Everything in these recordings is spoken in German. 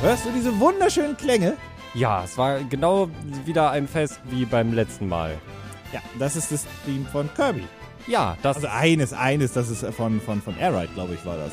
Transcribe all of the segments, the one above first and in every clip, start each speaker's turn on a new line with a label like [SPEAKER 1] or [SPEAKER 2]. [SPEAKER 1] hörst du diese wunderschönen Klänge?
[SPEAKER 2] Ja, es war genau wieder ein Fest wie beim letzten Mal.
[SPEAKER 1] Ja, das ist das Theme von Kirby.
[SPEAKER 2] Ja, das
[SPEAKER 1] Also eines, eines, das ist von, von, von Airride, glaube ich, war das.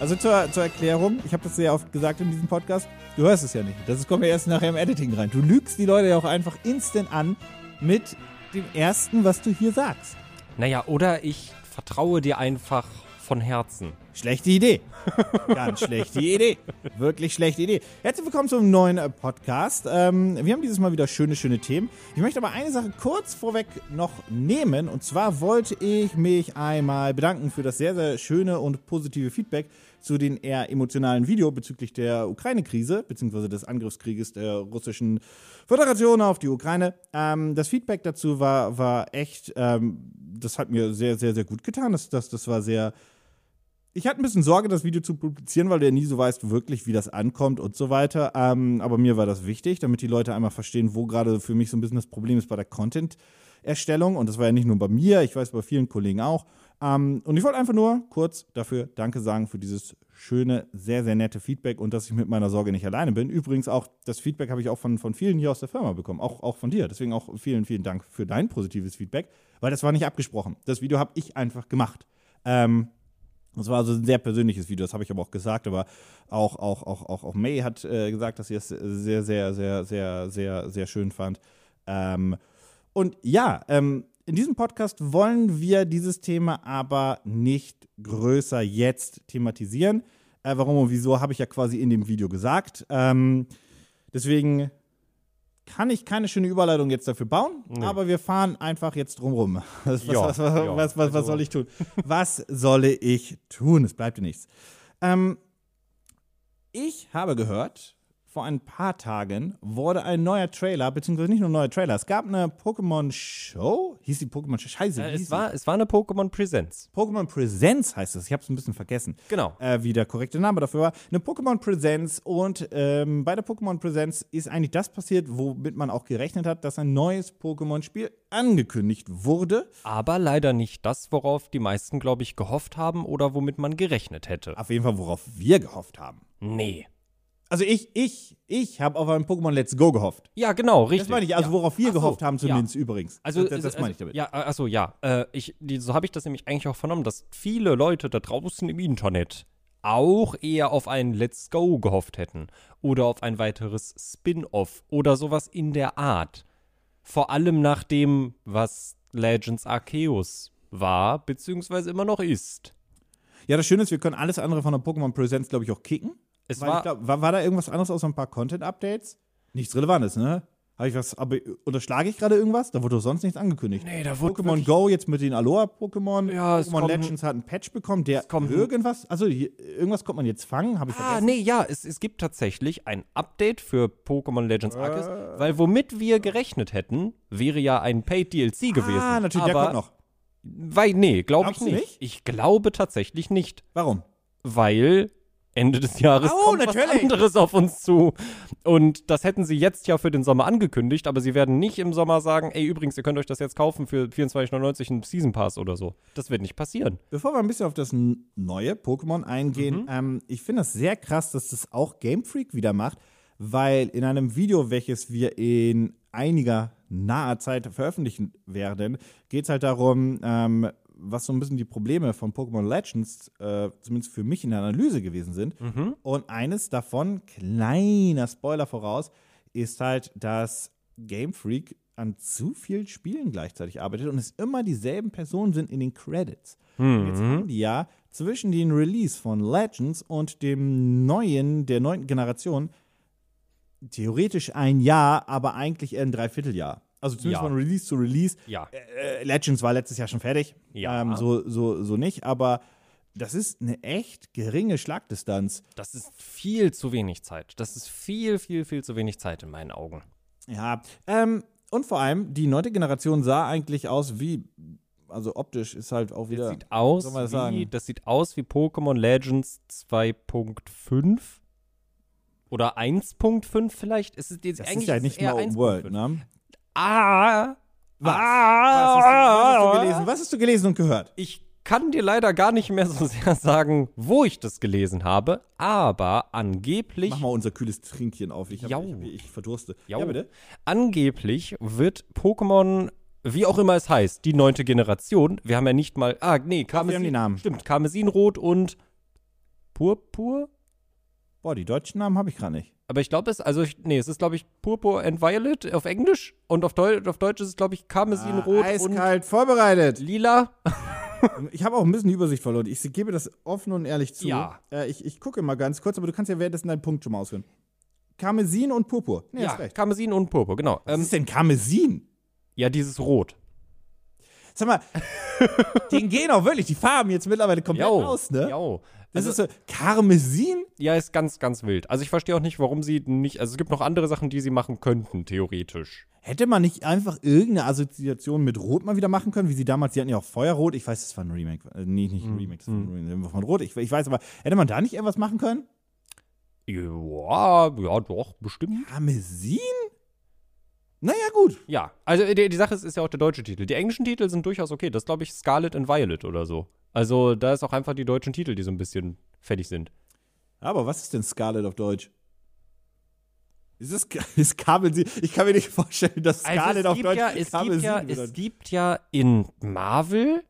[SPEAKER 1] Also zur, zur Erklärung, ich habe das sehr oft gesagt in diesem Podcast, du hörst es ja nicht. Das kommt ja erst nachher im Editing rein. Du lügst die Leute ja auch einfach instant an mit dem Ersten, was du hier sagst.
[SPEAKER 2] Naja, oder ich vertraue dir einfach von Herzen.
[SPEAKER 1] Schlechte Idee. Ganz schlechte Idee. Wirklich schlechte Idee. Herzlich willkommen zum neuen äh, Podcast. Ähm, wir haben dieses Mal wieder schöne, schöne Themen. Ich möchte aber eine Sache kurz vorweg noch nehmen. Und zwar wollte ich mich einmal bedanken für das sehr, sehr schöne und positive Feedback zu den eher emotionalen Video bezüglich der Ukraine-Krise, beziehungsweise des Angriffskrieges der russischen Föderation auf die Ukraine. Ähm, das Feedback dazu war, war echt, ähm, das hat mir sehr, sehr, sehr gut getan. Das, das, das war sehr, ich hatte ein bisschen Sorge, das Video zu publizieren, weil du ja nie so weißt wirklich, wie das ankommt und so weiter. Ähm, aber mir war das wichtig, damit die Leute einmal verstehen, wo gerade für mich so ein bisschen das Problem ist bei der Content-Erstellung. Und das war ja nicht nur bei mir, ich weiß bei vielen Kollegen auch. Ähm, und ich wollte einfach nur kurz dafür Danke sagen für dieses schöne, sehr, sehr nette Feedback und dass ich mit meiner Sorge nicht alleine bin. Übrigens auch, das Feedback habe ich auch von, von vielen hier aus der Firma bekommen, auch, auch von dir. Deswegen auch vielen, vielen Dank für dein positives Feedback, weil das war nicht abgesprochen. Das Video habe ich einfach gemacht. Ähm, das war also ein sehr persönliches Video, das habe ich aber auch gesagt, aber auch, auch, auch, auch, auch May hat äh, gesagt, dass sie es sehr, sehr, sehr, sehr, sehr, sehr schön fand. Ähm, und ja, ähm, in diesem Podcast wollen wir dieses Thema aber nicht größer jetzt thematisieren. Äh, warum und wieso habe ich ja quasi in dem Video gesagt. Ähm, deswegen kann ich keine schöne Überleitung jetzt dafür bauen, aber wir fahren einfach jetzt drumrum. Was,
[SPEAKER 2] Ja,
[SPEAKER 1] was, was, was,
[SPEAKER 2] ja. also
[SPEAKER 1] was, was, was soll ich tun? Was solle ich tun? Es bleibt dir nichts. Ähm, ich habe gehört, vor ein paar Tagen wurde ein neuer Trailer, beziehungsweise nicht nur ein neuer Trailer, es gab eine Pokémon-Show. Hieß die Pokémon-Show? Scheiße, wie
[SPEAKER 2] Äh,
[SPEAKER 1] hieß
[SPEAKER 2] es,
[SPEAKER 1] die?
[SPEAKER 2] war, es war eine Pokémon Presents.
[SPEAKER 1] Pokémon Presents heißt es. Ich habe es ein bisschen vergessen.
[SPEAKER 2] Genau.
[SPEAKER 1] Äh, wie der korrekte Name dafür war. Eine Pokémon Presents und ähm, bei der Pokémon Presents ist eigentlich das passiert, womit man auch gerechnet hat, dass ein neues Pokémon-Spiel angekündigt wurde.
[SPEAKER 2] Aber leider nicht das, worauf die meisten, glaube ich, gehofft haben oder womit man gerechnet hätte.
[SPEAKER 1] Auf jeden Fall, worauf wir gehofft haben.
[SPEAKER 2] Nee.
[SPEAKER 1] Also ich, ich, ich habe auf ein Pokémon Let's Go gehofft.
[SPEAKER 2] Ja, genau,
[SPEAKER 1] Das
[SPEAKER 2] richtig.
[SPEAKER 1] meine ich, also
[SPEAKER 2] ja.
[SPEAKER 1] worauf wir
[SPEAKER 2] Ach so,
[SPEAKER 1] gehofft haben
[SPEAKER 2] ja.
[SPEAKER 1] zumindest übrigens.
[SPEAKER 2] Also,
[SPEAKER 1] das, das
[SPEAKER 2] also,
[SPEAKER 1] meine ich damit.
[SPEAKER 2] Ja, achso, ja. Äh, ich, die, so habe ich das nämlich eigentlich auch vernommen, dass viele Leute da draußen im Internet auch eher auf ein Let's Go gehofft hätten oder auf ein weiteres Spin-off oder sowas in der Art. Vor allem nach dem, was Legends Arceus war, beziehungsweise immer noch ist.
[SPEAKER 1] Ja, das Schöne ist, wir können alles andere von der Pokémon Presents, glaube ich, auch kicken.
[SPEAKER 2] Es
[SPEAKER 1] Weil
[SPEAKER 2] war,
[SPEAKER 1] ich glaub, war, war da irgendwas anderes außer ein paar Content-Updates? Nichts Relevantes, ne? Habe ich was, aber unterschlage ich gerade irgendwas? Da wurde doch sonst nichts angekündigt.
[SPEAKER 2] Nee, da wurde
[SPEAKER 1] Pokémon
[SPEAKER 2] wirklich-
[SPEAKER 1] Go jetzt mit den Aloha-Pokémon.
[SPEAKER 2] Ja, es
[SPEAKER 1] Pokémon
[SPEAKER 2] kommt-
[SPEAKER 1] Legends hat einen Patch bekommen, der
[SPEAKER 2] kommt-
[SPEAKER 1] irgendwas, also hier, irgendwas konnte man jetzt fangen, habe ich
[SPEAKER 2] Ah,
[SPEAKER 1] vergessen.
[SPEAKER 2] nee, ja, es, es gibt tatsächlich ein Update für Pokémon Legends Arceus,
[SPEAKER 1] Ah.
[SPEAKER 2] weil womit wir gerechnet hätten, wäre ja ein Paid DLC gewesen.
[SPEAKER 1] ah, natürlich,
[SPEAKER 2] aber,
[SPEAKER 1] der kommt noch.
[SPEAKER 2] Weil, nee, glaube ich
[SPEAKER 1] Glaubst du
[SPEAKER 2] nicht.
[SPEAKER 1] nicht?
[SPEAKER 2] Ich glaube tatsächlich nicht,
[SPEAKER 1] Warum?
[SPEAKER 2] weil Ende des Jahres
[SPEAKER 1] Oh,
[SPEAKER 2] kommt was
[SPEAKER 1] natürlich.
[SPEAKER 2] anderes auf uns zu. Und das hätten sie jetzt ja für den Sommer angekündigt, aber sie werden nicht im Sommer sagen, ey, übrigens, ihr könnt euch das jetzt kaufen für 24,99 einen Season Pass oder so. Das wird nicht passieren.
[SPEAKER 1] Bevor wir ein bisschen auf das n- neue Pokémon eingehen, ähm, ich finde das sehr krass, dass das auch Game Freak wieder macht, weil in einem Video, welches wir in einiger naher Zeit veröffentlichen werden, geht es halt darum, ähm, was so ein bisschen die Probleme von Pokémon Legends, äh, zumindest für mich in der Analyse gewesen sind. Und eines davon, kleiner Spoiler voraus, ist halt, dass Game Freak an zu vielen Spielen gleichzeitig arbeitet und es immer dieselben Personen sind in den Credits. Und
[SPEAKER 2] Mhm.
[SPEAKER 1] Jetzt haben die ja zwischen dem Release von Legends und dem neuen, der neunten Generation theoretisch ein Jahr, aber eigentlich eher ein Dreivierteljahr. Also zumindest
[SPEAKER 2] Ja.
[SPEAKER 1] von Release zu Release.
[SPEAKER 2] Ja.
[SPEAKER 1] Äh, äh, Legends war letztes Jahr schon fertig.
[SPEAKER 2] Ja.
[SPEAKER 1] Ähm, so, so, so nicht, aber das ist eine echt geringe Schlagdistanz.
[SPEAKER 2] Das ist viel zu wenig Zeit. Das ist viel, viel, viel zu wenig Zeit in meinen Augen.
[SPEAKER 1] Ja, ähm, und vor allem, die neunte Generation sah eigentlich aus wie, also optisch ist halt auch wieder.
[SPEAKER 2] Sieht aus
[SPEAKER 1] soll man das
[SPEAKER 2] wie,
[SPEAKER 1] sagen?
[SPEAKER 2] das sieht aus wie Pokémon Legends 2.5 oder 1.5 vielleicht. Es ist jetzt
[SPEAKER 1] Das
[SPEAKER 2] eigentlich
[SPEAKER 1] ist ja
[SPEAKER 2] es
[SPEAKER 1] nicht mal
[SPEAKER 2] eher
[SPEAKER 1] Open
[SPEAKER 2] 1.5.
[SPEAKER 1] World, ne?
[SPEAKER 2] Ah!
[SPEAKER 1] Was?
[SPEAKER 2] Ah!
[SPEAKER 1] Ah! Was hast, du, was hast du gelesen? Was hast du gelesen und gehört?
[SPEAKER 2] Ich kann dir leider gar nicht mehr so sehr sagen, wo ich das gelesen habe, aber angeblich
[SPEAKER 1] Mach mal unser kühles Trinkchen auf. Ich, hab,
[SPEAKER 2] Jau.
[SPEAKER 1] ich, ich verdurste.
[SPEAKER 2] Jau.
[SPEAKER 1] Ja, bitte.
[SPEAKER 2] Angeblich wird Pokémon, wie auch immer es heißt, die neunte Generation. Wir haben ja nicht mal. Ah, nee,
[SPEAKER 1] wir haben
[SPEAKER 2] Karmesin.
[SPEAKER 1] die Namen.
[SPEAKER 2] Stimmt, Karmesinrot und Purpur.
[SPEAKER 1] Boah, die deutschen Namen habe ich gerade nicht.
[SPEAKER 2] Aber ich glaube es, also ich, nee, es ist glaube ich Purpur and Violet auf Englisch und auf, Deu auf Deutsch ist es glaube ich
[SPEAKER 1] Ah,
[SPEAKER 2] Karmesinrot und
[SPEAKER 1] eiskalt vorbereitet.
[SPEAKER 2] Lila.
[SPEAKER 1] Ich habe auch ein bisschen die Übersicht verloren. Ich gebe das offen und ehrlich zu.
[SPEAKER 2] Ja.
[SPEAKER 1] Äh, ich, ich gucke mal ganz kurz, aber du kannst ja währenddessen deinen Punkt schon mal ausführen. Karmesin und Purpur. Nee,
[SPEAKER 2] Ja,
[SPEAKER 1] hast recht.
[SPEAKER 2] Karmesin und Purpur, genau.
[SPEAKER 1] Was
[SPEAKER 2] Ähm,
[SPEAKER 1] ist denn Karmesin?
[SPEAKER 2] ja, dieses Rot.
[SPEAKER 1] Sag mal, denen gehen auch wirklich die Farben jetzt mittlerweile komplett
[SPEAKER 2] Jau,
[SPEAKER 1] aus, ne?
[SPEAKER 2] jau. Also,
[SPEAKER 1] Das ist so, Karmesin?
[SPEAKER 2] Ja, ist ganz, ganz wild. Also ich verstehe auch nicht, warum sie nicht, also es gibt noch andere Sachen, die sie machen könnten, theoretisch.
[SPEAKER 1] Hätte man nicht einfach irgendeine Assoziation mit Rot mal wieder machen können, wie sie damals, die hatten ja auch Feuerrot, ich weiß, das war ein Remake, äh, nee, nicht
[SPEAKER 2] Mhm.
[SPEAKER 1] ein Remake, das war ein Remake von Rot, ich, ich weiß, aber hätte man da nicht irgendwas machen können?
[SPEAKER 2] Ja, ja, doch, bestimmt.
[SPEAKER 1] Karmesin? Naja, gut.
[SPEAKER 2] Ja, also die, die Sache ist, ist ja auch der deutsche Titel. Die englischen Titel sind durchaus okay. Das ist, glaube ich Scarlet and Violet oder so. Also da ist auch einfach die deutschen Titel, die so ein bisschen fertig sind.
[SPEAKER 1] Aber was ist denn Scarlet auf Deutsch? Ist es ist Kabelsin? Ich kann mir nicht vorstellen, dass Scarlet
[SPEAKER 2] also, es
[SPEAKER 1] auf
[SPEAKER 2] gibt
[SPEAKER 1] Deutsch
[SPEAKER 2] ja, es gibt
[SPEAKER 1] Kabelsin
[SPEAKER 2] ja, es
[SPEAKER 1] bedeutet.
[SPEAKER 2] gibt ja in Marvel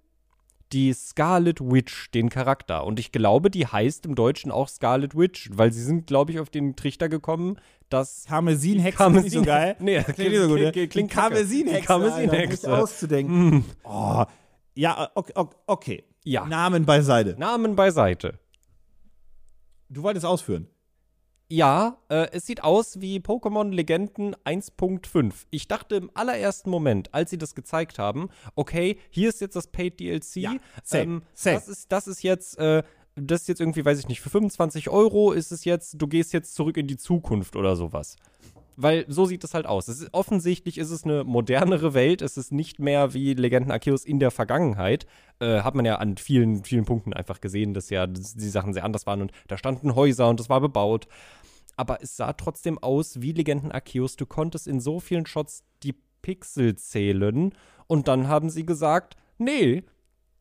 [SPEAKER 2] die Scarlet Witch, den Charakter. Und ich glaube, die heißt im Deutschen auch Scarlet Witch, weil sie sind, glaube ich, auf den Trichter gekommen, dass
[SPEAKER 1] Karmesin-Hexe ist nicht so geil.
[SPEAKER 2] Nee,
[SPEAKER 1] Klingt nicht so gut, ne?
[SPEAKER 2] klingt,
[SPEAKER 1] Die
[SPEAKER 2] klingt kacke. Die
[SPEAKER 1] Karmesin-Hexe. Alter, nicht
[SPEAKER 2] Karmesin-Hexe.
[SPEAKER 1] auszudenken. Oh. Ja, okay, okay, okay.
[SPEAKER 2] Ja.
[SPEAKER 1] Namen beiseite.
[SPEAKER 2] Namen beiseite.
[SPEAKER 1] Du wolltest ausführen.
[SPEAKER 2] Ja, äh, es sieht aus wie Pokémon Legenden 1.5. Ich dachte im allerersten Moment, als sie das gezeigt haben, okay, hier ist jetzt das Paid DLC.
[SPEAKER 1] Ja, safe, safe.
[SPEAKER 2] ähm, Das ist, das ist jetzt, äh, das ist jetzt irgendwie, weiß ich nicht, für 25 Euro ist es jetzt, du gehst jetzt zurück in die Zukunft oder sowas. Weil so sieht es halt aus. Es ist, offensichtlich ist es eine modernere Welt. Es ist nicht mehr wie Legenden Arceus in der Vergangenheit. Äh, hat man ja an vielen, vielen Punkten einfach gesehen, dass ja die Sachen sehr anders waren und da standen Häuser und das war bebaut. Aber es sah trotzdem aus wie Legenden Arceus. Du konntest in so vielen Shots die Pixel zählen und dann haben sie gesagt, nee,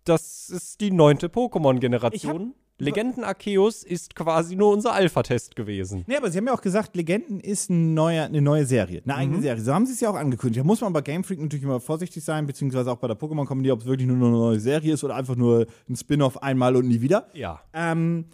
[SPEAKER 2] das ist die neunte
[SPEAKER 1] Ich
[SPEAKER 2] Pokémon-Generation. Legenden Arceus ist quasi nur unser Alpha-Test gewesen.
[SPEAKER 1] Nee, aber sie haben ja auch gesagt, Legenden ist ein neuer, eine neue Serie, eine eigene Serie. So haben sie es ja auch angekündigt. Da muss man bei Game Freak natürlich immer vorsichtig sein, beziehungsweise auch bei der Pokémon Company, ob es wirklich nur eine neue Serie ist oder einfach nur ein Spin-off einmal und nie wieder.
[SPEAKER 2] Ja.
[SPEAKER 1] Ähm,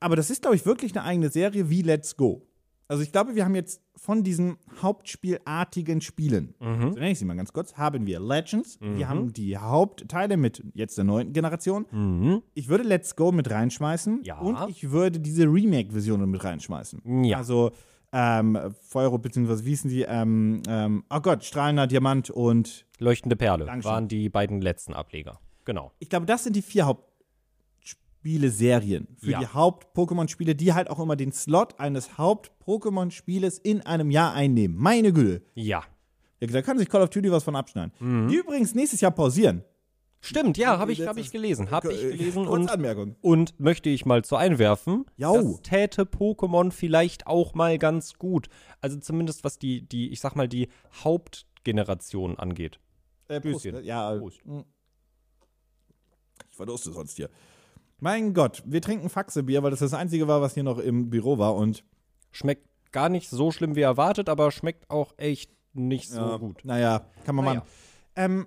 [SPEAKER 1] aber das ist, glaube ich, wirklich eine eigene Serie wie Let's Go. Also ich glaube, wir haben jetzt von diesen hauptspielartigen Spielen,
[SPEAKER 2] Mhm.
[SPEAKER 1] so nenne ich sie mal ganz kurz, haben wir Legends, wir haben die Hauptteile mit jetzt der neuen Generation. Ich würde Let's Go mit reinschmeißen
[SPEAKER 2] Mhm. Ja.
[SPEAKER 1] und ich würde diese Remake-Versionen mit reinschmeißen.
[SPEAKER 2] Ja.
[SPEAKER 1] Also ähm, Feuerrot, beziehungsweise wie hießen die? Ähm, ähm, oh Gott, strahlender Diamant und
[SPEAKER 2] Leuchtende Perle
[SPEAKER 1] Dankeschön.
[SPEAKER 2] waren die beiden letzten Ableger. Genau.
[SPEAKER 1] ich glaube, das sind die vier Hauptspiele-Serien für
[SPEAKER 2] Ja.
[SPEAKER 1] die Haupt-Pokémon-Spiele, die halt auch immer den Slot eines Haupt-Pokémon-Spieles in einem Jahr einnehmen. Meine Güte.
[SPEAKER 2] Ja.
[SPEAKER 1] Ja, Da kann sich Call of Duty was von abschneiden.
[SPEAKER 2] Mhm.
[SPEAKER 1] Die übrigens nächstes Jahr pausieren.
[SPEAKER 2] Stimmt, ja, habe ich, hab
[SPEAKER 1] Letztes-
[SPEAKER 2] ich gelesen. Habe ich
[SPEAKER 1] Äh,
[SPEAKER 2] gelesen
[SPEAKER 1] Kurz
[SPEAKER 2] und,
[SPEAKER 1] Anmerkung.
[SPEAKER 2] und möchte ich mal zu einwerfen,
[SPEAKER 1] Jau.
[SPEAKER 2] das täte Pokémon vielleicht auch mal ganz gut. Also zumindest was die, die ich sag mal, die Hauptgeneration angeht.
[SPEAKER 1] Äh, Prost.
[SPEAKER 2] Stößchen.
[SPEAKER 1] Ja, äh,
[SPEAKER 2] Prost.
[SPEAKER 1] ich verdurste sonst hier. Mein Gott, wir trinken Faxebier, weil das das einzige war, was hier noch im Büro war und
[SPEAKER 2] Schmeckt gar nicht so schlimm wie erwartet, aber schmeckt auch echt nicht so
[SPEAKER 1] Ja,
[SPEAKER 2] Oh, gut.
[SPEAKER 1] Ähm, Naja, kann man
[SPEAKER 2] Naja.
[SPEAKER 1] machen. Ähm,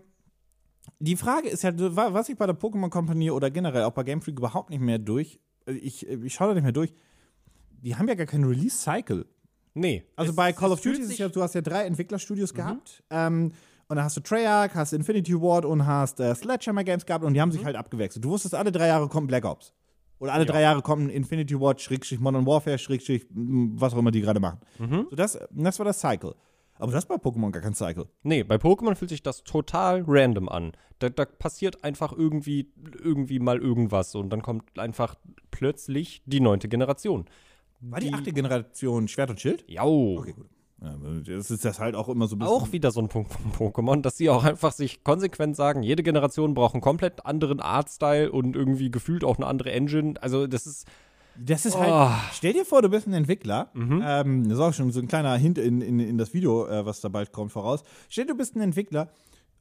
[SPEAKER 1] die Frage ist ja, wa- was ich bei der Pokémon Company oder generell auch bei Game Freak überhaupt nicht mehr durch, äh, ich, ich schaue da nicht mehr durch, die haben ja gar keinen Release-Cycle.
[SPEAKER 2] Nee.
[SPEAKER 1] Also
[SPEAKER 2] es-
[SPEAKER 1] bei Call
[SPEAKER 2] es
[SPEAKER 1] of Duty
[SPEAKER 2] fühlt
[SPEAKER 1] ist es
[SPEAKER 2] sich- Mhm.
[SPEAKER 1] ja, du hast ja drei Entwicklerstudios gehabt. Ähm, und dann hast du Treyarch, hast Infinity Ward und hast äh, Sledgehammer Games gehabt und die
[SPEAKER 2] Mhm.
[SPEAKER 1] haben sich halt abgewechselt. Du wusstest, alle drei Jahre kommt Black Ops. Oder alle drei Jahre kommt ein Infinity Ward, Schrägstrich Modern Warfare, Schrägstrich, m, was auch immer die gerade machen.
[SPEAKER 2] Mhm.
[SPEAKER 1] So das, das war das Cycle. Aber das war bei Pokémon gar kein Cycle.
[SPEAKER 2] Nee, bei Pokémon fühlt sich das total random an. Da, da passiert einfach irgendwie, irgendwie mal irgendwas und dann kommt einfach plötzlich die neunte Generation.
[SPEAKER 1] War die, achte Generation Schwert und Schild?
[SPEAKER 2] Jau.
[SPEAKER 1] Okay, gut. Ja, Das ist das halt auch immer so ein bisschen.
[SPEAKER 2] Auch wieder so ein Punkt von Pokémon, dass sie auch einfach sich konsequent sagen, jede Generation braucht einen komplett anderen Artstyle und irgendwie gefühlt auch eine andere Engine. Also das ist,
[SPEAKER 1] Das ist
[SPEAKER 2] Oh.
[SPEAKER 1] halt. Stell dir vor, du bist ein Entwickler. Ähm, das ist auch schon so ein kleiner Hint in, in, in das Video, äh, was da bald kommt, voraus. Stell dir, du bist ein Entwickler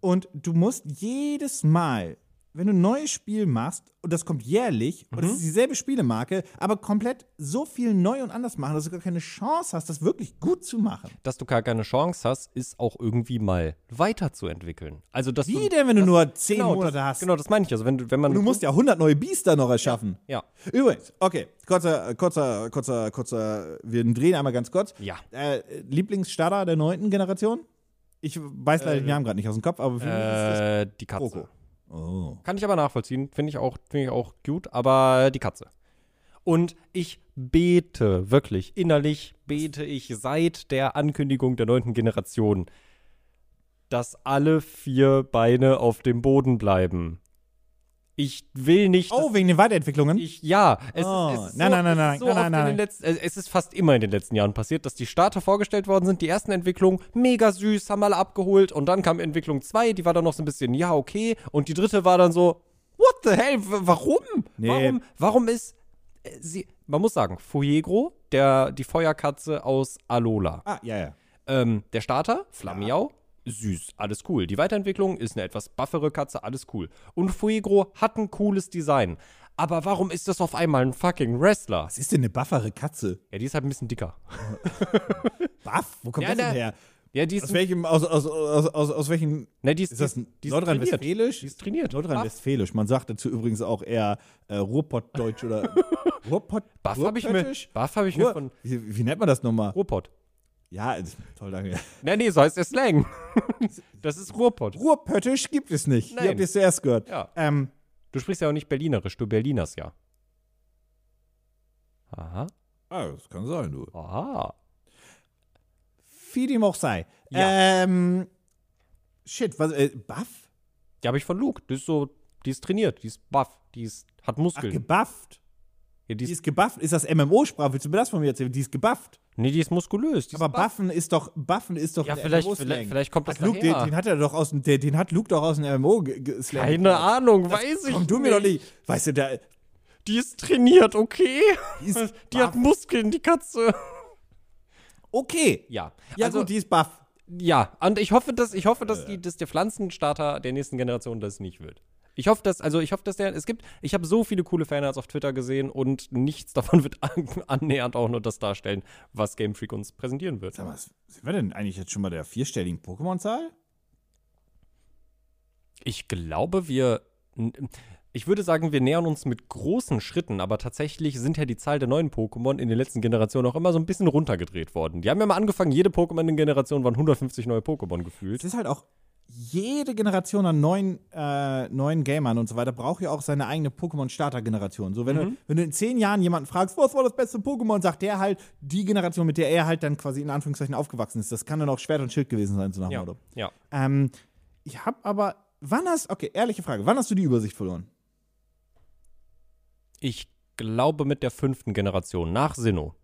[SPEAKER 1] und du musst jedes Mal, wenn du ein neues Spiel machst und das kommt jährlich und es ist dieselbe Spielemarke, aber komplett so viel neu und anders machen, dass du gar keine Chance hast, das wirklich gut zu machen.
[SPEAKER 2] Dass du gar keine Chance hast, ist auch irgendwie mal weiterzuentwickeln. Also, dass
[SPEAKER 1] Wie
[SPEAKER 2] du,
[SPEAKER 1] denn, wenn du nur zehn
[SPEAKER 2] genau,
[SPEAKER 1] Monate
[SPEAKER 2] das,
[SPEAKER 1] hast?
[SPEAKER 2] Genau, das meine ich. Also, wenn, du- wenn man.
[SPEAKER 1] Du musst ja 100 neue Biester noch erschaffen.
[SPEAKER 2] Ja.
[SPEAKER 1] Übrigens, okay, kurzer, kurzer, kurzer, kurzer, wir drehen einmal ganz kurz.
[SPEAKER 2] Ja.
[SPEAKER 1] Äh, Lieblingsstarter der neunten Generation? Ich weiß leider den Namen gerade nicht aus dem Kopf, aber für mich ist
[SPEAKER 2] Äh, die Katze.
[SPEAKER 1] Kroko. das oh.
[SPEAKER 2] Kann ich aber nachvollziehen. Finde ich, auch- finde ich auch gut, aber die Katze. Und ich bete, wirklich, innerlich bete ich seit der Ankündigung der neunten Generation, dass alle vier Beine auf dem Boden bleiben. Ich will nicht. dass
[SPEAKER 1] Oh, wegen den Weiterentwicklungen?
[SPEAKER 2] Ich, ja, es,
[SPEAKER 1] Oh,
[SPEAKER 2] ist, es ist
[SPEAKER 1] nein,
[SPEAKER 2] so,
[SPEAKER 1] nein, nein,
[SPEAKER 2] es
[SPEAKER 1] nein,
[SPEAKER 2] ist so
[SPEAKER 1] nein,
[SPEAKER 2] oft
[SPEAKER 1] nein, nein.
[SPEAKER 2] In den letzten, äh, es ist fast immer in den letzten Jahren passiert, dass die Starter vorgestellt worden sind, die ersten Entwicklungen, mega süß, haben alle abgeholt und dann kam Entwicklung 2, die war dann noch so ein bisschen, ja, okay, und die dritte war dann so, what the hell, w- warum?
[SPEAKER 1] Nee.
[SPEAKER 2] Warum, warum ist äh, sie, man muss sagen, Fuegro, der, die Feuerkatze aus Alola,
[SPEAKER 1] ah, ja, ja.
[SPEAKER 2] ähm, der Starter, Flammiau, süß, alles cool. Die Weiterentwicklung ist eine etwas buffere Katze, alles cool. Und Fuegro hat ein cooles Design. Aber warum ist das auf einmal ein fucking Wrestler?
[SPEAKER 1] Was ist denn eine buffere Katze?
[SPEAKER 2] Ja, die ist halt ein bisschen dicker.
[SPEAKER 1] Buff? Wo kommt
[SPEAKER 2] Ja,
[SPEAKER 1] das denn
[SPEAKER 2] na-
[SPEAKER 1] her?
[SPEAKER 2] Ja, die ist.
[SPEAKER 1] Aus welchem, aus, aus, aus, aus, aus welchem,
[SPEAKER 2] Ne, die ist,
[SPEAKER 1] ist das
[SPEAKER 2] die ist- die ist trainiert.
[SPEAKER 1] nordrhein-westfälisch?
[SPEAKER 2] Die ist trainiert.
[SPEAKER 1] Nordrhein-westfälisch. Man sagt dazu übrigens auch eher äh, Ruhrpottdeutsch oder Ruhrpott.
[SPEAKER 2] Buff habe ich mir,
[SPEAKER 1] Ruhrpöttisch?
[SPEAKER 2] Buff hab ich mir
[SPEAKER 1] Ruhr,
[SPEAKER 2] von
[SPEAKER 1] wie, wie nennt man das nochmal?
[SPEAKER 2] Ruhrpott.
[SPEAKER 1] Ja, ist- toll, danke.
[SPEAKER 2] Ne, nee, so heißt der Slang. das ist Ruhrpott.
[SPEAKER 1] Ruhrpöttisch gibt es nicht.
[SPEAKER 2] Nein.
[SPEAKER 1] Ihr habt es zuerst gehört.
[SPEAKER 2] Ja.
[SPEAKER 1] Ähm,
[SPEAKER 2] Du sprichst ja auch nicht Berlinerisch, du Berliners ja. Aha. Ah.
[SPEAKER 1] ah, das kann sein, du.
[SPEAKER 2] Aha.
[SPEAKER 1] Wie dem auch sei.
[SPEAKER 2] Ja.
[SPEAKER 1] Ähm, shit, was, äh, Buff?
[SPEAKER 2] Die habe ich von Luke. Die ist so, die ist trainiert, die ist buff, die ist, hat
[SPEAKER 1] Ach,
[SPEAKER 2] Muskeln.
[SPEAKER 1] gebufft.
[SPEAKER 2] ja, die
[SPEAKER 1] Die
[SPEAKER 2] ist,
[SPEAKER 1] ist gebufft. Ist das MMO-Sprache? Willst du mir das von mir erzählen? Die ist gebufft.
[SPEAKER 2] nee, die ist muskulös. Die
[SPEAKER 1] Aber
[SPEAKER 2] ist buff.
[SPEAKER 1] buffen ist doch, buffen ist doch
[SPEAKER 2] Ja,
[SPEAKER 1] ein
[SPEAKER 2] vielleicht-
[SPEAKER 1] MMO-Slang.
[SPEAKER 2] vielleicht- vielleicht kommt das
[SPEAKER 1] hat Luke, den,
[SPEAKER 2] daher.
[SPEAKER 1] den hat er doch aus dem, den, den hat Luke doch aus dem MMO-Slang.
[SPEAKER 2] Keine Ahnung, weiß ich
[SPEAKER 1] Komm du mir
[SPEAKER 2] nicht.
[SPEAKER 1] doch nicht. Weißt du, da,
[SPEAKER 2] Die ist trainiert, okay?
[SPEAKER 1] Die ist
[SPEAKER 2] die hat
[SPEAKER 1] buff.
[SPEAKER 2] Muskeln, die Katze.
[SPEAKER 1] okay.
[SPEAKER 2] Ja,
[SPEAKER 1] Ja,
[SPEAKER 2] also,
[SPEAKER 1] gut, die Äh. ist buff.
[SPEAKER 2] ja. Und ich hoffe, dass, ich hoffe, dass, die, dass der Pflanzenstarter der nächsten Generation das nicht wird. Ich hoffe, dass, also ich hoffe, dass der, es gibt, ich habe so viele coole Fanarts auf Twitter gesehen und nichts davon wird an, annähernd auch nur das darstellen, was Game Freak uns präsentieren wird.
[SPEAKER 1] Sag mal, sind wir denn eigentlich jetzt schon bei der vierstelligen Pokémon-Zahl?
[SPEAKER 2] Ich glaube, wir. Ich würde sagen, wir nähern uns mit großen Schritten, aber tatsächlich sind ja die Zahl der neuen Pokémon in den letzten Generationen auch immer so ein bisschen runtergedreht worden. Die haben ja mal angefangen, jede Pokémon-Generation waren 150 neue Pokémon
[SPEAKER 1] Es
[SPEAKER 2] gefühlt.
[SPEAKER 1] ist halt auch, jede Generation an neuen, äh, neuen Gamern und so weiter braucht ja auch seine eigene Pokémon-Starter-Generation. So, wenn, du, wenn du in zehn Jahren jemanden fragst, was war das beste Pokémon, sagt der halt die Generation, mit der er halt dann quasi in Anführungszeichen aufgewachsen ist. Das kann dann auch Schwert und Schild gewesen sein, so nach dem
[SPEAKER 2] Ja,
[SPEAKER 1] Motto.
[SPEAKER 2] ja.
[SPEAKER 1] Ähm, ich habe aber, wann hast, okay, ehrliche Frage, wann hast du die Übersicht verloren?
[SPEAKER 2] Ich glaube mit der fünften Generation, nach Sinnoh.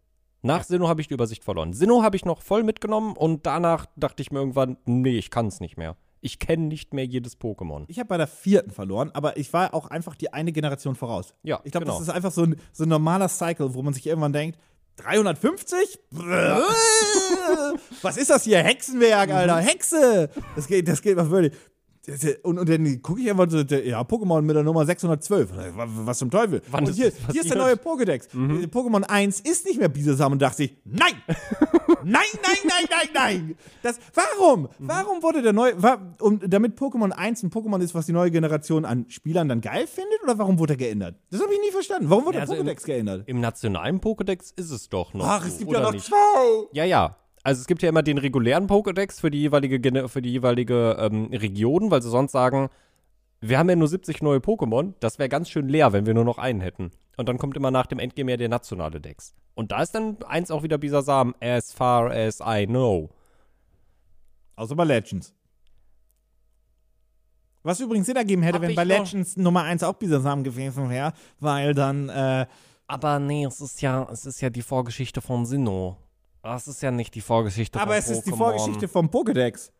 [SPEAKER 2] Nach Sinnoh habe ich die Übersicht verloren. Sinnoh habe ich noch voll mitgenommen und danach dachte ich mir irgendwann, nee, ich kann es nicht mehr. Ich kenne nicht mehr jedes Pokémon.
[SPEAKER 1] Ich habe bei der vierten verloren, aber ich war auch einfach die eine Generation voraus.
[SPEAKER 2] Ja,
[SPEAKER 1] Ich glaube,
[SPEAKER 2] genau.
[SPEAKER 1] das ist einfach so ein, so ein normaler Cycle, wo man sich irgendwann denkt, 350? Was ist das hier? Hexenwerk,
[SPEAKER 2] Mhm.
[SPEAKER 1] Alter. Hexe! Das geht, das geht mal völlig. Das ist- Und, und dann gucke ich einfach so, ja, Pokémon mit der Nummer 612. Was zum Teufel?
[SPEAKER 2] Wann
[SPEAKER 1] und
[SPEAKER 2] ist
[SPEAKER 1] hier, hier
[SPEAKER 2] das
[SPEAKER 1] ist
[SPEAKER 2] passiert? Mhm.
[SPEAKER 1] der neue Pokédex. Pokémon 1 ist nicht mehr Bisasam und dachte ich, nein! Nein, nein, nein, nein, nein! Das, warum?
[SPEAKER 2] Mhm.
[SPEAKER 1] Warum wurde der neue. War, um, damit Pokémon 1 ein Pokémon ist, was die neue Generation an Spielern dann geil findet? Oder warum wurde er geändert? Das habe ich nie verstanden. Warum wurde
[SPEAKER 2] Ja, also
[SPEAKER 1] der Pokédex geändert?
[SPEAKER 2] Im nationalen Pokédex ist es doch noch.
[SPEAKER 1] Ach,
[SPEAKER 2] so,
[SPEAKER 1] es gibt
[SPEAKER 2] oder
[SPEAKER 1] ja noch
[SPEAKER 2] nicht?
[SPEAKER 1] zwei!
[SPEAKER 2] Ja, ja. Also es gibt ja immer den regulären Pokédex für die jeweilige, Gene- für die jeweilige ähm, Region, weil sie sonst sagen, wir haben ja nur 70 neue Pokémon, das wäre ganz schön leer, wenn wir nur noch einen hätten. Und dann kommt immer nach dem Endgame ja der nationale Dex. Und da ist dann eins auch wieder Bisasam, as far as I know.
[SPEAKER 1] Außer bei Legends. Was übrigens Sinn ergeben hätte,
[SPEAKER 2] Hab
[SPEAKER 1] wenn
[SPEAKER 2] ich
[SPEAKER 1] bei
[SPEAKER 2] noch-
[SPEAKER 1] Legends Nummer 1 auch Bisasam gewesen wäre, weil dann. Äh,
[SPEAKER 2] Aber nee, es ist ja, es ist ja die Vorgeschichte von Sinnoh. Das ist ja nicht die Vorgeschichte
[SPEAKER 1] aber es ist die Vorgeschichte vom Pokédex.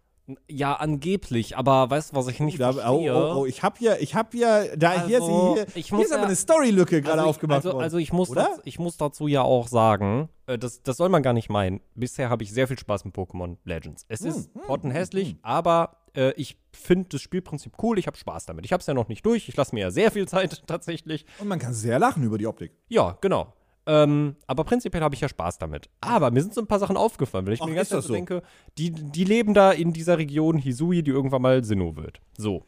[SPEAKER 2] Ja, angeblich, aber weißt du, was ich nicht
[SPEAKER 1] Da, oh,
[SPEAKER 2] verstehe?
[SPEAKER 1] oh, oh, ich habe hier, ich habe hier, da hier, ist,
[SPEAKER 2] Also,
[SPEAKER 1] hier,
[SPEAKER 2] ich
[SPEAKER 1] hier
[SPEAKER 2] muss
[SPEAKER 1] ist aber
[SPEAKER 2] ja-
[SPEAKER 1] eine Storylücke gerade
[SPEAKER 2] also, ich-
[SPEAKER 1] aufgemacht
[SPEAKER 2] also,
[SPEAKER 1] worden.
[SPEAKER 2] also ich muss,
[SPEAKER 1] Oder?
[SPEAKER 2] daz- ich muss dazu ja auch sagen, äh, das, das soll man gar nicht meinen. Bisher habe ich sehr viel Spaß mit Pokémon Legends.
[SPEAKER 1] Hm,
[SPEAKER 2] Es ist pottenhässlich, aber äh, ich finde das Spielprinzip cool. Ich habe Spaß damit. Ich habe es ja noch nicht durch. Ich lasse mir ja sehr viel Zeit tatsächlich.
[SPEAKER 1] Und man kann sehr lachen über die Optik.
[SPEAKER 2] Ja, genau. Ähm, aber prinzipiell habe ich ja Spaß damit. Aber mir sind so ein paar Sachen aufgefallen, wenn ich
[SPEAKER 1] Ach,
[SPEAKER 2] mir die ganze
[SPEAKER 1] ist das
[SPEAKER 2] Zeit
[SPEAKER 1] so?
[SPEAKER 2] so denke, die, die leben da in dieser Region Hisui, die irgendwann mal Sinnoh wird. So.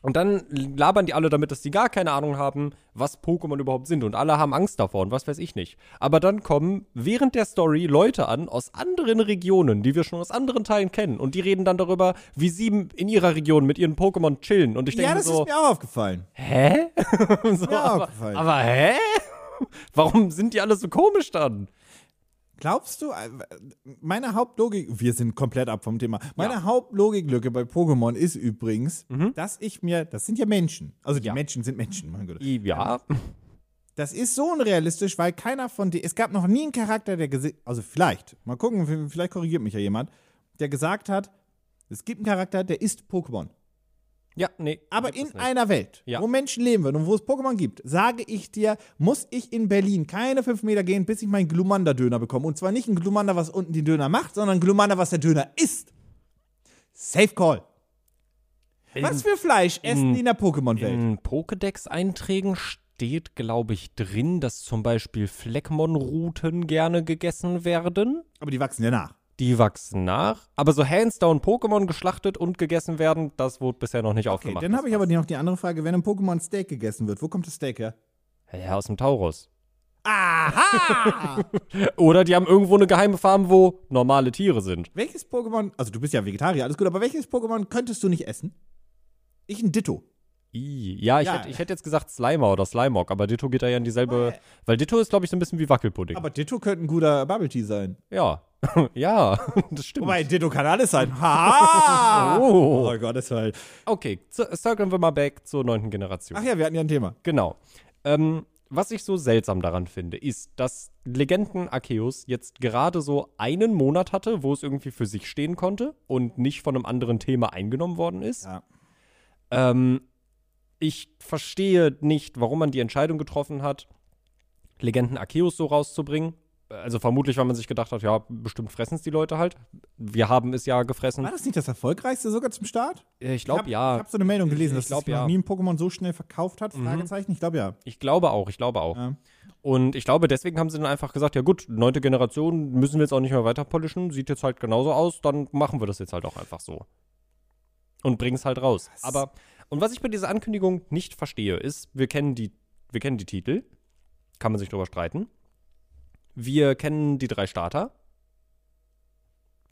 [SPEAKER 2] Und dann labern die alle damit, dass die gar keine Ahnung haben, was Pokémon überhaupt sind. Und alle haben Angst davor und was weiß ich nicht. Aber dann kommen während der Story Leute an aus anderen Regionen, die wir schon aus anderen Teilen kennen. Und die reden dann darüber, wie sie in ihrer Region mit ihren Pokémon chillen. Und ich denke
[SPEAKER 1] Ja,
[SPEAKER 2] mir
[SPEAKER 1] das
[SPEAKER 2] so,
[SPEAKER 1] ist mir auch aufgefallen.
[SPEAKER 2] hä? so,
[SPEAKER 1] Ja,
[SPEAKER 2] aber,
[SPEAKER 1] aufgefallen.
[SPEAKER 2] aber hä? Warum sind die alle so komisch dann?
[SPEAKER 1] Glaubst du, äh, meine Hauptlogik, wir sind komplett ab vom Thema. Meine Hauptlogiklücke bei Pokémon ist übrigens, dass ich mir, das sind Mhm. ja Menschen, also die
[SPEAKER 2] Ja.
[SPEAKER 1] Menschen sind Menschen, mein Gott.
[SPEAKER 2] I- Ja,
[SPEAKER 1] Das ist so unrealistisch, weil keiner von dir, es gab noch nie einen Charakter, der gesagt, also vielleicht, mal gucken, vielleicht korrigiert mich ja jemand, der gesagt hat, es gibt einen Charakter, der ist Pokémon.
[SPEAKER 2] ja, nee.
[SPEAKER 1] Aber
[SPEAKER 2] gibt es
[SPEAKER 1] in
[SPEAKER 2] nicht.
[SPEAKER 1] einer Welt,
[SPEAKER 2] Ja.
[SPEAKER 1] wo Menschen leben würden und wo es Pokémon gibt, sage ich dir, muss ich in Berlin keine fünf Meter gehen, bis ich meinen Glumander-Döner bekomme. Und zwar nicht ein Glumander, was unten die Döner macht, sondern ein Glumander, was der Döner ist. Safe Call. Was für Fleisch essen die in der Pokémon-Welt?
[SPEAKER 2] In Pokédex-Einträgen steht, glaube ich, drin, dass zum Beispiel Fleckmon-Routen gerne gegessen werden.
[SPEAKER 1] Aber die wachsen ja nach.
[SPEAKER 2] Die wachsen nach. Aber so hands down Pokémon geschlachtet und gegessen werden, das wurde bisher noch nicht
[SPEAKER 1] Okay,
[SPEAKER 2] aufgemacht.
[SPEAKER 1] dann habe ich aber noch die andere Frage, wenn im Pokémon Steak gegessen wird, wo kommt das Steak her?
[SPEAKER 2] Ja, aus dem Taurus.
[SPEAKER 1] Aha!
[SPEAKER 2] Oder die haben irgendwo eine geheime Farm, wo normale Tiere sind.
[SPEAKER 1] welches Pokémon, also du bist ja Vegetarier, alles gut, aber welches Pokémon könntest du nicht essen? Ich ein Ditto.
[SPEAKER 2] I. Ja, ich,
[SPEAKER 1] Ja.
[SPEAKER 2] Hätte, ich hätte jetzt gesagt Slimer oder Slimog, aber Ditto geht da ja in dieselbe. Weil Ditto ist, glaube ich, so ein bisschen wie Wackelpudding.
[SPEAKER 1] Aber Ditto könnte ein guter Bubble Tea sein.
[SPEAKER 2] ja. ja, das stimmt.
[SPEAKER 1] Wobei, Ditto kann alles sein. Ha!
[SPEAKER 2] Oh.
[SPEAKER 1] Gott, das war halt.
[SPEAKER 2] Okay, zu- circlen wir mal back zur neunten Generation.
[SPEAKER 1] Ach ja, wir hatten ja ein Thema.
[SPEAKER 2] Genau. Ähm, was ich so seltsam daran finde, ist, dass Legenden Arceus jetzt gerade so einen Monat hatte, wo es irgendwie für sich stehen konnte und nicht von einem anderen Thema eingenommen worden ist.
[SPEAKER 1] Ja.
[SPEAKER 2] Ähm, ich verstehe nicht, warum man die Entscheidung getroffen hat, Legenden Arceus so rauszubringen. Also vermutlich, weil man sich gedacht hat, ja, bestimmt fressen es die Leute halt. Wir haben es ja gefressen.
[SPEAKER 1] War das nicht das erfolgreichste sogar zum Start?
[SPEAKER 2] Äh, Ich
[SPEAKER 1] Ich
[SPEAKER 2] glaube
[SPEAKER 1] hab-
[SPEAKER 2] ja.
[SPEAKER 1] Ich habe so eine Meldung gelesen, dass
[SPEAKER 2] Ich glaub,
[SPEAKER 1] es noch
[SPEAKER 2] ja. Mhm.
[SPEAKER 1] nie ein Pokémon so schnell verkauft hat. Fragezeichen. Ich glaube ja.
[SPEAKER 2] Ich glaube auch, ich glaube auch.
[SPEAKER 1] Ja.
[SPEAKER 2] Und ich glaube, deswegen haben sie dann einfach gesagt, ja gut, neunte Generation müssen wir jetzt auch nicht mehr weiter polischen, sieht jetzt halt genauso aus, dann machen wir das jetzt halt auch einfach so. Und bringen es halt raus. Aber, und was ich bei dieser Ankündigung nicht verstehe, ist, wir kennen die, wir kennen die Titel, kann man sich drüber streiten. Wir kennen die drei Starter.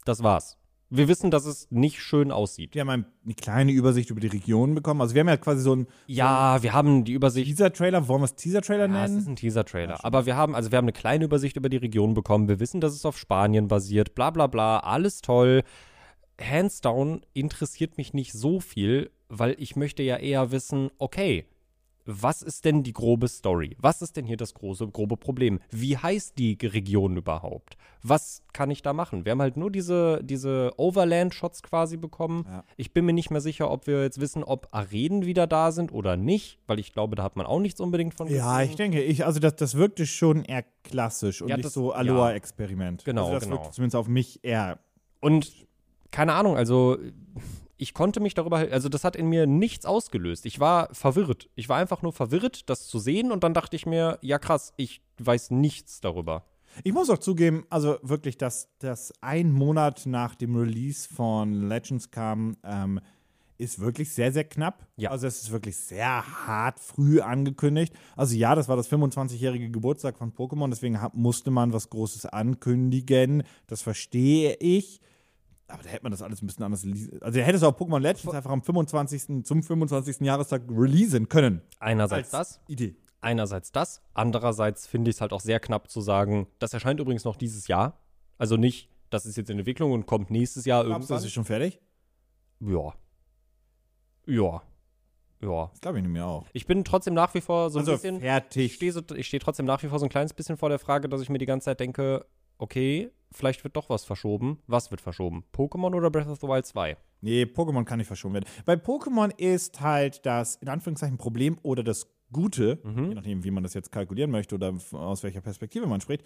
[SPEAKER 2] Das war's. Wir wissen, dass es nicht schön aussieht.
[SPEAKER 1] Die haben ein- eine kleine Übersicht über die Region bekommen. Also wir haben ja quasi so einen
[SPEAKER 2] Ja, wir haben die Übersicht.
[SPEAKER 1] Teaser-Trailer. Wollen wir es Teaser-Trailer
[SPEAKER 2] Ja, es ist
[SPEAKER 1] nennen?
[SPEAKER 2] ein Teaser-Trailer. aber wir haben, also wir haben eine kleine Übersicht über die Region bekommen. Wir wissen, dass es auf Spanien basiert, bla bla bla, alles toll. Hands down interessiert mich nicht so viel, weil ich möchte ja eher wissen, okay, was ist denn die grobe Story? Was ist denn hier das große, grobe Problem? Wie heißt die Region überhaupt? Was kann ich da machen? Wir haben halt nur diese, diese Overland-Shots quasi bekommen.
[SPEAKER 1] Ja.
[SPEAKER 2] Ich bin mir nicht mehr sicher, ob wir jetzt wissen, ob Arenen wieder da sind oder nicht, weil ich glaube, da hat man auch nichts unbedingt von
[SPEAKER 1] Ja, ich denke, ich, also das, das wirkte schon eher klassisch und
[SPEAKER 2] Ja,
[SPEAKER 1] nicht
[SPEAKER 2] das-
[SPEAKER 1] so
[SPEAKER 2] ja.
[SPEAKER 1] Aloha-Experiment.
[SPEAKER 2] Genau,
[SPEAKER 1] also das
[SPEAKER 2] genau.
[SPEAKER 1] wirkte zumindest auf mich eher.
[SPEAKER 2] Und keine Ahnung, also ich konnte mich darüber, also das hat in mir nichts ausgelöst. Ich war verwirrt. Ich war einfach nur verwirrt, das zu sehen und dann dachte ich mir, ja krass, ich weiß nichts darüber.
[SPEAKER 1] Ich muss auch zugeben, also wirklich, dass das ein Monat nach dem Release von Legends kam, ähm, ist wirklich sehr, sehr knapp.
[SPEAKER 2] Ja.
[SPEAKER 1] Also es ist wirklich sehr hart früh angekündigt. Also ja, das war das 25-jährige Geburtstag von Pokémon, deswegen hab, musste man was Großes ankündigen. Das verstehe ich. Aber da hätte man das alles ein bisschen anders. li- Also da hättest du auch Pokémon Legends einfach am 25. zum 25. Jahrestag releasen können.
[SPEAKER 2] Einerseits Also das,
[SPEAKER 1] Idee.
[SPEAKER 2] einerseits das, andererseits finde ich es halt auch sehr knapp zu sagen, das erscheint übrigens noch dieses Jahr. Also nicht, das ist jetzt in Entwicklung und kommt nächstes Jahr
[SPEAKER 1] Glaubst du, das
[SPEAKER 2] irgendwann.
[SPEAKER 1] ist schon fertig?
[SPEAKER 2] Ja. Ja. Ja.
[SPEAKER 1] Das glaube ich nämlich auch.
[SPEAKER 2] Ich bin trotzdem nach wie vor so ein
[SPEAKER 1] Also
[SPEAKER 2] bisschen
[SPEAKER 1] fertig.
[SPEAKER 2] ich stehe so, ich steh trotzdem nach wie vor so ein kleines bisschen vor der Frage, dass ich mir die ganze Zeit denke, okay, vielleicht wird doch was verschoben. Was wird verschoben? Pokémon oder Breath of the Wild 2?
[SPEAKER 1] Nee, Pokémon kann nicht verschoben werden. Bei Pokémon ist halt das, in Anführungszeichen, Problem oder das Gute, je nachdem, wie man das jetzt kalkulieren möchte oder f- aus welcher Perspektive man spricht,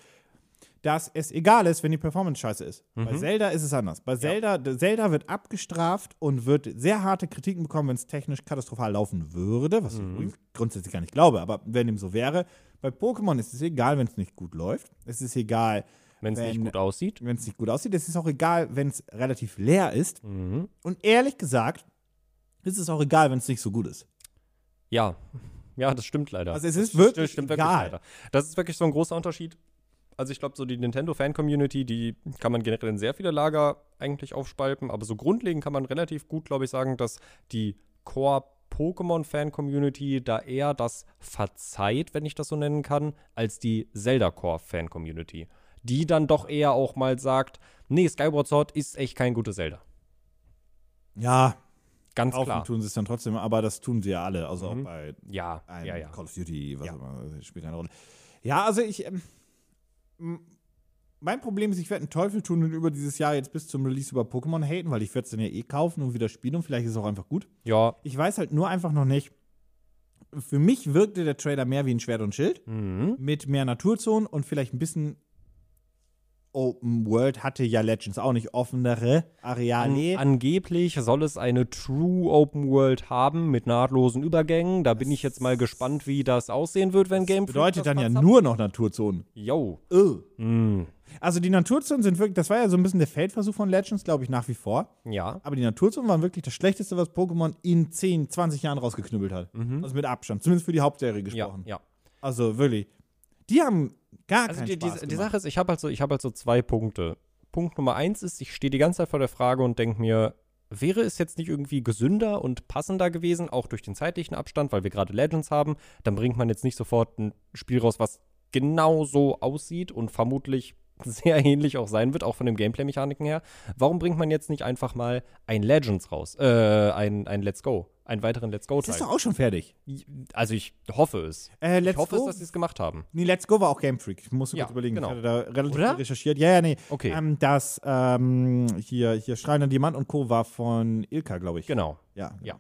[SPEAKER 1] dass es egal ist, wenn die Performance scheiße ist. Bei Zelda ist es anders. Bei Zelda, d- Zelda wird abgestraft und wird sehr harte Kritiken bekommen, wenn es technisch katastrophal laufen würde, was ich übrigens grundsätzlich gar nicht glaube, aber wenn dem so wäre. Bei Pokémon ist es egal, wenn es nicht gut läuft. Es ist egal,
[SPEAKER 2] Wenn's Wenn es
[SPEAKER 1] Wenn-
[SPEAKER 2] nicht gut aussieht.
[SPEAKER 1] wenn es nicht gut aussieht. Es ist auch egal, wenn es relativ leer ist.
[SPEAKER 2] Mhm.
[SPEAKER 1] Und ehrlich gesagt, ist es auch egal, wenn es nicht so gut ist.
[SPEAKER 2] Ja. Ja, das stimmt leider.
[SPEAKER 1] Also es ist
[SPEAKER 2] Stimmt-
[SPEAKER 1] wirklich
[SPEAKER 2] stimmt
[SPEAKER 1] egal.
[SPEAKER 2] leider. Das ist wirklich so ein großer Unterschied. Also ich glaube, so die Nintendo-Fan-Community, die kann man generell in sehr viele Lager eigentlich aufspalten, aber so grundlegend kann man relativ gut, glaube ich, sagen, dass die Core-Pokémon-Fan-Community da eher das verzeiht, wenn ich das so nennen kann, als die Zelda-Core-Fan-Community. Die dann doch eher auch mal sagt, nee, Skyward Sword ist echt kein gutes Zelda.
[SPEAKER 1] Ja,
[SPEAKER 2] Ganz
[SPEAKER 1] kaufen
[SPEAKER 2] klar.
[SPEAKER 1] tun sie es dann trotzdem, aber das tun sie ja alle. Also auch bei
[SPEAKER 2] Ja,
[SPEAKER 1] einem
[SPEAKER 2] ja, ja.
[SPEAKER 1] Call of Duty, was
[SPEAKER 2] Ja.
[SPEAKER 1] auch immer, spielt keine Rolle. Ja, also ich. Ähm, m- mein Problem ist, ich werde einen Teufel tun und über dieses Jahr jetzt bis zum Release über Pokémon haten, weil ich werde es dann ja eh kaufen und wieder spielen und vielleicht ist es auch einfach gut.
[SPEAKER 2] Ja,
[SPEAKER 1] Ich weiß halt nur einfach noch nicht. Für mich wirkte der Trailer mehr wie ein Schwert und Schild.
[SPEAKER 2] mhm.
[SPEAKER 1] mit mehr Naturzonen und vielleicht ein bisschen Open World hatte ja Legends auch nicht offenere Areale. Also
[SPEAKER 2] An, angeblich soll es eine True Open World haben mit nahtlosen Übergängen. Da bin ich jetzt mal gespannt, wie das aussehen wird, wenn Game Freak
[SPEAKER 1] Bedeutet
[SPEAKER 2] das
[SPEAKER 1] dann ja
[SPEAKER 2] verzapft.
[SPEAKER 1] nur noch Naturzonen.
[SPEAKER 2] Yo.
[SPEAKER 1] Ugh. Also die Naturzonen sind wirklich, das war ja so ein bisschen der Feldversuch von Legends, glaube ich, nach wie vor.
[SPEAKER 2] Ja.
[SPEAKER 1] Aber die Naturzonen waren wirklich das Schlechteste, was Pokémon in 10, 20 Jahren rausgeknüppelt hat. Also mit Abstand, zumindest für die Hauptserie
[SPEAKER 2] Mhm. Ja,
[SPEAKER 1] gesprochen.
[SPEAKER 2] ja.
[SPEAKER 1] Also wirklich, die haben gar
[SPEAKER 2] Also
[SPEAKER 1] keinen
[SPEAKER 2] die,
[SPEAKER 1] Spaß
[SPEAKER 2] die, die
[SPEAKER 1] gemacht.
[SPEAKER 2] Sache ist, ich habe halt, so, ich hab halt so zwei Punkte. Punkt Nummer eins ist, ich stehe die ganze Zeit vor der Frage und denke mir, wäre es jetzt nicht irgendwie gesünder und passender gewesen, auch durch den zeitlichen Abstand, weil wir gerade Legends haben, dann bringt man jetzt nicht sofort ein Spiel raus, was genau so aussieht und vermutlich sehr ähnlich auch sein wird, auch von den Gameplay-Mechaniken her. Warum bringt man jetzt nicht einfach mal ein Legends raus? Äh, ein, ein Let's Go. Einen weiteren Let's
[SPEAKER 1] das ist
[SPEAKER 2] Go-Teil.
[SPEAKER 1] doch auch schon fertig.
[SPEAKER 2] Also ich hoffe es.
[SPEAKER 1] Äh, Let's
[SPEAKER 2] Ich hoffe es,
[SPEAKER 1] Go
[SPEAKER 2] dass sie es gemacht haben.
[SPEAKER 1] Nee, Let's Go war auch Game Freak. Ich muss
[SPEAKER 2] Ja,
[SPEAKER 1] kurz überlegen.
[SPEAKER 2] genau.
[SPEAKER 1] Ich hatte da relativ
[SPEAKER 2] Oder?
[SPEAKER 1] viel recherchiert. Ja, ja, nee.
[SPEAKER 2] Okay.
[SPEAKER 1] Ähm, das ähm, hier, hier Schreiner Diamant und Co. war von Ilka, glaube ich.
[SPEAKER 2] Genau.
[SPEAKER 1] Ja.
[SPEAKER 2] Ja.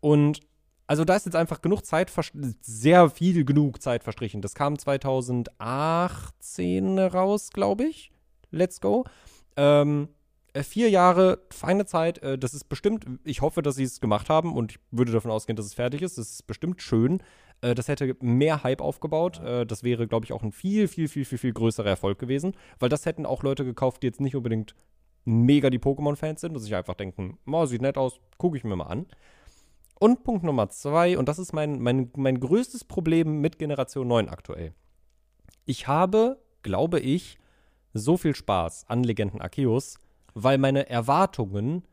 [SPEAKER 2] Und also da ist jetzt einfach genug Zeit, vers- sehr viel genug Zeit verstrichen. Das kam 2018 raus, glaube ich. Let's go. Ähm, äh, vier Jahre, feine Zeit. Äh, das ist bestimmt, ich hoffe, dass sie es gemacht haben und ich würde davon ausgehen, dass es fertig ist. Das ist bestimmt schön. Äh, das hätte mehr Hype aufgebaut. Äh, das wäre, glaube ich, auch ein viel, viel, viel, viel, viel größerer Erfolg gewesen, weil das hätten auch Leute gekauft, die jetzt nicht unbedingt mega die Pokémon-Fans sind und sich einfach denken, oh, sieht nett aus, gucke ich mir mal an. Und Punkt Nummer zwei, und das ist mein, mein, mein größtes Problem mit Generation 9 aktuell. Ich habe, glaube ich, so viel Spaß an Legenden Arceus, weil meine Erwartungen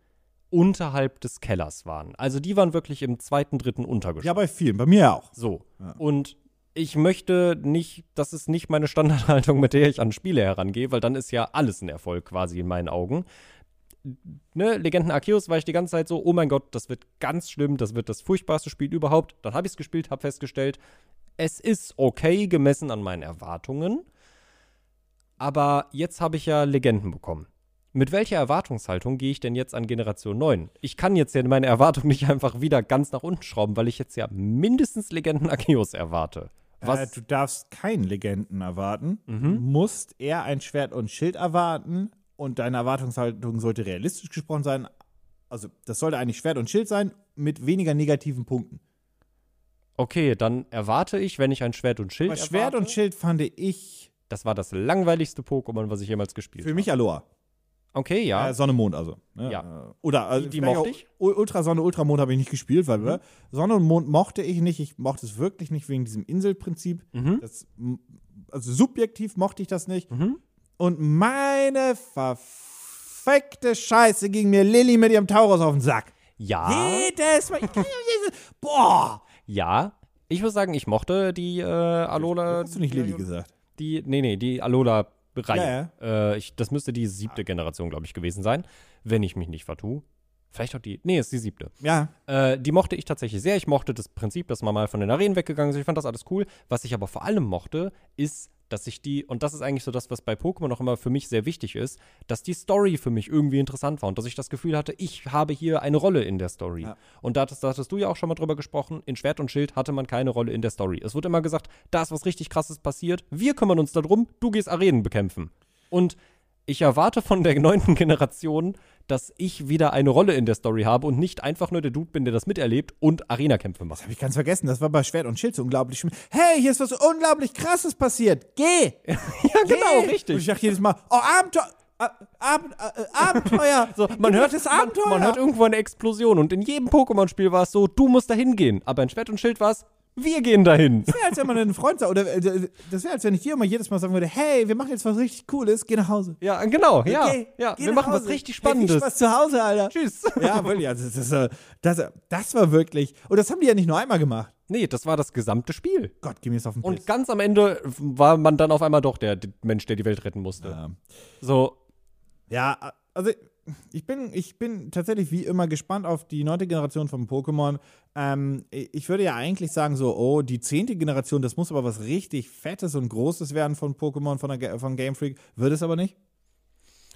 [SPEAKER 2] unterhalb des Kellers waren. Also die waren wirklich im zweiten, dritten Untergeschoss.
[SPEAKER 1] ja, bei vielen. Bei mir auch.
[SPEAKER 2] So. Und ich möchte nicht, das ist nicht meine Standardhaltung, mit der ich an Spiele herangehe, weil dann ist ja alles ein Erfolg quasi in meinen Augen. Ne, Legenden Arceus war ich die ganze Zeit so, oh mein Gott, das wird ganz schlimm, das wird das furchtbarste Spiel überhaupt. Dann habe ich es gespielt, habe festgestellt, es ist okay gemessen an meinen Erwartungen, aber jetzt habe ich ja Legenden bekommen. Mit welcher Erwartungshaltung gehe ich denn jetzt an Generation 9? Ich kann jetzt ja meine Erwartung nicht einfach wieder ganz nach unten schrauben, weil ich jetzt ja mindestens Legenden Arceus erwarte.
[SPEAKER 1] Äh,
[SPEAKER 2] Was?
[SPEAKER 1] du
[SPEAKER 2] Mhm.
[SPEAKER 1] darfst keinen Legenden erwarten. Du musst eher ein Schwert und Schild erwarten. Und deine Erwartungshaltung sollte realistisch gesprochen sein. Also, das sollte eigentlich Schwert und Schild sein mit weniger negativen Punkten.
[SPEAKER 2] Okay, dann erwarte ich, wenn ich ein Schwert und Schild
[SPEAKER 1] Bei Schwert
[SPEAKER 2] erwarte,
[SPEAKER 1] und Schild fand ich
[SPEAKER 2] das war das langweiligste Pokémon, was ich jemals gespielt
[SPEAKER 1] für
[SPEAKER 2] habe.
[SPEAKER 1] mich Aloha.
[SPEAKER 2] Okay, ja.
[SPEAKER 1] Äh, Sonne, Mond also. Ne?
[SPEAKER 2] Ja.
[SPEAKER 1] Äh, Oder also
[SPEAKER 2] Die- die
[SPEAKER 1] vielleicht
[SPEAKER 2] mochte
[SPEAKER 1] auch
[SPEAKER 2] ich. Mhm.
[SPEAKER 1] U- Ultrasonne, Ultramond habe ich nicht gespielt, weil äh, Sonne und Mond mochte ich nicht. Ich mochte es wirklich nicht wegen diesem Inselprinzip.
[SPEAKER 2] Mhm.
[SPEAKER 1] Das, m- also subjektiv mochte ich das nicht. Und meine verfickte Scheiße ging mir Lilly mit ihrem Tauros auf den Sack.
[SPEAKER 2] ja.
[SPEAKER 1] Jedes Mal. Ich krieg dieses- Boah.
[SPEAKER 2] Ja, ich würde sagen, ich mochte die äh, Alola.
[SPEAKER 1] Hast du nicht Lilly gesagt?
[SPEAKER 2] Die, nee, nee, die Alola-Reihe.
[SPEAKER 1] Ja,
[SPEAKER 2] Äh, ich, das müsste die siebte Generation, glaube ich, gewesen sein, wenn ich mich nicht vertue. Vielleicht auch die. Nee, ist die siebte.
[SPEAKER 1] Ja,
[SPEAKER 2] Äh, die mochte ich tatsächlich sehr. Ich mochte das Prinzip, dass man mal von den Arenen weggegangen ist. Ich fand das alles cool. Was ich aber vor allem mochte, ist, dass ich die, und das ist eigentlich so das, was bei Pokémon auch immer für mich sehr wichtig ist, dass die Story für mich irgendwie interessant war und dass ich das Gefühl hatte, ich habe hier eine Rolle in der Story.
[SPEAKER 1] Ja.
[SPEAKER 2] Und da hattest, da hattest du ja auch schon mal drüber gesprochen, in Schwert und Schild hatte man keine Rolle in der Story. Es wurde immer gesagt, da ist was richtig krasses passiert, wir kümmern uns darum, du gehst Arenen bekämpfen. Und ich erwarte von der neunten Generation, dass ich wieder eine Rolle in der Story habe und nicht einfach nur der Dude bin, der das miterlebt und Arena-Kämpfe macht.
[SPEAKER 1] Hab ich ganz vergessen, das war bei Schwert und Schild so unglaublich schlimm. Hey, hier ist was unglaublich krasses passiert. Geh! ja,
[SPEAKER 2] genau, richtig.
[SPEAKER 1] Und ich dachte jedes Mal, oh, Abenteuer! Ab, ab, äh, Abenteuer!
[SPEAKER 2] So, man hört
[SPEAKER 1] das
[SPEAKER 2] man,
[SPEAKER 1] Abenteuer!
[SPEAKER 2] man hört irgendwo eine Explosion und in jedem Pokémon-Spiel war es so, du musst dahin gehen. Aber in Schwert und Schild war es, wir gehen dahin.
[SPEAKER 1] das wäre, als wenn man einen Freund sagt, oder äh, das wäre, als wenn ich dir immer jedes Mal sagen würde, hey, wir machen jetzt was richtig Cooles, geh nach Hause.
[SPEAKER 2] Ja, genau, ja,
[SPEAKER 1] Geh,
[SPEAKER 2] ja.
[SPEAKER 1] geh
[SPEAKER 2] wir
[SPEAKER 1] nach
[SPEAKER 2] machen
[SPEAKER 1] Hause.
[SPEAKER 2] was richtig
[SPEAKER 1] Hey,
[SPEAKER 2] Spannendes.
[SPEAKER 1] viel Spaß zu Hause, Alter.
[SPEAKER 2] Tschüss.
[SPEAKER 1] Ja, wirklich, also das, ist, äh, das, äh, das war wirklich, und das haben die ja nicht nur einmal gemacht.
[SPEAKER 2] Nee, das war das gesamte Spiel.
[SPEAKER 1] Gott, geh mir das auf den
[SPEAKER 2] Und
[SPEAKER 1] Piss.
[SPEAKER 2] ganz am Ende war man dann auf einmal doch der D- Mensch, der die Welt retten musste.
[SPEAKER 1] Ja.
[SPEAKER 2] So,
[SPEAKER 1] Ja, also ich bin, ich bin tatsächlich wie immer gespannt auf die neunte Generation von Pokémon. Ähm, ich würde ja eigentlich sagen, so, oh, die zehnte Generation, das muss aber was richtig Fettes und Großes werden von Pokémon, von, der, Ga- von Game Freak. Wird es aber nicht.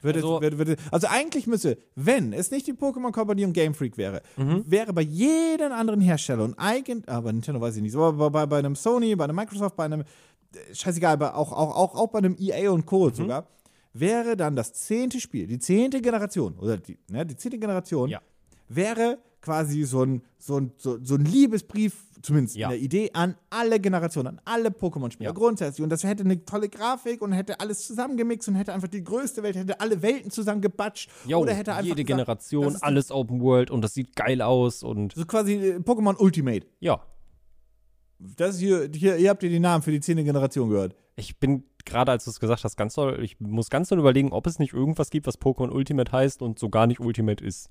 [SPEAKER 1] Würde,
[SPEAKER 2] Also-
[SPEAKER 1] also, würde, würde, also eigentlich müsste, wenn es nicht die Pokémon Company und Game Freak wäre, wäre bei jedem anderen Hersteller und eigen, aber Nintendo weiß ich nicht, aber bei, bei, bei einem Sony, bei einem Microsoft, bei einem, äh, scheißegal, bei, auch, auch, auch, auch bei einem EA und Co.
[SPEAKER 2] Mhm.
[SPEAKER 1] sogar, wäre dann das zehnte Spiel, die zehnte Generation, oder die, ne, die zehnte Generation,
[SPEAKER 2] Ja.
[SPEAKER 1] wäre quasi so ein, so, ein, so, so ein Liebesbrief, zumindest
[SPEAKER 2] Ja.
[SPEAKER 1] in der Idee, an alle Generationen, an alle Pokémon-Spieler
[SPEAKER 2] Ja.
[SPEAKER 1] grundsätzlich. Und das hätte eine tolle Grafik und hätte alles zusammengemixt und hätte einfach die größte Welt, hätte alle Welten zusammengebatscht.
[SPEAKER 2] Jo,
[SPEAKER 1] oder hätte einfach
[SPEAKER 2] jede
[SPEAKER 1] gesagt, das
[SPEAKER 2] Generation,
[SPEAKER 1] ist
[SPEAKER 2] alles Open World und das sieht geil aus und
[SPEAKER 1] So quasi äh, Pokémon Ultimate.
[SPEAKER 2] ja,
[SPEAKER 1] Das ist hier, hier, hier habt ihr die Namen für die zehnte Generation gehört.
[SPEAKER 2] ich bin gerade, als du es gesagt hast, ganz doll, ich muss ganz doll überlegen, ob es nicht irgendwas gibt, was Pokémon Ultimate heißt und so gar nicht Ultimate ist.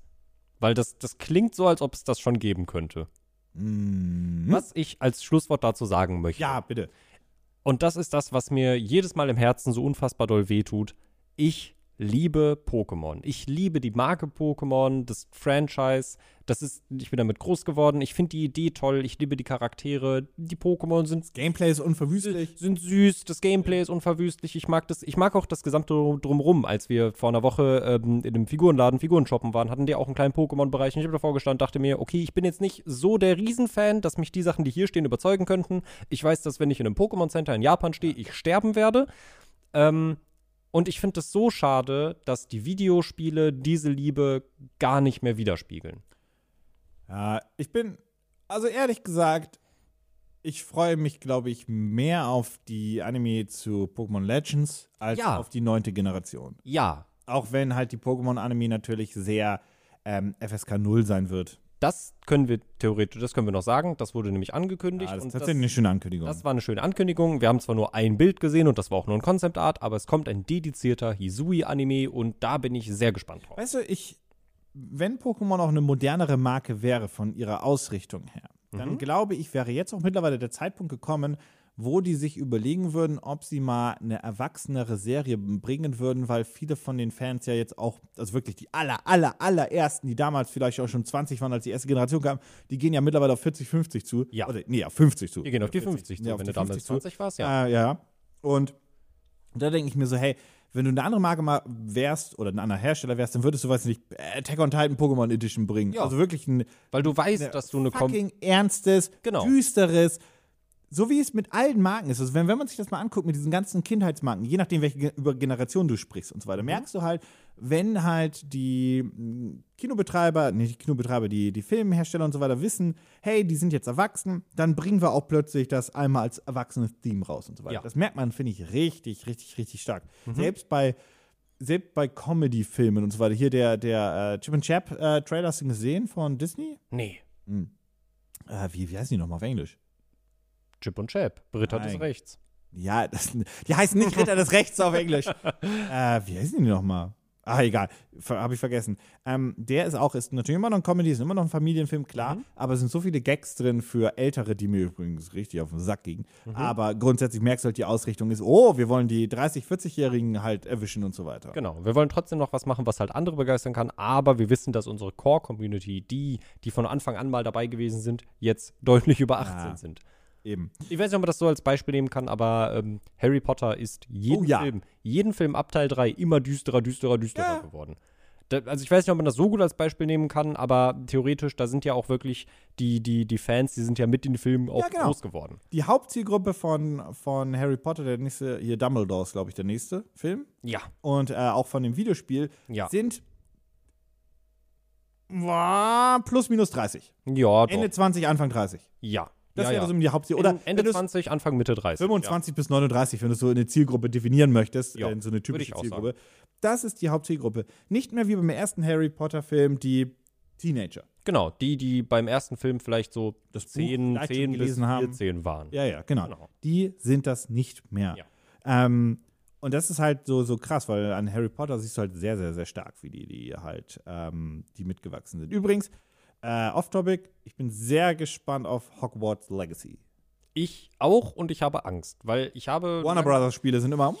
[SPEAKER 2] Weil das, das klingt so, als ob es das schon geben könnte. Was ich als Schlusswort dazu sagen möchte.
[SPEAKER 1] Mhm. Hm? Ja, bitte.
[SPEAKER 2] Und das ist das, was mir jedes Mal im Herzen so unfassbar doll wehtut. Ich liebe Pokémon. Ich liebe die Marke Pokémon, das Franchise. Das ist, ich bin damit groß geworden. Ich finde die Idee toll. Ich liebe die Charaktere. Die Pokémon sind
[SPEAKER 1] Gameplay ist unverwüstlich.
[SPEAKER 2] sind süß, das Gameplay ist unverwüstlich. Ich mag das, ich mag auch das gesamte drumrum. Als wir vor einer Woche ähm, in einem Figurenladen Figuren shoppen waren, hatten die auch einen kleinen Pokémon-Bereich. Und ich habe davor gestanden, dachte mir, okay, ich bin jetzt nicht so der Riesenfan, dass mich die Sachen, die hier stehen, überzeugen könnten. Ich weiß, dass wenn ich in einem Pokémon-Center in Japan stehe, ich sterben werde. Ähm, und ich finde es so schade, dass die Videospiele diese Liebe gar nicht mehr widerspiegeln.
[SPEAKER 1] Ja, ich bin, also ehrlich gesagt, ich freue mich, glaube ich, mehr auf die Anime zu Pokémon Legends als
[SPEAKER 2] Ja.
[SPEAKER 1] auf die neunte Generation.
[SPEAKER 2] Ja,
[SPEAKER 1] Auch wenn halt die Pokémon-Anime natürlich sehr ähm, FSK 0 sein wird.
[SPEAKER 2] das können wir theoretisch, das können wir noch sagen. Das wurde nämlich angekündigt.
[SPEAKER 1] Ja, das ist
[SPEAKER 2] und
[SPEAKER 1] tatsächlich eine schöne Ankündigung.
[SPEAKER 2] Das war eine schöne Ankündigung. Wir haben zwar nur ein Bild gesehen und das war auch nur ein Concept Art, aber es kommt ein dedizierter Hisui-Anime und da bin ich sehr gespannt drauf.
[SPEAKER 1] Weißt du, ich, wenn Pokémon auch eine modernere Marke wäre von ihrer Ausrichtung her,
[SPEAKER 2] Mhm.
[SPEAKER 1] dann glaube ich, wäre jetzt auch mittlerweile der Zeitpunkt gekommen, wo die sich überlegen würden, ob sie mal eine erwachsenere Serie bringen würden, weil viele von den Fans ja jetzt auch, also wirklich die aller, aller, allerersten, die damals vielleicht auch schon 20 waren, als die erste Generation kam, die gehen ja mittlerweile auf 40, 50 zu.
[SPEAKER 2] Ja.
[SPEAKER 1] Oder, nee, auf 50 zu.
[SPEAKER 2] Wir gehen auf die 50 zu,
[SPEAKER 1] Ja, auf
[SPEAKER 2] wenn
[SPEAKER 1] die
[SPEAKER 2] du damals
[SPEAKER 1] 50 zu.
[SPEAKER 2] 20 warst,
[SPEAKER 1] Ja.
[SPEAKER 2] ja.
[SPEAKER 1] Äh, ja. Und da denke ich mir so, hey, wenn du eine andere Marke mal wärst oder ein anderer Hersteller wärst, dann würdest du, weiß nicht, Attack on Titan Pokémon Edition bringen.
[SPEAKER 2] Ja.
[SPEAKER 1] Also wirklich ein
[SPEAKER 2] Weil du weißt, dass du eine Kom
[SPEAKER 1] fucking ernstes,
[SPEAKER 2] Genau.
[SPEAKER 1] düsteres, so wie es mit allen Marken ist. Also wenn, wenn man sich das mal anguckt mit diesen ganzen Kindheitsmarken, je nachdem, welche Ge- über Generation du sprichst und so
[SPEAKER 2] Mhm.
[SPEAKER 1] weiter, merkst du halt, wenn halt die mh, Kinobetreiber, nicht die Kinobetreiber, die, die Filmhersteller und so weiter wissen, hey, die sind jetzt erwachsen, dann bringen wir auch plötzlich das einmal als erwachsenes Theme raus und so weiter.
[SPEAKER 2] Ja. Mhm.
[SPEAKER 1] Das merkt man, finde ich, richtig, richtig, richtig stark. Selbst bei selbst bei Comedy-Filmen und so weiter. Hier der, der äh, Chip and Chap-Trailer hast du ihn gesehen von Disney?
[SPEAKER 2] Nee,
[SPEAKER 1] Äh, wie, wie heißen die nochmal auf Englisch?
[SPEAKER 2] Chip und Chap. Britta
[SPEAKER 1] Nein.
[SPEAKER 2] des Rechts.
[SPEAKER 1] Ja, das, die heißen nicht Ritter des Rechts auf Englisch. äh, wie heißen die nochmal? Ah, egal. Habe ich vergessen. Ähm, der ist auch, ist natürlich immer noch ein Comedy, ist immer noch ein Familienfilm, klar. Aber es sind so viele Gags drin für Ältere, die mir übrigens richtig auf den Sack gingen. Aber grundsätzlich merkst du halt, die Ausrichtung ist, oh, wir wollen die 30-, 40-Jährigen halt erwischen und so weiter.
[SPEAKER 2] Genau. Wir wollen trotzdem noch was machen, was halt andere begeistern kann, aber wir wissen, dass unsere Core-Community, die, die von Anfang an mal dabei gewesen sind, jetzt deutlich über 18
[SPEAKER 1] Ja.
[SPEAKER 2] sind.
[SPEAKER 1] Eben.
[SPEAKER 2] Ich weiß nicht, ob man das so als Beispiel nehmen kann, aber ähm, Harry Potter ist jeden,
[SPEAKER 1] Oh ja.
[SPEAKER 2] Film, jeden Film ab Teil 3 immer düsterer, düsterer, düsterer geworden. Da, also ich weiß nicht, ob man das so gut als Beispiel nehmen kann, aber theoretisch, da sind ja auch wirklich die, die, die Fans, die sind ja mit den Filmen auch
[SPEAKER 1] genau.
[SPEAKER 2] groß geworden.
[SPEAKER 1] Die Hauptzielgruppe von, von Harry Potter, der nächste, hier Dumbledore ist, glaube ich, der nächste Film.
[SPEAKER 2] Ja.
[SPEAKER 1] und äh, auch von dem Videospiel
[SPEAKER 2] Ja.
[SPEAKER 1] sind boah, plus minus 30.
[SPEAKER 2] Ja, doch.
[SPEAKER 1] Ende 20, Anfang 30.
[SPEAKER 2] ja.
[SPEAKER 1] Das
[SPEAKER 2] ja,
[SPEAKER 1] wäre
[SPEAKER 2] ja.
[SPEAKER 1] so die Hauptziel. Oder
[SPEAKER 2] En- Ende
[SPEAKER 1] wenn du es
[SPEAKER 2] 20, Anfang Mitte 30.
[SPEAKER 1] 25 bis 39, wenn du so eine Zielgruppe definieren möchtest,
[SPEAKER 2] Ja,
[SPEAKER 1] äh, in so eine
[SPEAKER 2] würde
[SPEAKER 1] typische
[SPEAKER 2] ich auch
[SPEAKER 1] Zielgruppe. Das ist die Hauptzielgruppe. Nicht mehr wie beim ersten Harry Potter-Film die Teenager.
[SPEAKER 2] Ja. Genau, die, die beim ersten Film vielleicht so
[SPEAKER 1] Das Buch
[SPEAKER 2] 10,
[SPEAKER 1] vielleicht schon
[SPEAKER 2] 10 bis
[SPEAKER 1] gelesen haben.
[SPEAKER 2] 14 waren.
[SPEAKER 1] Ja, ja, genau.
[SPEAKER 2] Genau.
[SPEAKER 1] Die sind das nicht mehr.
[SPEAKER 2] Ja.
[SPEAKER 1] Ähm, und das ist halt so, so krass, weil an Harry Potter siehst du halt sehr, sehr, sehr stark, wie die, die halt, ähm, die mitgewachsen sind. Übrigens, äh, off-topic, ich bin sehr gespannt auf Hogwarts Legacy.
[SPEAKER 2] Ich auch und ich habe Angst, weil ich habe.
[SPEAKER 1] Warner Brothers Spiele sind immer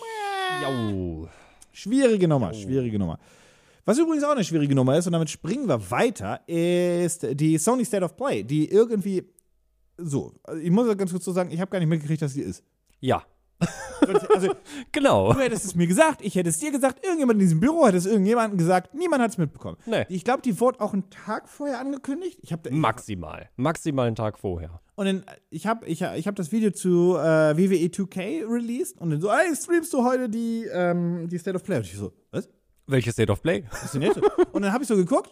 [SPEAKER 2] Jau.
[SPEAKER 1] schwierige
[SPEAKER 2] Oh.
[SPEAKER 1] Nummer, schwierige Nummer. Was übrigens auch eine schwierige Nummer ist, und damit springen wir weiter, ist die Sony State of Play, die irgendwie so, also ich muss ganz kurz so sagen, ich habe gar nicht mitgekriegt, dass sie ist.
[SPEAKER 2] Ja,
[SPEAKER 1] Also,
[SPEAKER 2] genau.
[SPEAKER 1] Du hättest es mir gesagt, ich hätte es dir gesagt, irgendjemand in diesem Büro hätte es irgendjemandem gesagt, niemand hat es mitbekommen.
[SPEAKER 2] Nee.
[SPEAKER 1] Ich glaube, die wurde auch einen Tag vorher angekündigt. Ich habe
[SPEAKER 2] Maximal. Maximal einen Tag vorher.
[SPEAKER 1] und in, ich habe ich, ich hab das Video zu äh, WWE 2K released und dann so, ey, streamst du heute die, ähm, die State of Play? Und ich so, was?
[SPEAKER 2] Welches State of Play?
[SPEAKER 1] Was denn jetzt? und dann habe ich so geguckt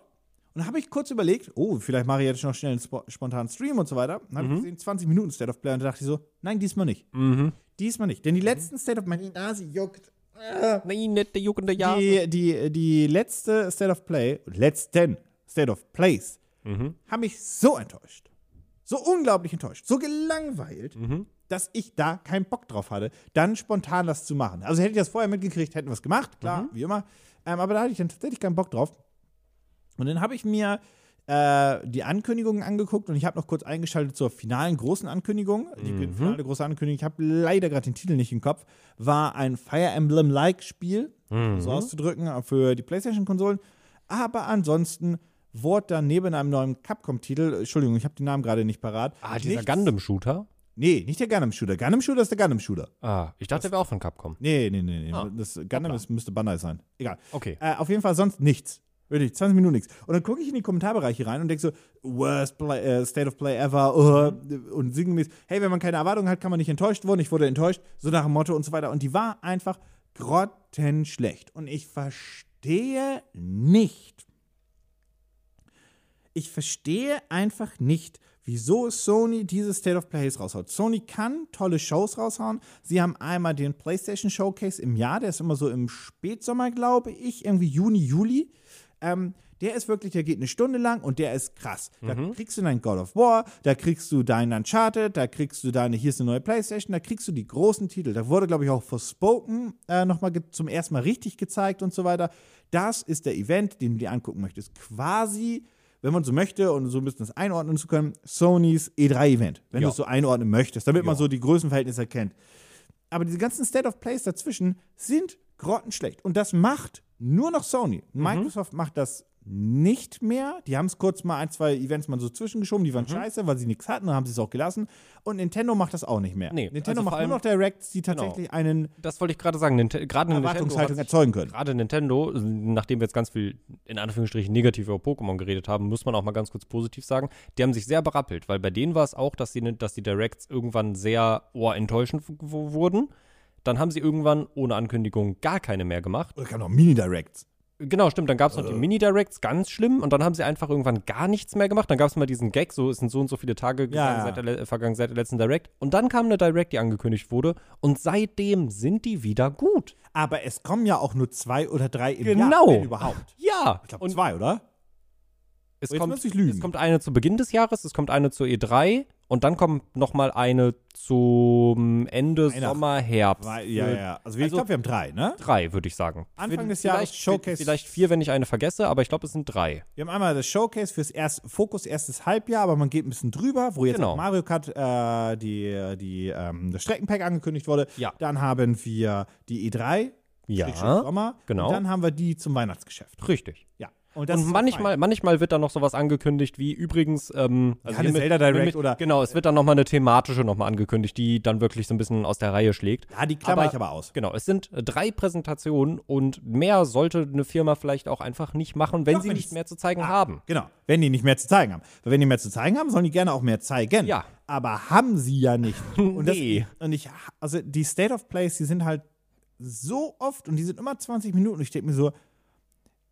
[SPEAKER 1] und dann habe ich kurz überlegt, oh, vielleicht mache ich jetzt noch schnell einen spo spontanen Stream und so weiter. Dann habe ich gesehen, 20 Minuten State of Play und da dachte ich so, nein, diesmal nicht. Diesmal nicht. Denn die letzten State of meine Nase juckt.
[SPEAKER 2] Nein, nicht der juckende Jahr.
[SPEAKER 1] Die, die, die letzte State of Play, letzten State of Plays, haben mich so enttäuscht, so unglaublich enttäuscht, so gelangweilt, dass ich da keinen Bock drauf hatte, dann spontan das zu machen. Also hätte ich das vorher mitgekriegt, hätten wir es gemacht, klar, wie immer. Ähm, aber da hatte ich dann tatsächlich keinen Bock drauf. Und dann habe ich mir äh, die Ankündigungen angeguckt und ich habe noch kurz eingeschaltet zur finalen großen Ankündigung. Die finale große Ankündigung, ich habe leider gerade den Titel nicht im Kopf, war ein Fire Emblem-like Spiel, um so auszudrücken, für die PlayStation-Konsolen. Aber ansonsten wurde dann neben einem neuen Capcom-Titel, Entschuldigung, ich habe den Namen gerade nicht parat.
[SPEAKER 2] Ah, dieser
[SPEAKER 1] nichts-
[SPEAKER 2] Gundam-Shooter?
[SPEAKER 1] Nee, nicht der Gundam-Shooter. Gundam-Shooter ist der Gundam-Shooter.
[SPEAKER 2] Ah, ich dachte, der wäre auch von Capcom.
[SPEAKER 1] Nee, nee, nee, nee.
[SPEAKER 2] Ah,
[SPEAKER 1] Das Gundam ist, müsste Bandai sein. Egal.
[SPEAKER 2] Okay.
[SPEAKER 1] Äh, auf jeden Fall sonst nichts. Wirklich, 20 Minuten nichts. Und dann gucke ich in die Kommentarbereiche rein und denke so, worst play, äh, state of play ever. Uh, und sinngemäß, hey, wenn man keine Erwartungen hat, kann man nicht enttäuscht werden. Ich wurde enttäuscht, so nach dem Motto und so weiter. Und die war einfach grottenschlecht. Und ich verstehe nicht. Ich verstehe einfach nicht, wieso Sony diese State of Plays raushaut. Sony kann tolle Shows raushauen. Sie haben einmal den PlayStation Showcase im Jahr, der ist immer so im Spätsommer, glaube ich, irgendwie Juni, Juli. Ähm, der ist wirklich, der geht eine Stunde lang und der ist krass. Da
[SPEAKER 2] Mhm.
[SPEAKER 1] kriegst du dein God of War, da kriegst du dein Uncharted, da kriegst du deine, hier ist eine neue Playstation, da kriegst du die großen Titel. Da wurde, glaube ich, auch Forspoken äh, nochmal zum ersten Mal richtig gezeigt und so weiter. Das ist der Event, den du dir angucken möchtest. Quasi, wenn man so möchte und so ein bisschen das einordnen zu können, Sonys E3-Event, wenn du
[SPEAKER 2] Ja.
[SPEAKER 1] es so einordnen möchtest, damit man
[SPEAKER 2] Ja.
[SPEAKER 1] so die Größenverhältnisse kennt. Aber diese ganzen State of Plays dazwischen sind grottenschlecht. Und das macht nur noch Sony.
[SPEAKER 2] Mhm.
[SPEAKER 1] Microsoft macht das nicht mehr. Die haben es kurz mal ein, zwei Events mal so zwischengeschoben,
[SPEAKER 2] Mhm.
[SPEAKER 1] die waren scheiße, weil sie nichts hatten, dann haben sie es auch gelassen. Und Nintendo macht das auch nicht mehr.
[SPEAKER 2] Nee,
[SPEAKER 1] Nintendo
[SPEAKER 2] also vor
[SPEAKER 1] macht
[SPEAKER 2] allem-
[SPEAKER 1] nur noch Directs, die tatsächlich einen
[SPEAKER 2] Das wollte ich gerade sagen. Ninte- Gerade Nintendo, hat
[SPEAKER 1] Erwartungshaltung
[SPEAKER 2] sich-
[SPEAKER 1] erzeugen können.
[SPEAKER 2] gerade Nintendo, nachdem wir jetzt ganz viel in Anführungsstrichen negativ über Pokémon geredet haben, muss man auch mal ganz kurz positiv sagen, die haben sich sehr berappelt, weil bei denen war es auch, dass, die, dass die Directs irgendwann sehr oh, enttäuschend w- w- wurden. Dann haben sie irgendwann ohne Ankündigung gar keine mehr gemacht.
[SPEAKER 1] Oder kann auch Mini-Directs.
[SPEAKER 2] Genau, stimmt. Dann gab es noch
[SPEAKER 1] Äh.
[SPEAKER 2] die Mini-Directs, ganz schlimm. Und dann haben sie einfach irgendwann gar nichts mehr gemacht. Dann gab es mal diesen Gag, so es sind so und so viele Tage gegangen,
[SPEAKER 1] ja.
[SPEAKER 2] Seit der, le- äh, vergangen seit der letzten Direct. Und dann kam eine Direct, die angekündigt wurde. Und seitdem sind die wieder gut.
[SPEAKER 1] Aber es kommen ja auch nur zwei oder drei im Jahr,
[SPEAKER 2] Genau.
[SPEAKER 1] wenn überhaupt.
[SPEAKER 2] Ja.
[SPEAKER 1] Ich glaube
[SPEAKER 2] und
[SPEAKER 1] zwei, oder?
[SPEAKER 2] es
[SPEAKER 1] jetzt
[SPEAKER 2] kommt,
[SPEAKER 1] muss ich lügen.
[SPEAKER 2] es kommt eine zu Beginn des Jahres, es kommt eine zur E3. Und dann kommt noch mal eine zum Ende
[SPEAKER 1] Weihnachten.
[SPEAKER 2] Sommer, Herbst.
[SPEAKER 1] Weil, ja, ja. Also, wir- ich
[SPEAKER 2] Also-
[SPEAKER 1] glaube, wir haben drei, ne?
[SPEAKER 2] Drei, würde ich sagen.
[SPEAKER 1] Anfang
[SPEAKER 2] Vielleicht-
[SPEAKER 1] des Jahres Showcase.
[SPEAKER 2] Vielleicht vier, wenn ich eine vergesse, aber ich glaube, es sind drei.
[SPEAKER 1] Wir haben einmal das Showcase fürs erst, Fokus erstes Halbjahr, aber man geht ein bisschen drüber, wo jetzt
[SPEAKER 2] Genau.
[SPEAKER 1] auch Mario Kart äh, die, die, ähm, das Streckenpack angekündigt wurde.
[SPEAKER 2] Ja.
[SPEAKER 1] Dann haben wir die E E3,
[SPEAKER 2] Ja,
[SPEAKER 1] Schrägstrich Sommer.
[SPEAKER 2] genau.
[SPEAKER 1] Und dann haben wir die zum Weihnachtsgeschäft.
[SPEAKER 2] Richtig.
[SPEAKER 1] Ja. Und,
[SPEAKER 2] Und manchmal, manchmal wird dann noch sowas angekündigt, wie übrigens, ähm, also
[SPEAKER 1] Ja, eine
[SPEAKER 2] hiermit-
[SPEAKER 1] Zelda Direct
[SPEAKER 2] hiermit-
[SPEAKER 1] oder-
[SPEAKER 2] Genau, es wird dann nochmal eine thematische nochmal angekündigt, die dann wirklich so ein bisschen aus der Reihe schlägt.
[SPEAKER 1] Ja, die klammer
[SPEAKER 2] Aber-
[SPEAKER 1] ich aber aus.
[SPEAKER 2] Genau, es sind äh, drei Präsentationen und mehr sollte eine Firma vielleicht auch einfach nicht machen, wenn
[SPEAKER 1] Doch,
[SPEAKER 2] sie
[SPEAKER 1] wenn
[SPEAKER 2] nicht
[SPEAKER 1] es-
[SPEAKER 2] mehr zu zeigen haben.
[SPEAKER 1] Genau. Wenn die nicht mehr zu zeigen haben. Weil wenn die mehr zu zeigen haben, sollen die gerne auch mehr zeigen.
[SPEAKER 2] Ja.
[SPEAKER 1] Aber haben sie ja nicht. Und
[SPEAKER 2] Nee.
[SPEAKER 1] Das, und ich, also die State of Plays, die sind halt so oft und die sind immer 20 Minuten. Und ich denke mir so,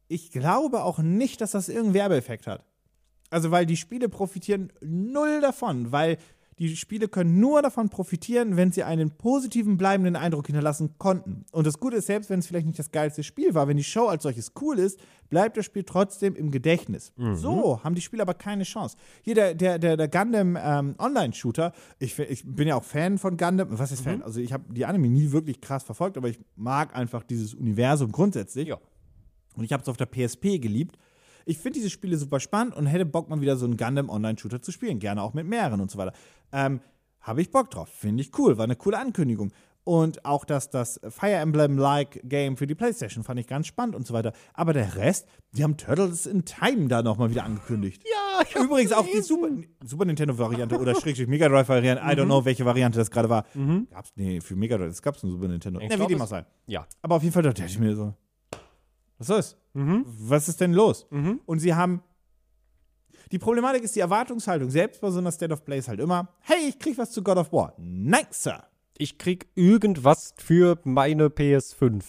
[SPEAKER 1] ich glaube auch nicht, dass das irgendeinen Werbeeffekt hat. Also, weil die Spiele profitieren null davon, weil die Spiele können nur davon profitieren, wenn sie einen positiven, bleibenden Eindruck hinterlassen konnten. Und das Gute ist, selbst wenn es vielleicht nicht das geilste Spiel war, wenn die Show als solches cool ist, bleibt das Spiel trotzdem im Gedächtnis. So haben die Spiele aber keine Chance. Hier der, der, der, der Gundam ähm, Online-Shooter, ich, fi- ich bin ja auch Fan von Gundam. Was ist Fan? Also, ich habe die Anime nie wirklich krass verfolgt, aber ich mag einfach dieses Universum grundsätzlich.
[SPEAKER 2] Ja.
[SPEAKER 1] Und ich habe es auf der PSP geliebt. Ich finde diese Spiele super spannend und hätte Bock, mal wieder so einen Gundam Online-Shooter zu spielen. Gerne auch mit mehreren und so weiter. Ähm, habe ich Bock drauf. Finde ich cool. War eine coole Ankündigung. Und auch das, das Fire Emblem-like Game für die PlayStation fand ich ganz spannend und so weiter. Aber der Rest, die haben Turtles in Time da nochmal wieder angekündigt.
[SPEAKER 2] Ja, ich
[SPEAKER 1] Übrigens auch die Super, Super Nintendo-Variante oder Schrägstrich Mega Drive-Variante.
[SPEAKER 2] Mhm.
[SPEAKER 1] I don't know, welche Variante das gerade war. Gab's, nee, für Mega Drive, das gab's eine Super Nintendo. Na, wie
[SPEAKER 2] glaub,
[SPEAKER 1] dem
[SPEAKER 2] es-
[SPEAKER 1] auch sei.
[SPEAKER 2] Ja.
[SPEAKER 1] Aber auf jeden Fall dachte ich mir so, was ist?
[SPEAKER 2] Mhm.
[SPEAKER 1] Was ist denn los? Und sie haben. Die Problematik ist die Erwartungshaltung, selbst bei so einer State of Play ist halt immer, hey, ich krieg was zu God of War. Nein, Sir.
[SPEAKER 2] Ich krieg irgendwas für meine PS5,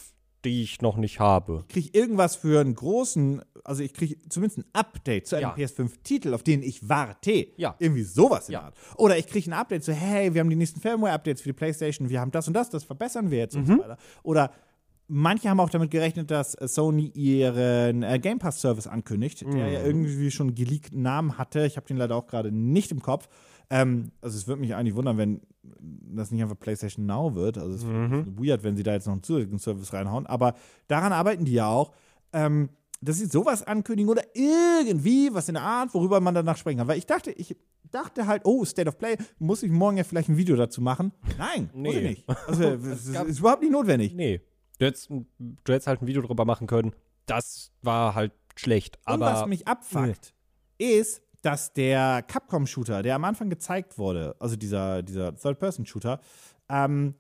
[SPEAKER 2] die ich noch nicht habe.
[SPEAKER 1] Ich krieg irgendwas für einen großen, also ich krieg zumindest ein Update zu einem
[SPEAKER 2] Ja.
[SPEAKER 1] PS5-Titel, auf den ich warte.
[SPEAKER 2] Ja.
[SPEAKER 1] Irgendwie sowas in der
[SPEAKER 2] Ja.
[SPEAKER 1] Art. Oder ich krieg ein Update zu, hey, wir haben die nächsten Firmware-Updates für die Playstation, wir haben das und das, das verbessern wir jetzt und so weiter. Oder manche haben auch damit gerechnet, dass äh, Sony ihren äh, Game Pass-Service ankündigt, der ja irgendwie schon einen geleakten Namen hatte. Ich habe den leider auch gerade nicht im Kopf. Ähm, also es würde mich eigentlich wundern, wenn das nicht einfach PlayStation Now wird. Also es wäre ein bisschen weird, wenn sie da jetzt noch einen zusätzlichen Service reinhauen. Aber daran arbeiten die ja auch. Ähm, dass sie sowas ankündigen oder irgendwie was in der Art, worüber man danach sprechen kann. Weil ich dachte, ich dachte halt, oh, State of Play, muss ich morgen ja vielleicht ein Video dazu machen? Nein, muss ich
[SPEAKER 2] Nee.
[SPEAKER 1] nicht. Also, es ist, ist überhaupt nicht notwendig.
[SPEAKER 2] Nee. Du hättest, du hättest halt ein Video drüber machen können. Das war halt schlecht.
[SPEAKER 1] und was
[SPEAKER 2] Aber
[SPEAKER 1] mich abfuckt, ist, dass der Capcom-Shooter, der am Anfang gezeigt wurde, also dieser, dieser Third-Person-Shooter, ähm,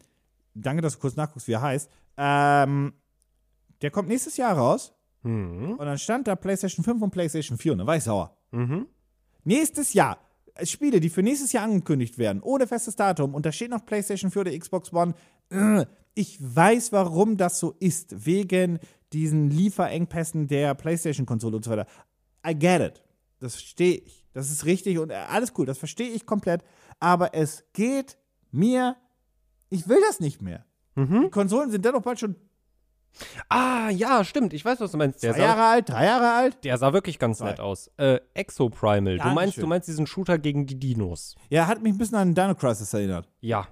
[SPEAKER 1] danke, dass du kurz nachguckst, wie er heißt, ähm, der kommt nächstes Jahr raus
[SPEAKER 2] Mhm.
[SPEAKER 1] und dann stand da PlayStation 5 und PlayStation 4 und dann war ich sauer.
[SPEAKER 2] Mhm.
[SPEAKER 1] Nächstes Jahr. äh, Spiele, die für nächstes Jahr angekündigt werden, ohne festes Datum, und da steht noch PlayStation 4 oder Xbox One. Äh, Ich weiß, warum das so ist, wegen diesen Lieferengpässen der PlayStation-Konsole und so weiter. I get it. Das verstehe ich. Das ist richtig und äh, alles cool. Das verstehe ich komplett. Aber es geht mir. Ich will das nicht mehr. Die Konsolen sind dennoch bald schon
[SPEAKER 2] Ah, ja, stimmt. Ich weiß, was du meinst. Der
[SPEAKER 1] drei
[SPEAKER 2] sah,
[SPEAKER 1] Jahre alt, drei Jahre alt.
[SPEAKER 2] der sah wirklich ganz
[SPEAKER 1] Zwei.
[SPEAKER 2] nett aus. Äh, Exoprimal. Du meinst,
[SPEAKER 1] Dankeschön.
[SPEAKER 2] du meinst diesen Shooter gegen die Dinos.
[SPEAKER 1] Ja, hat mich ein bisschen an Dino Crisis erinnert.
[SPEAKER 2] Ja.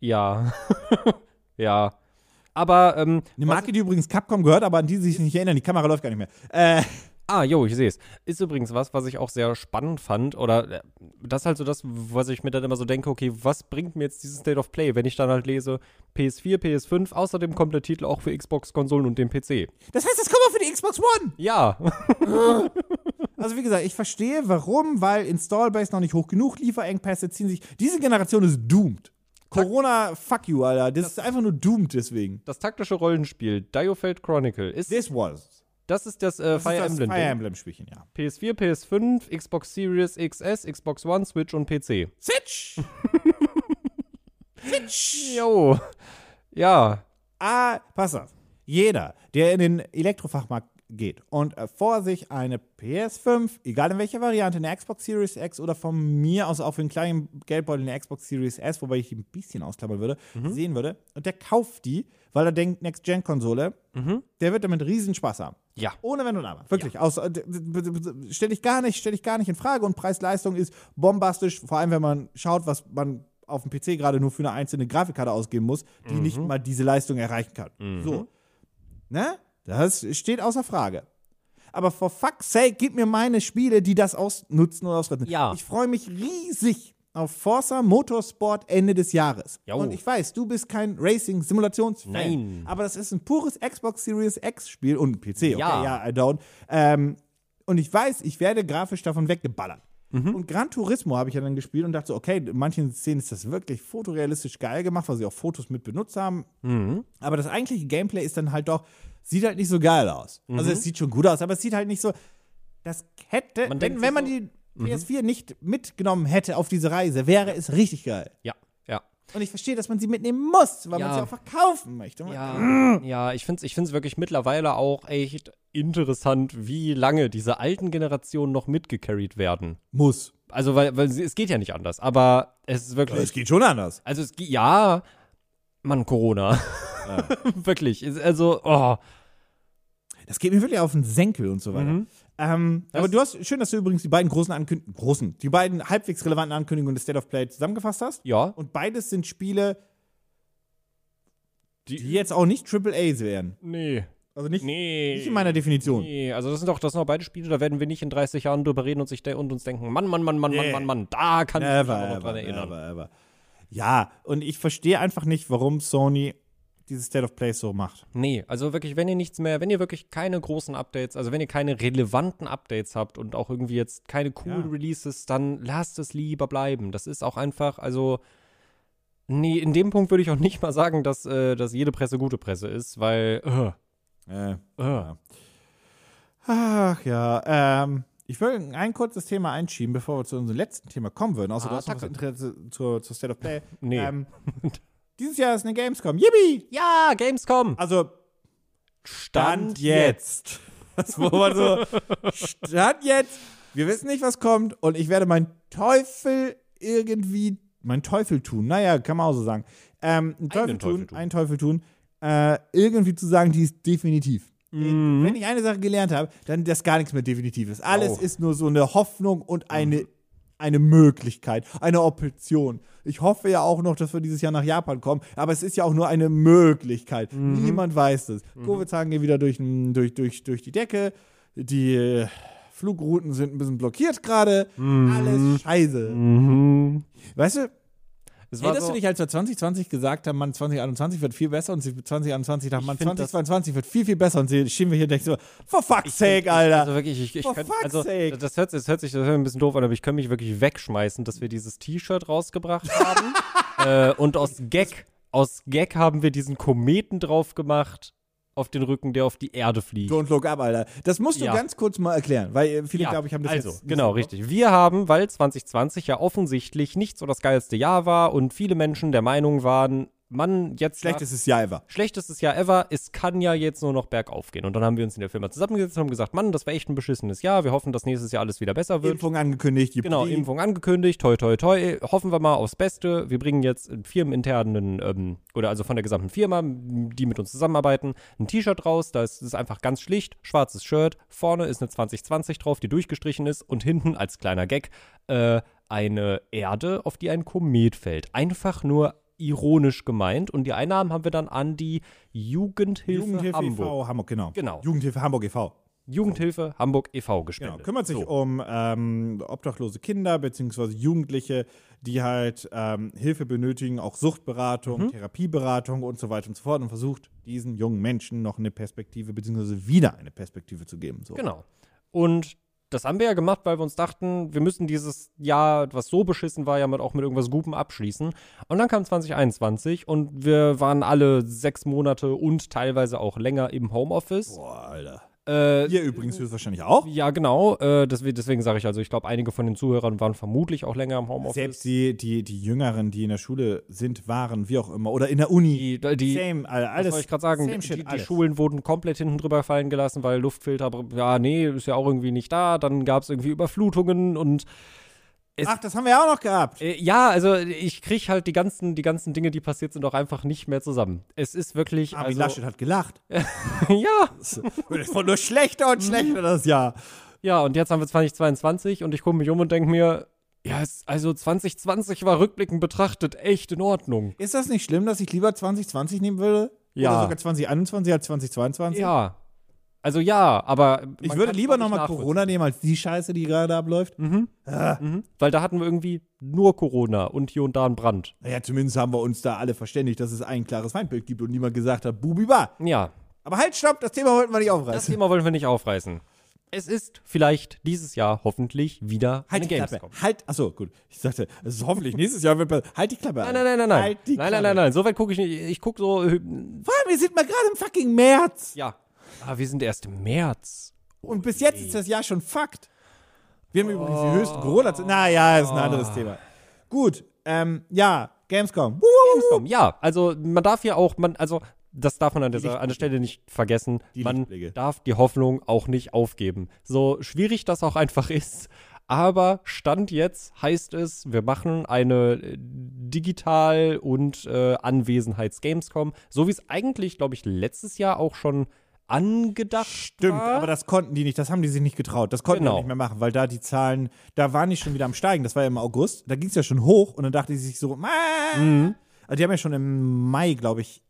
[SPEAKER 2] Ja. ja. Aber, ähm,
[SPEAKER 1] Eine Marke, die übrigens Capcom gehört, aber an die sie sich nicht erinnern. Die Kamera läuft gar nicht mehr. Äh,
[SPEAKER 2] Ah, jo, ich sehe es. Ist übrigens was, was ich auch sehr spannend fand. Oder äh, das ist halt so das, was ich mir dann immer so denke, okay, was bringt mir jetzt dieses State of Play, wenn ich dann halt lese PS4, PS5, außerdem kommt der Titel auch für Xbox-Konsolen und den PC.
[SPEAKER 1] das heißt, das kommt auch für die Xbox One.
[SPEAKER 2] Ja.
[SPEAKER 1] Also wie gesagt, ich verstehe, warum, weil Installbase noch nicht hoch genug, Lieferengpässe ziehen sich. Diese Generation ist doomed. Corona, fuck you, Alter. Das, ist einfach nur doomed deswegen.
[SPEAKER 2] Das taktische Rollenspiel Diofeld Chronicle ist
[SPEAKER 1] This was.
[SPEAKER 2] das ist das, äh,
[SPEAKER 1] Das
[SPEAKER 2] Fire
[SPEAKER 1] ist das
[SPEAKER 2] Emblem.
[SPEAKER 1] Fire
[SPEAKER 2] Ding.
[SPEAKER 1] Emblem Spielchen, ja.
[SPEAKER 2] PS4, PS5, Xbox Series XS, Xbox One, Switch und PC.
[SPEAKER 1] Sitch! Sitch!
[SPEAKER 2] Jo. Ja.
[SPEAKER 1] Ah, pass auf. Jeder, der in den Elektrofachmarkt geht und äh, vor sich eine PS5, egal in welcher Variante, eine Xbox Series X oder von mir aus auch für einen kleinen Geldbeutel eine Xbox Series S, wobei ich die ein bisschen ausklammern würde, sehen würde, und der kauft die, weil er denkt, Next-Gen-Konsole, der wird damit riesen Spaß haben.
[SPEAKER 2] Ja.
[SPEAKER 1] Ohne Wenn und Aber. Wirklich. Aus, äh, stelle ich gar nicht, stelle ich gar nicht in Frage. Und Preis-Leistung ist bombastisch, vor allem wenn man schaut, was man auf dem PC gerade nur für eine einzelne Grafikkarte ausgeben muss, die nicht
[SPEAKER 2] Mhm.
[SPEAKER 1] mal diese Leistung erreichen kann. So. Ne? Das steht außer Frage. Aber for fuck's sake, gib mir meine Spiele, die das ausnutzen und ausretten.
[SPEAKER 2] Ja.
[SPEAKER 1] Ich freue mich riesig auf Forza Motorsport Ende des Jahres.
[SPEAKER 2] Jo.
[SPEAKER 1] Und ich weiß, du bist kein Racing-Simulationsfan.
[SPEAKER 2] Nein.
[SPEAKER 1] Aber das ist ein pures Xbox Series X-Spiel und ein PC. Okay,
[SPEAKER 2] Ja.
[SPEAKER 1] ja, I don't. Ähm, und ich weiß, ich werde grafisch davon weggeballert.
[SPEAKER 2] Mhm.
[SPEAKER 1] Und Gran Turismo habe ich ja dann gespielt und dachte so, okay, in manchen Szenen ist das wirklich fotorealistisch geil gemacht, weil sie auch Fotos mit benutzt haben.
[SPEAKER 2] Mhm.
[SPEAKER 1] Aber das eigentliche Gameplay ist dann halt doch, sieht halt nicht so geil aus. Also es sieht schon gut aus, aber es sieht halt nicht so, das hätte,
[SPEAKER 2] Mhm. Man
[SPEAKER 1] wenn,
[SPEAKER 2] denkt sich
[SPEAKER 1] wenn man
[SPEAKER 2] so, Mhm.
[SPEAKER 1] die PS4 nicht mitgenommen hätte auf diese Reise, wäre es richtig geil.
[SPEAKER 2] Ja, ja.
[SPEAKER 1] Und ich verstehe, dass man sie mitnehmen muss, weil man
[SPEAKER 2] Ja.
[SPEAKER 1] sie auch verkaufen möchte.
[SPEAKER 2] Ja, ja ich finde es ich find's wirklich mittlerweile auch echt interessant, wie lange diese alten Generationen noch mitgecarried werden.
[SPEAKER 1] Muss.
[SPEAKER 2] Also, weil, weil sie- es geht ja nicht anders, aber es ist wirklich.
[SPEAKER 1] geht schon anders.
[SPEAKER 2] Also, es geht. Ja, Mann, Corona. wirklich. es- Also, oh.
[SPEAKER 1] Das geht mir wirklich auf den Senkel und so weiter.
[SPEAKER 2] Mhm.
[SPEAKER 1] Ähm, aber du hast, schön, dass du übrigens die beiden großen Ankündigungen, großen, die beiden halbwegs relevanten Ankündigungen des State of Play zusammengefasst hast.
[SPEAKER 2] Ja.
[SPEAKER 1] Und beides sind Spiele,
[SPEAKER 2] Die-
[SPEAKER 1] die, jetzt auch nicht Triple A wären.
[SPEAKER 2] Nee.
[SPEAKER 1] Also nicht,
[SPEAKER 2] Nee.
[SPEAKER 1] nicht in meiner Definition.
[SPEAKER 2] Nee, also das sind doch das sind doch beide Spiele, da werden wir nicht in 30 Jahren drüber reden und, sich de und uns denken, Mann, Mann, Mann, Mann, Mann,
[SPEAKER 1] Nee.
[SPEAKER 2] Mann, Mann, da kann ich mich
[SPEAKER 1] Never,
[SPEAKER 2] aber noch
[SPEAKER 1] ever,
[SPEAKER 2] dran erinnern.
[SPEAKER 1] Never, ever. Ja, und ich verstehe einfach nicht, warum Sony dieses State of Play so macht.
[SPEAKER 2] Nee, also wirklich, wenn ihr nichts mehr, wenn ihr wirklich keine großen Updates, also wenn ihr keine relevanten Updates habt und auch irgendwie jetzt keine coolen
[SPEAKER 1] Ja.
[SPEAKER 2] Releases, dann lasst es lieber bleiben. Das ist auch einfach, also nee, in dem Punkt würde ich auch nicht mal sagen, dass, äh, dass jede Presse gute Presse ist, weil äh,
[SPEAKER 1] Äh,
[SPEAKER 2] äh,
[SPEAKER 1] Ach ja, ähm, ich will ein kurzes Thema einschieben, bevor wir zu unserem letzten Thema kommen würden. Außer du hast noch was
[SPEAKER 2] Attacke.
[SPEAKER 1] Interesse zur, zur State of Play.
[SPEAKER 2] Nee.
[SPEAKER 1] Ähm, dieses Jahr ist eine Gamescom. Yippie!
[SPEAKER 2] ja, Gamescom.
[SPEAKER 1] Also, Stand jetzt. Das war mal so, Stand jetzt. Wir wissen nicht, was kommt und ich werde meinen Teufel irgendwie, meinen Teufel tun. Naja, kann man auch so sagen. Ähm, einen Teufel,
[SPEAKER 2] Teufel
[SPEAKER 1] tun,
[SPEAKER 2] tun.
[SPEAKER 1] einen Teufel tun, äh, irgendwie zu sagen, die ist definitiv.
[SPEAKER 2] Mhm.
[SPEAKER 1] Wenn ich eine Sache gelernt habe, dann dass gar nichts mehr definitiv ist. Alles
[SPEAKER 2] Oh.
[SPEAKER 1] ist nur so eine Hoffnung
[SPEAKER 2] Mhm.
[SPEAKER 1] und eine, eine Möglichkeit, eine Option. Ich hoffe ja auch noch, dass wir dieses Jahr nach Japan kommen, aber es ist ja auch nur eine Möglichkeit.
[SPEAKER 2] Mhm.
[SPEAKER 1] Niemand weiß es. Covid-Zahlen gehen wieder durch, den- durch, durch, durch die Decke. Die äh, Flugrouten sind ein bisschen blockiert gerade. Alles scheiße. Weißt du,
[SPEAKER 2] Mhm. Es war
[SPEAKER 1] erinnerst
[SPEAKER 2] so,
[SPEAKER 1] Mhm. du dich, halt als wir 2020 gesagt haben, man 2021 wird viel besser und sie 2021 dachten, man
[SPEAKER 2] find das-
[SPEAKER 1] 2022 wird viel, viel besser und sie stehen wir hier und denken so, for fuck's sake,
[SPEAKER 2] also
[SPEAKER 1] Alter.
[SPEAKER 2] wirklich, ich, ich
[SPEAKER 1] For
[SPEAKER 2] könnte,
[SPEAKER 1] fuck's
[SPEAKER 2] also
[SPEAKER 1] sake.
[SPEAKER 2] das hört, das hört sich das hört ein bisschen doof an, aber ich könnte mich wirklich wegschmeißen, dass wir dieses T-Shirt rausgebracht haben äh, und aus Gag, aus Gag haben wir diesen Kometen drauf gemacht auf den Rücken, der auf die Erde fliegt.
[SPEAKER 1] Don't look up, Alter. Das musst du
[SPEAKER 2] Ja.
[SPEAKER 1] ganz kurz mal erklären, weil äh, viele,
[SPEAKER 2] Ja,
[SPEAKER 1] glaube ich, haben das
[SPEAKER 2] also,
[SPEAKER 1] jetzt nicht
[SPEAKER 2] genau,
[SPEAKER 1] so-
[SPEAKER 2] richtig. Wir haben, weil 2020 ja offensichtlich nicht so das geilste Jahr war und viele Menschen der Meinung waren, Mann, jetzt nach-
[SPEAKER 1] Schlechtestes Jahr ever.
[SPEAKER 2] schlechtestes Jahr ever, es kann ja jetzt nur noch bergauf gehen. Und dann haben wir uns in der Firma zusammengesetzt und haben gesagt, Mann, das war echt ein beschissenes Jahr, wir hoffen, dass nächstes Jahr alles wieder besser wird.
[SPEAKER 1] Impfung angekündigt, die
[SPEAKER 2] Genau,
[SPEAKER 1] Pri-
[SPEAKER 2] Impfung angekündigt, toi toi toi, hoffen wir mal aufs Beste. Wir bringen jetzt einen firmeninternen, ähm, oder also von der gesamten Firma, die mit uns zusammenarbeiten, ein T-Shirt raus, da ist es einfach ganz schlicht, schwarzes Shirt, vorne ist eine 2020 drauf, die durchgestrichen ist und hinten als kleiner Gag äh, eine Erde, auf die ein Komet fällt. Einfach nur ironisch gemeint und die Einnahmen haben wir dann an die Jugendhilfe,
[SPEAKER 1] Jugendhilfe
[SPEAKER 2] Hamburg.
[SPEAKER 1] e.V. Hamburg, genau.
[SPEAKER 2] Genau.
[SPEAKER 1] Jugendhilfe Hamburg e.V.
[SPEAKER 2] Jugendhilfe Hamburg e.V.
[SPEAKER 1] Genau,
[SPEAKER 2] gespendet.
[SPEAKER 1] kümmert sich um ähm, obdachlose Kinder bzw. Jugendliche, die halt ähm, Hilfe benötigen, auch
[SPEAKER 2] Mhm.
[SPEAKER 1] Suchtberatung, Therapieberatung und so weiter und so fort und versucht diesen jungen Menschen noch eine Perspektive bzw. wieder eine Perspektive zu geben. So.
[SPEAKER 2] Genau. Und das haben wir ja gemacht, weil wir uns dachten, wir müssen dieses Jahr, was so beschissen war, ja mit, auch mit irgendwas Gutem abschließen. Und dann kam 2021 und wir waren alle sechs Monate und teilweise auch länger im Homeoffice.
[SPEAKER 1] Boah, Alter.
[SPEAKER 2] Äh,
[SPEAKER 1] Ihr übrigens höchstwahrscheinlich auch.
[SPEAKER 2] ja, genau. Äh, deswegen deswegen sage ich also, ich glaube, einige von den Zuhörern waren vermutlich auch länger im Homeoffice.
[SPEAKER 1] Selbst die, die, die Jüngeren, die in der Schule sind, waren, wie auch immer, oder in der Uni.
[SPEAKER 2] Die, die,
[SPEAKER 1] same, Alter,
[SPEAKER 2] Das
[SPEAKER 1] alles.
[SPEAKER 2] wollte ich gerade sagen,
[SPEAKER 1] Same shit,
[SPEAKER 2] die, die
[SPEAKER 1] alles.
[SPEAKER 2] Schulen wurden komplett hinten drüber fallen gelassen, weil Luftfilter, ja, nee, ist ja auch irgendwie nicht da. Dann gab es irgendwie Überflutungen und Es-
[SPEAKER 1] Ach, das haben wir ja auch noch gehabt.
[SPEAKER 2] Äh, ja, also ich kriege halt die ganzen, die ganzen Dinge, die passiert sind, auch einfach nicht mehr zusammen. Es ist wirklich.
[SPEAKER 1] Armin
[SPEAKER 2] also,
[SPEAKER 1] Laschet hat gelacht.
[SPEAKER 2] ja,
[SPEAKER 1] Es wurde nur schlechter und schlechter das Jahr.
[SPEAKER 2] ja, und jetzt haben wir 2022 und ich gucke mich um und denke mir, ja, es, also 2020 war rückblickend betrachtet echt in Ordnung.
[SPEAKER 1] Ist das nicht schlimm, dass ich lieber 2020 nehmen würde?
[SPEAKER 2] Ja.
[SPEAKER 1] Oder sogar 2021 als 2022?
[SPEAKER 2] Ja. Also ja, aber. man
[SPEAKER 1] Ich
[SPEAKER 2] kann
[SPEAKER 1] würde
[SPEAKER 2] es
[SPEAKER 1] lieber
[SPEAKER 2] auch nicht
[SPEAKER 1] nochmal
[SPEAKER 2] nachvollziehen.
[SPEAKER 1] Corona nehmen als die Scheiße, die gerade abläuft.
[SPEAKER 2] Mhm. Weil da hatten wir irgendwie nur Corona und hier und da einen Brand.
[SPEAKER 1] Naja, zumindest haben wir uns da alle verständigt, dass es ein klares Feindbild gibt und niemand gesagt hat, Bubi war.
[SPEAKER 2] Ja,
[SPEAKER 1] Aber halt, stopp, das Thema wollten wir nicht
[SPEAKER 2] das
[SPEAKER 1] aufreißen.
[SPEAKER 2] Thema wollen wir nicht aufreißen. Es ist vielleicht dieses Jahr hoffentlich wieder
[SPEAKER 1] Halt
[SPEAKER 2] eine
[SPEAKER 1] die Klappe.
[SPEAKER 2] Gamescom.
[SPEAKER 1] Halt, achso, gut. Ich sagte, es ist hoffentlich nächstes Jahr. Wird, halt die Klappe.
[SPEAKER 2] Nein,
[SPEAKER 1] Alter.
[SPEAKER 2] nein, nein, nein, nein.
[SPEAKER 1] Halt die
[SPEAKER 2] nein,
[SPEAKER 1] Klappe.
[SPEAKER 2] nein, nein, nein. So weit gucke ich nicht. Ich gucke so. äh,
[SPEAKER 1] Vor allem, wir sind mal gerade im fucking März.
[SPEAKER 2] Ja. Aber wir sind erst im März.
[SPEAKER 1] Und bis jetzt ist das Jahr schon Fakt. Wir haben übrigens
[SPEAKER 2] Oh.
[SPEAKER 1] die höchsten Corona. Naja, ist ein anderes Thema. Gut, ähm, ja, Gamescom.
[SPEAKER 2] Gamescom, ja. Also man darf ja auch, man, also das darf man an, dieser, an der Stelle nicht vergessen.
[SPEAKER 1] Die
[SPEAKER 2] man
[SPEAKER 1] Lichtblicke.
[SPEAKER 2] darf die Hoffnung auch nicht aufgeben. So schwierig das auch einfach ist. Aber Stand jetzt heißt es, wir machen eine äh, Digital- und äh, Anwesenheits-Gamescom, so wie es eigentlich, glaube ich, letztes Jahr auch schon angedacht
[SPEAKER 1] Stimmt,
[SPEAKER 2] war.
[SPEAKER 1] aber das konnten die nicht, das haben die sich nicht getraut. Das konnten die
[SPEAKER 2] Ah. Genau.
[SPEAKER 1] nicht mehr machen, weil da die Zahlen, da waren die schon wieder am Steigen. Das war ja im August, da ging es ja schon hoch und dann dachte die sich so, mhm. also die haben ja schon im Mai, glaube ich,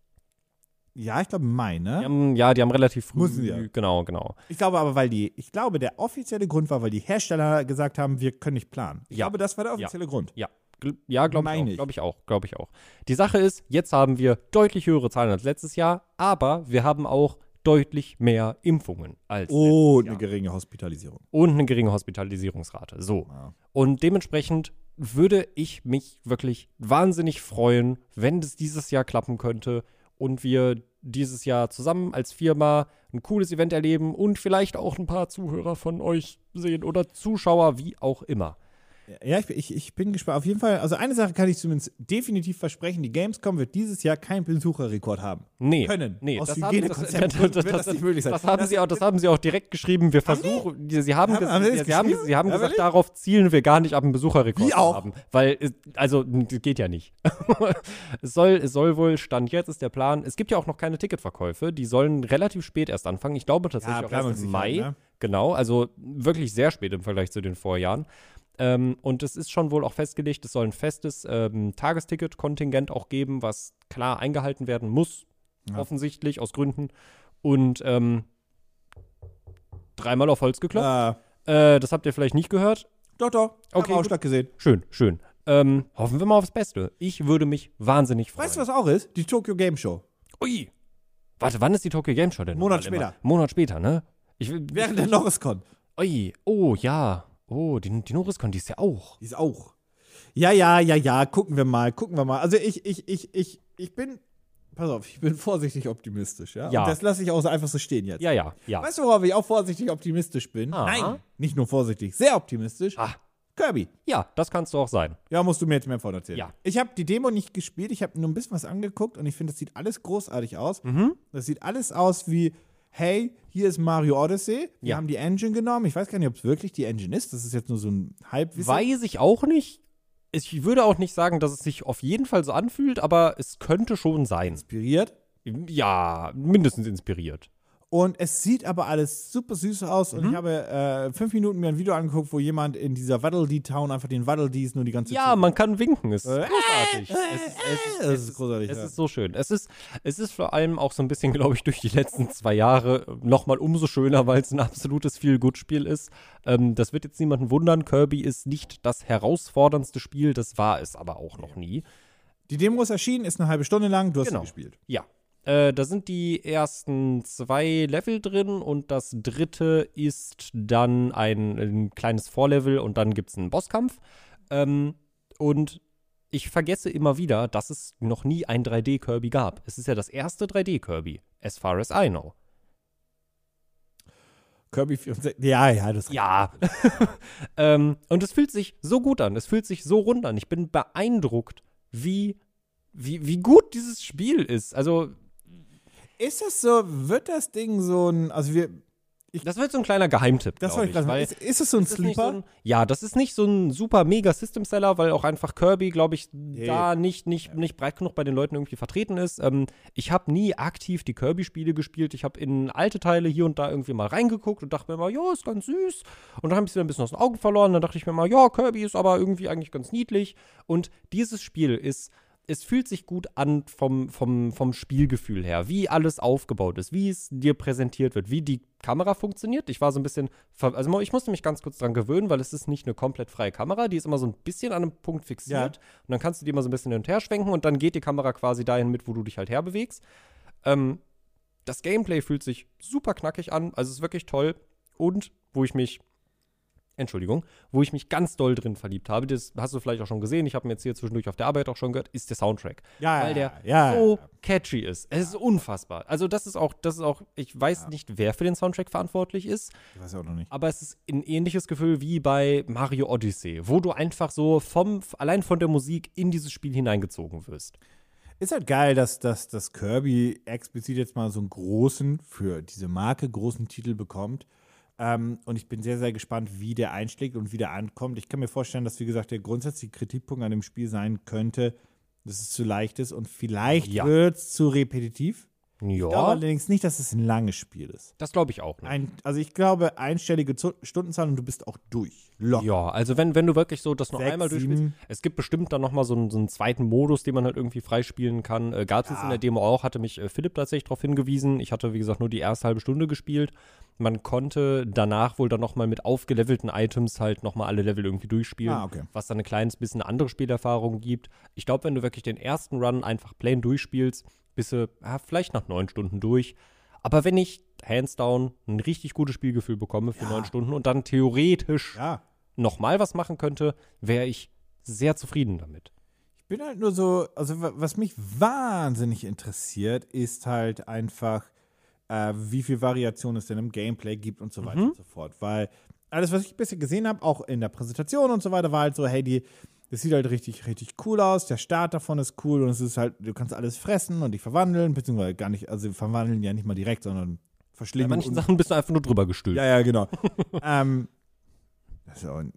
[SPEAKER 1] ja, ich glaube im Mai, ne?
[SPEAKER 2] Die haben, ja, die haben relativ früh.
[SPEAKER 1] Müssen sie ja.
[SPEAKER 2] Genau, genau.
[SPEAKER 1] Ich glaube aber, weil die, ich glaube, der offizielle Grund war, weil die Hersteller gesagt haben, wir können nicht planen. Ich
[SPEAKER 2] Ja.
[SPEAKER 1] glaube, das war der offizielle Grund.
[SPEAKER 2] Ja, gl ja glaube ich,
[SPEAKER 1] Meine
[SPEAKER 2] auch,
[SPEAKER 1] ich.
[SPEAKER 2] glaub ich auch, glaube ich auch. Die Sache ist, jetzt haben wir deutlich höhere Zahlen als letztes Jahr, aber wir haben auch deutlich mehr Impfungen als
[SPEAKER 1] Oh, eine geringe Hospitalisierung.
[SPEAKER 2] und eine geringe Hospitalisierungsrate. So.
[SPEAKER 1] Ja.
[SPEAKER 2] Und dementsprechend würde ich mich wirklich wahnsinnig freuen, wenn es dieses Jahr klappen könnte und wir dieses Jahr zusammen als Firma ein cooles Event erleben und vielleicht auch ein paar Zuhörer von euch sehen oder Zuschauer, wie auch immer.
[SPEAKER 1] Ja, ich, bin- ich, ich bin gespannt. Auf jeden Fall, also eine Sache kann ich zumindest definitiv versprechen, die Gamescom wird dieses Jahr keinen Besucherrekord haben.
[SPEAKER 2] Nee,
[SPEAKER 1] können.
[SPEAKER 2] Nee,
[SPEAKER 1] Aus
[SPEAKER 2] das haben, das, das,
[SPEAKER 1] Hygienekonzepten
[SPEAKER 2] das,
[SPEAKER 1] wird das nicht möglich sein.
[SPEAKER 2] Das haben,
[SPEAKER 1] Das-
[SPEAKER 2] sie auch, das haben sie auch direkt geschrieben. Wir versuchen, die? sie haben,
[SPEAKER 1] Haben-
[SPEAKER 2] ges-
[SPEAKER 1] haben sie das
[SPEAKER 2] sie haben,
[SPEAKER 1] geschrieben?
[SPEAKER 2] sie haben
[SPEAKER 1] Ja,
[SPEAKER 2] gesagt,
[SPEAKER 1] wirklich?
[SPEAKER 2] darauf zielen wir gar nicht ab, einen Besucherrekord
[SPEAKER 1] Wie auch?
[SPEAKER 2] zu haben. Weil, es- also, das geht ja nicht. es, soll, es soll wohl, Stand jetzt ist der Plan, es gibt ja auch noch keine Ticketverkäufe, die sollen relativ spät erst anfangen. Ich glaube tatsächlich auch erst im Mai.
[SPEAKER 1] Planungssicherheit, ne?
[SPEAKER 2] Genau, also wirklich sehr spät im Vergleich zu den Vorjahren. Ähm, und es ist schon wohl auch festgelegt, es soll ein festes ähm, Tagesticket-Kontingent auch geben, was klar eingehalten werden muss, offensichtlich aus Gründen. Und ähm, dreimal auf Holz geklopft.
[SPEAKER 1] Äh,
[SPEAKER 2] Äh, das habt ihr vielleicht nicht gehört.
[SPEAKER 1] doch, doch.
[SPEAKER 2] Okay,
[SPEAKER 1] Okay, auch
[SPEAKER 2] gut.
[SPEAKER 1] stark gesehen.
[SPEAKER 2] Schön, schön. Ähm, hoffen wir mal aufs Beste. Ich würde mich wahnsinnig freuen.
[SPEAKER 1] Weißt du, was auch ist? Die Tokyo Game Show.
[SPEAKER 2] Ui! Warte, wann ist die Tokyo Game Show denn?
[SPEAKER 1] Monat
[SPEAKER 2] nochmal immer?
[SPEAKER 1] später.
[SPEAKER 2] Monat später, ne? Ich, will-
[SPEAKER 1] Während der Norriscon.
[SPEAKER 2] Ui, oh ja. Oh, die, die Norriscon, die ist ja auch.
[SPEAKER 1] Die ist auch. Ja, ja, ja, ja. Gucken wir mal, gucken wir mal. Also ich, ich, ich, ich, ich bin. Pass auf, ich bin vorsichtig optimistisch, ja?
[SPEAKER 2] Ja.
[SPEAKER 1] Und das lasse ich auch so einfach so stehen jetzt.
[SPEAKER 2] Ja, ja, ja.
[SPEAKER 1] Weißt du, worauf ich auch vorsichtig optimistisch bin?
[SPEAKER 2] Aha.
[SPEAKER 1] Nein, nicht nur vorsichtig, sehr optimistisch.
[SPEAKER 2] Ah,
[SPEAKER 1] Kirby.
[SPEAKER 2] ja, das kannst du auch sein.
[SPEAKER 1] Ja, musst du mir jetzt mehr von erzählen.
[SPEAKER 2] Ja.
[SPEAKER 1] Ich habe die Demo nicht gespielt, ich habe nur ein bisschen was angeguckt und ich finde, das sieht alles großartig aus.
[SPEAKER 2] Mhm.
[SPEAKER 1] Das sieht alles aus wie, hey, hier ist Mario Odyssey, wir
[SPEAKER 2] Ja.
[SPEAKER 1] haben die Engine genommen. Ich weiß gar nicht, ob es wirklich die Engine ist, das ist jetzt nur so ein Halbwissen.
[SPEAKER 2] Weiß ich auch nicht. Ich würde auch nicht sagen, dass es sich auf jeden Fall so anfühlt, aber es könnte schon sein.
[SPEAKER 1] inspiriert.
[SPEAKER 2] Ja, mindestens inspiriert.
[SPEAKER 1] Und es sieht aber alles super süß aus.
[SPEAKER 2] Mhm.
[SPEAKER 1] Und ich habe äh, fünf Minuten mir ein Video angeguckt, wo jemand in dieser Waddle-Dee-Town einfach den Waddle-Dees nur die ganze
[SPEAKER 2] Ja,
[SPEAKER 1] Zeit.
[SPEAKER 2] man kann winken. Es ist großartig. Es ist, es ist,
[SPEAKER 1] Das ist großartig.
[SPEAKER 2] es
[SPEAKER 1] Äh, ja.
[SPEAKER 2] ist so schön. Es ist, es ist vor allem auch so ein bisschen, glaube ich, durch die letzten zwei Jahre nochmal umso schöner, weil es ein absolutes Feel-Good-Spiel ist. Ähm, das wird jetzt niemanden wundern. Kirby ist nicht das herausforderndste Spiel, das war es aber auch noch nie.
[SPEAKER 1] die Demo ist erschienen, ist eine halbe Stunde lang, du hast
[SPEAKER 2] Genau.
[SPEAKER 1] sie gespielt.
[SPEAKER 2] Ja. Äh, da sind die ersten zwei Level drin und das dritte ist dann ein, ein kleines Vorlevel und dann gibt es einen Bosskampf. Ähm, und ich vergesse immer wieder, dass es noch nie ein 3D-Kirby gab. Es ist ja das erste 3D-Kirby, as far as I know.
[SPEAKER 1] Kirby 64. Ja, ja, das
[SPEAKER 2] Ja. ähm, und es fühlt sich so gut an, es fühlt sich so rund an. Ich bin beeindruckt, wie, wie, wie gut dieses Spiel ist. Also
[SPEAKER 1] Ist das so, wird das Ding so ein, also wir,
[SPEAKER 2] das wird so ein kleiner Geheimtipp.
[SPEAKER 1] Das
[SPEAKER 2] glaub
[SPEAKER 1] wollte ich gerade sagen.
[SPEAKER 2] weil
[SPEAKER 1] Ist, ist es so ein
[SPEAKER 2] das ist nicht
[SPEAKER 1] Sleeper?
[SPEAKER 2] So ein, ja, das ist nicht so ein super mega System Seller, weil auch einfach Kirby, glaube ich, da nicht, nicht, nicht breit genug bei den Leuten irgendwie vertreten ist. Ähm, ich habe nie aktiv die Kirby-Spiele gespielt. Ich habe in alte Teile hier und da irgendwie mal reingeguckt und dachte mir mal, ja, ist ganz süß. Und dann habe ich sie dann ein bisschen aus den Augen verloren. Dann dachte ich mir mal, ja, Kirby ist aber irgendwie eigentlich ganz niedlich. Und dieses Spiel ist es fühlt sich gut an vom, vom, vom Spielgefühl her, wie alles aufgebaut ist, wie es dir präsentiert wird, wie die Kamera funktioniert. Ich war so ein bisschen, ver also ich musste mich ganz kurz dran gewöhnen, weil es ist nicht eine komplett freie Kamera, die ist immer so ein bisschen an einem Punkt fixiert und dann kannst du die immer so ein bisschen hin und her schwenken und dann geht die Kamera quasi dahin mit, wo du dich halt herbewegst. Ähm, das Gameplay fühlt sich super knackig an, also es ist wirklich toll und wo ich mich Entschuldigung, wo ich mich ganz doll drin verliebt habe, das hast du vielleicht auch schon gesehen, ich habe mir jetzt hier zwischendurch auf der Arbeit auch schon gehört, ist der Soundtrack.
[SPEAKER 1] Ja,
[SPEAKER 2] weil der
[SPEAKER 1] ja,
[SPEAKER 2] so
[SPEAKER 1] ja.
[SPEAKER 2] catchy ist. Es ist unfassbar. Also das ist auch, das ist auch, ich weiß nicht, wer für den Soundtrack verantwortlich ist,
[SPEAKER 1] Ich weiß auch noch nicht.
[SPEAKER 2] aber es ist ein ähnliches Gefühl wie bei Mario Odyssey, wo du einfach so vom, allein von der Musik in dieses Spiel hineingezogen wirst.
[SPEAKER 1] Ist halt geil, dass, dass, dass Kirby explizit jetzt mal so einen großen, für diese Marke großen Titel bekommt. Ähm, und ich bin sehr, sehr gespannt, wie der einschlägt und wie der ankommt. Ich kann mir vorstellen, dass, wie gesagt, der grundsätzliche Kritikpunkt an dem Spiel sein könnte, dass es zu leicht ist und vielleicht
[SPEAKER 2] Ja.
[SPEAKER 1] wird es zu repetitiv. Ich glaube
[SPEAKER 2] Ja,
[SPEAKER 1] allerdings nicht, dass es ein langes Spiel ist.
[SPEAKER 2] das glaube ich auch. ne? Nicht.
[SPEAKER 1] Ein, also ich glaube, einstellige Zu Stundenzahl und du bist auch durch. Locker.
[SPEAKER 2] Ja, also wenn, wenn du wirklich so das noch
[SPEAKER 1] Sechs,
[SPEAKER 2] einmal durchspielst,
[SPEAKER 1] sieben.
[SPEAKER 2] es gibt bestimmt dann nochmal so, einen- so einen zweiten Modus, den man halt irgendwie freispielen kann. Äh, Gab es jetzt in der Demo auch, hatte mich äh, Philipp tatsächlich darauf hingewiesen. Ich hatte, wie gesagt, nur die erste halbe Stunde gespielt. Man konnte danach wohl dann nochmal mit aufgelevelten Items halt nochmal alle Level irgendwie durchspielen,
[SPEAKER 1] Ah, okay.
[SPEAKER 2] was dann ein kleines bisschen andere Spielerfahrung gibt. Ich glaube, wenn du wirklich den ersten Run einfach plain durchspielst, bist du ja, vielleicht nach neun Stunden durch. Aber wenn ich hands down ein richtig gutes Spielgefühl bekomme für neun Stunden und dann theoretisch
[SPEAKER 1] ja.
[SPEAKER 2] nochmal was machen könnte, wäre ich sehr zufrieden damit.
[SPEAKER 1] Ich bin halt nur so, also wa- was mich wahnsinnig interessiert, ist halt einfach, äh, wie viel Variation es denn im Gameplay gibt und so weiter
[SPEAKER 2] Mhm.
[SPEAKER 1] und so fort. Weil alles, was ich bisher gesehen habe, auch in der Präsentation und so weiter, war halt so, hey, die, das sieht halt richtig, richtig cool aus, der Start davon ist cool und es ist halt, du kannst alles fressen und dich verwandeln, beziehungsweise gar nicht, also verwandeln ja nicht mal direkt, sondern
[SPEAKER 2] Bei
[SPEAKER 1] verschlingen.
[SPEAKER 2] manchen
[SPEAKER 1] und-
[SPEAKER 2] Sachen bist du einfach nur drüber gestülpt.
[SPEAKER 1] ja, ja, genau. ähm, das ist ja auch ein,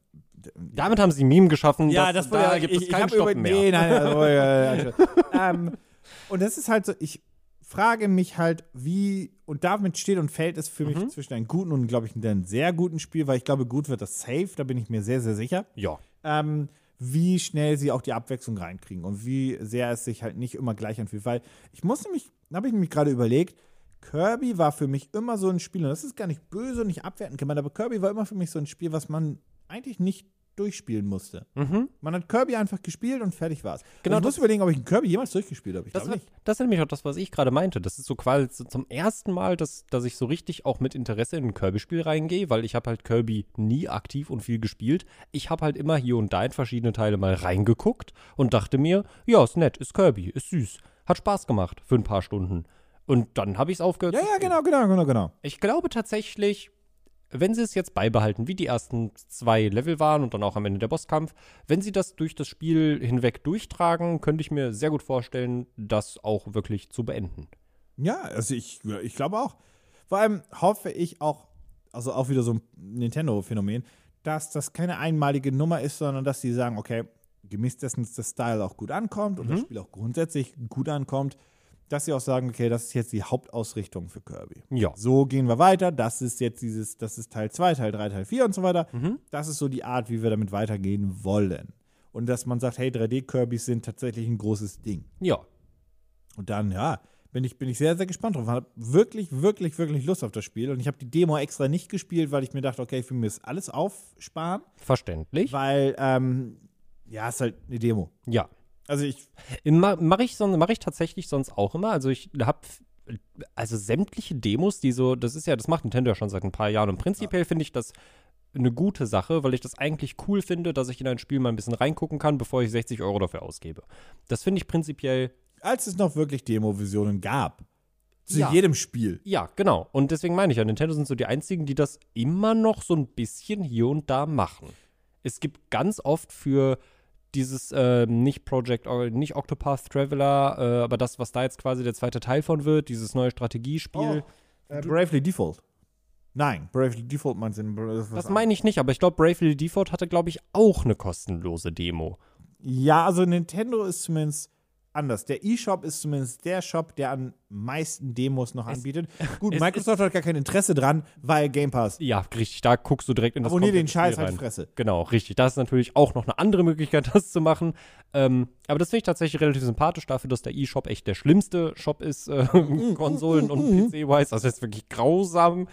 [SPEAKER 2] Damit haben sie ein Meme geschaffen,
[SPEAKER 1] ja,
[SPEAKER 2] dass,
[SPEAKER 1] das
[SPEAKER 2] da
[SPEAKER 1] ja,
[SPEAKER 2] gibt
[SPEAKER 1] ich,
[SPEAKER 2] es kein
[SPEAKER 1] ich hab über-
[SPEAKER 2] Stoppen mehr.
[SPEAKER 1] Nee, nein, also, ja, ja, ja. ähm, und das ist halt so, ich frage mich halt, wie, und damit steht und fällt es für
[SPEAKER 2] Mhm.
[SPEAKER 1] mich zwischen einem guten und, glaube ich, einem sehr guten Spiel, weil ich glaube, gut wird das safe, da bin ich mir sehr, sehr sicher
[SPEAKER 2] Ja,
[SPEAKER 1] ähm, wie schnell sie auch die Abwechslung reinkriegen und wie sehr es sich halt nicht immer gleich anfühlt. Weil ich muss nämlich, habe ich nämlich gerade überlegt, Kirby war für mich immer so ein Spiel, und das ist gar nicht böse und nicht abwertend gemeint, aber Kirby war immer für mich so ein Spiel, was man eigentlich nicht durchspielen musste. Man hat Kirby einfach gespielt und fertig war's.
[SPEAKER 2] Mhm. Genau,
[SPEAKER 1] Genau, ich muss
[SPEAKER 2] das-
[SPEAKER 1] überlegen, ob ich einen Kirby jemals durchgespielt habe. Ich
[SPEAKER 2] das,
[SPEAKER 1] glaube
[SPEAKER 2] war,
[SPEAKER 1] nicht.
[SPEAKER 2] das ist nämlich auch das, was ich gerade meinte. Das ist so quasi so zum ersten Mal, dass, dass ich so richtig auch mit Interesse in ein Kirby-Spiel reingehe, weil ich habe halt Kirby nie aktiv und viel gespielt. Ich habe halt immer hier und da in verschiedene Teile mal reingeguckt und dachte mir, ja, ist nett, ist Kirby, ist süß, hat Spaß gemacht für ein paar Stunden. Und dann habe ich es aufgehört.
[SPEAKER 1] Ja,
[SPEAKER 2] zu
[SPEAKER 1] ja,
[SPEAKER 2] spielen.
[SPEAKER 1] genau, genau, genau, genau.
[SPEAKER 2] Ich glaube tatsächlich, wenn sie es jetzt beibehalten, wie die ersten zwei Level waren und dann auch am Ende der Bosskampf, wenn sie das durch das Spiel hinweg durchtragen, könnte ich mir sehr gut vorstellen, das auch wirklich zu beenden.
[SPEAKER 1] Ja, also ich, ich glaube auch. Vor allem hoffe ich auch, also auch wieder so ein Nintendo-Phänomen, dass das keine einmalige Nummer ist, sondern dass sie sagen, okay, gemäß dessen dass das Style auch gut ankommt und das Spiel auch grundsätzlich gut ankommt, dass sie auch sagen, okay, das ist jetzt die Hauptausrichtung für Kirby.
[SPEAKER 2] Ja.
[SPEAKER 1] So gehen wir weiter, das ist jetzt dieses, das ist Teil 2, Teil 3, Teil 4 und so weiter. Das ist so die Art, wie wir damit weitergehen wollen. Und dass man sagt, hey, 3D-Kirbys sind tatsächlich ein großes Ding.
[SPEAKER 2] Ja.
[SPEAKER 1] Und dann, ja, bin ich, bin ich sehr, sehr gespannt drauf. Habe wirklich, wirklich, wirklich Lust auf das Spiel. Und ich habe die Demo extra nicht gespielt, weil ich mir dachte, okay, ich will mir das alles aufsparen,
[SPEAKER 2] Verständlich.
[SPEAKER 1] weil, ähm, ja, ist halt eine Demo.
[SPEAKER 2] Ja.
[SPEAKER 1] Also ich,
[SPEAKER 2] Mache mach ich, son- mach ich tatsächlich sonst auch immer. Also ich habe also sämtliche Demos, die so, das ist ja, das macht Nintendo ja schon seit ein paar Jahren. Und prinzipiell finde ich das eine gute Sache, weil ich das eigentlich cool finde, dass ich in ein Spiel mal ein bisschen reingucken kann, bevor ich 60 Euro dafür ausgebe. Das finde ich prinzipiell
[SPEAKER 1] als es noch wirklich Demo-Visionen gab, zu
[SPEAKER 2] Ja.
[SPEAKER 1] jedem Spiel.
[SPEAKER 2] Ja, genau. Und deswegen meine ich ja, Nintendo sind so die einzigen, die das immer noch so ein bisschen hier und da machen. Es gibt ganz oft für dieses ähm, nicht Project, äh, nicht Octopath Traveler, äh, aber das,
[SPEAKER 1] Oh,
[SPEAKER 2] was da jetzt quasi der zweite Teil von wird, dieses neue Strategiespiel.
[SPEAKER 1] Bravely Default. Nein, Bravely Default meint sind.
[SPEAKER 2] Das meine ich nicht, aber ich glaube, Bravely Default hatte, glaube ich, auch eine kostenlose Demo.
[SPEAKER 1] Ja, also Nintendo ist zumindest anders. Der eShop ist zumindest der Shop, der am meisten Demos noch anbietet. Gut,
[SPEAKER 2] es
[SPEAKER 1] Microsoft hat gar kein Interesse dran, weil Game Pass.
[SPEAKER 2] Ja, richtig, da guckst du direkt in das
[SPEAKER 1] Abonnier den
[SPEAKER 2] komplette Spiel
[SPEAKER 1] Scheiß halt
[SPEAKER 2] rein.
[SPEAKER 1] Fresse.
[SPEAKER 2] Genau, richtig. Das ist natürlich auch noch eine andere Möglichkeit, das zu machen. Ähm, aber das finde ich tatsächlich relativ sympathisch dafür, dass der eShop echt der schlimmste Shop ist, äh, Konsolen und PC-wise. Das ist wirklich grausam.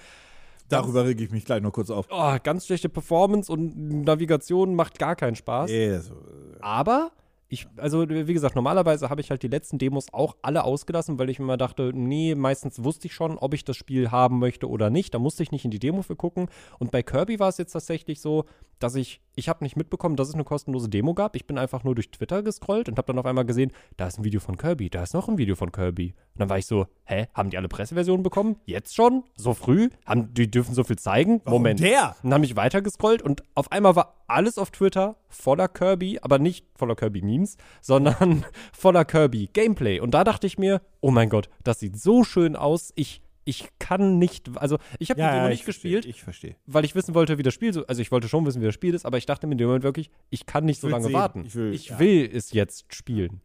[SPEAKER 1] Darüber rege ich mich gleich noch kurz auf.
[SPEAKER 2] Oh, ganz schlechte Performance und Navigation macht gar keinen Spaß.
[SPEAKER 1] Äh, so,
[SPEAKER 2] Aber ich, also wie gesagt, normalerweise habe ich halt die letzten Demos auch alle ausgelassen, weil ich mir immer dachte, nee, meistens wusste ich schon, ob ich das Spiel haben möchte oder nicht. Da musste ich nicht in die Demo für gucken. Und bei Kirby war es jetzt tatsächlich so, dass ich, ich habe nicht mitbekommen, dass es eine kostenlose Demo gab. Ich bin einfach nur durch Twitter gescrollt und habe dann auf einmal gesehen, da ist ein Video von Kirby, da ist noch ein Video von Kirby. Und dann war ich so, hä, haben die alle Presseversionen bekommen? Jetzt schon? So früh? Haben, die dürfen so viel zeigen? Moment.
[SPEAKER 1] der?
[SPEAKER 2] Und dann habe ich weitergescrollt und auf einmal war alles auf Twitter voller Kirby, aber nicht voller Kirby-Memes, sondern voller Kirby-Gameplay. Und da dachte ich mir, oh mein Gott, das sieht so schön aus. Ich, ich kann nicht, also ich habe die Demo nicht
[SPEAKER 1] ich
[SPEAKER 2] gespielt,
[SPEAKER 1] Verstehe, ich verstehe.
[SPEAKER 2] weil ich wissen wollte, wie das Spiel so, also ich wollte schon wissen, wie das Spiel ist, aber ich dachte mir in dem Moment wirklich, ich kann nicht so
[SPEAKER 1] will
[SPEAKER 2] lange
[SPEAKER 1] sehen.
[SPEAKER 2] warten.
[SPEAKER 1] Ich will-
[SPEAKER 2] ich
[SPEAKER 1] ja.
[SPEAKER 2] will es jetzt spielen.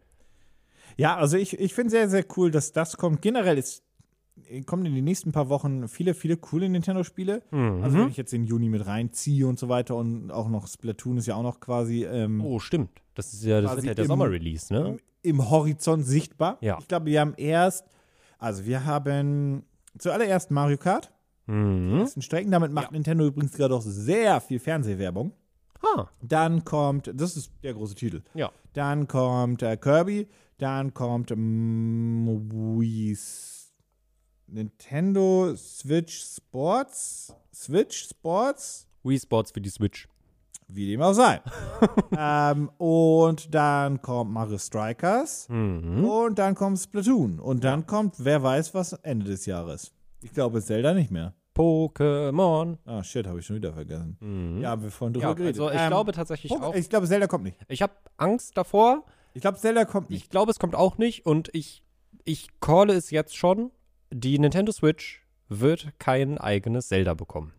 [SPEAKER 1] Ja, also ich, ich finde sehr, sehr cool, dass das kommt. Generell ist, kommen in den nächsten paar Wochen viele, viele coole Nintendo-Spiele. Also wenn ich jetzt den Juni mit reinziehe und so weiter und auch noch Splatoon ist ja auch noch quasi ähm,
[SPEAKER 2] Oh, stimmt. Das ist ja, das
[SPEAKER 1] Quasi
[SPEAKER 2] ist ja der
[SPEAKER 1] im-
[SPEAKER 2] Sommer-Release,
[SPEAKER 1] Mhm.
[SPEAKER 2] ne?
[SPEAKER 1] im Horizont sichtbar.
[SPEAKER 2] Ja.
[SPEAKER 1] Ich glaube, wir haben erst, also wir haben zuallererst Mario Kart,
[SPEAKER 2] Mhm.
[SPEAKER 1] ersten Strecken. Damit macht Nintendo übrigens gerade auch sehr viel Fernsehwerbung.
[SPEAKER 2] Ha.
[SPEAKER 1] Dann kommt, das ist der große Titel.
[SPEAKER 2] Ah, Ja.
[SPEAKER 1] Dann kommt äh, Kirby, dann kommt ähm, Wii S- Nintendo Switch Sports, Switch Sports,
[SPEAKER 2] Wii Sports für die Switch.
[SPEAKER 1] wie dem auch sei. ähm, und dann kommt Mario Strikers
[SPEAKER 2] Mhm.
[SPEAKER 1] und dann kommt Splatoon und dann kommt, wer weiß was, Ende des Jahres. Ich glaube Zelda nicht mehr.
[SPEAKER 2] Pokémon.
[SPEAKER 1] Ah, shit, habe ich schon wieder vergessen.
[SPEAKER 2] Mhm.
[SPEAKER 1] Ja, haben wir vorhin drüber
[SPEAKER 2] Ja,
[SPEAKER 1] geredet.
[SPEAKER 2] also ich
[SPEAKER 1] Ähm,
[SPEAKER 2] glaube tatsächlich
[SPEAKER 1] Pokémon-
[SPEAKER 2] auch.
[SPEAKER 1] ich glaube, Zelda kommt nicht.
[SPEAKER 2] Ich habe Angst davor.
[SPEAKER 1] Ich glaube, Zelda kommt nicht.
[SPEAKER 2] Ich glaube, es kommt auch nicht. Und ich, ich calle es jetzt schon. Die Nintendo Switch wird kein eigenes Zelda bekommen.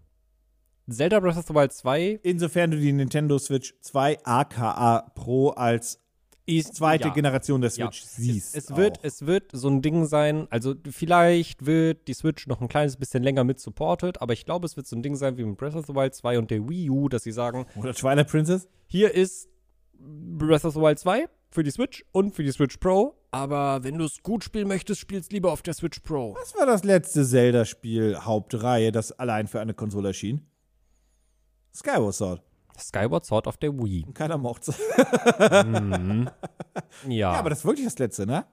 [SPEAKER 2] Zelda Breath of the Wild 2
[SPEAKER 1] Insofern du die Nintendo Switch 2 aka Pro als
[SPEAKER 2] ist
[SPEAKER 1] zweite
[SPEAKER 2] ja.
[SPEAKER 1] Generation der
[SPEAKER 2] Ja.
[SPEAKER 1] Switch siehst.
[SPEAKER 2] Es, es, wird,
[SPEAKER 1] auch.
[SPEAKER 2] es wird so ein Ding sein, also vielleicht wird die Switch noch ein kleines bisschen länger mit supported, aber ich glaube, es wird so ein Ding sein wie mit Breath of the Wild 2 und der Wii U, dass sie sagen,
[SPEAKER 1] Oder Twilight Princess?
[SPEAKER 2] hier ist Breath of the Wild 2 für die Switch und für die Switch Pro, aber wenn du es gut spielen möchtest, spielst lieber auf der Switch Pro.
[SPEAKER 1] Das war das letzte Zelda-Spiel Hauptreihe, das allein für eine Konsole erschien. Skyward Sword.
[SPEAKER 2] Skyward Sword auf der Wii.
[SPEAKER 1] Und keiner mochte es.
[SPEAKER 2] Ja,
[SPEAKER 1] Ja, aber das ist wirklich das letzte, ne?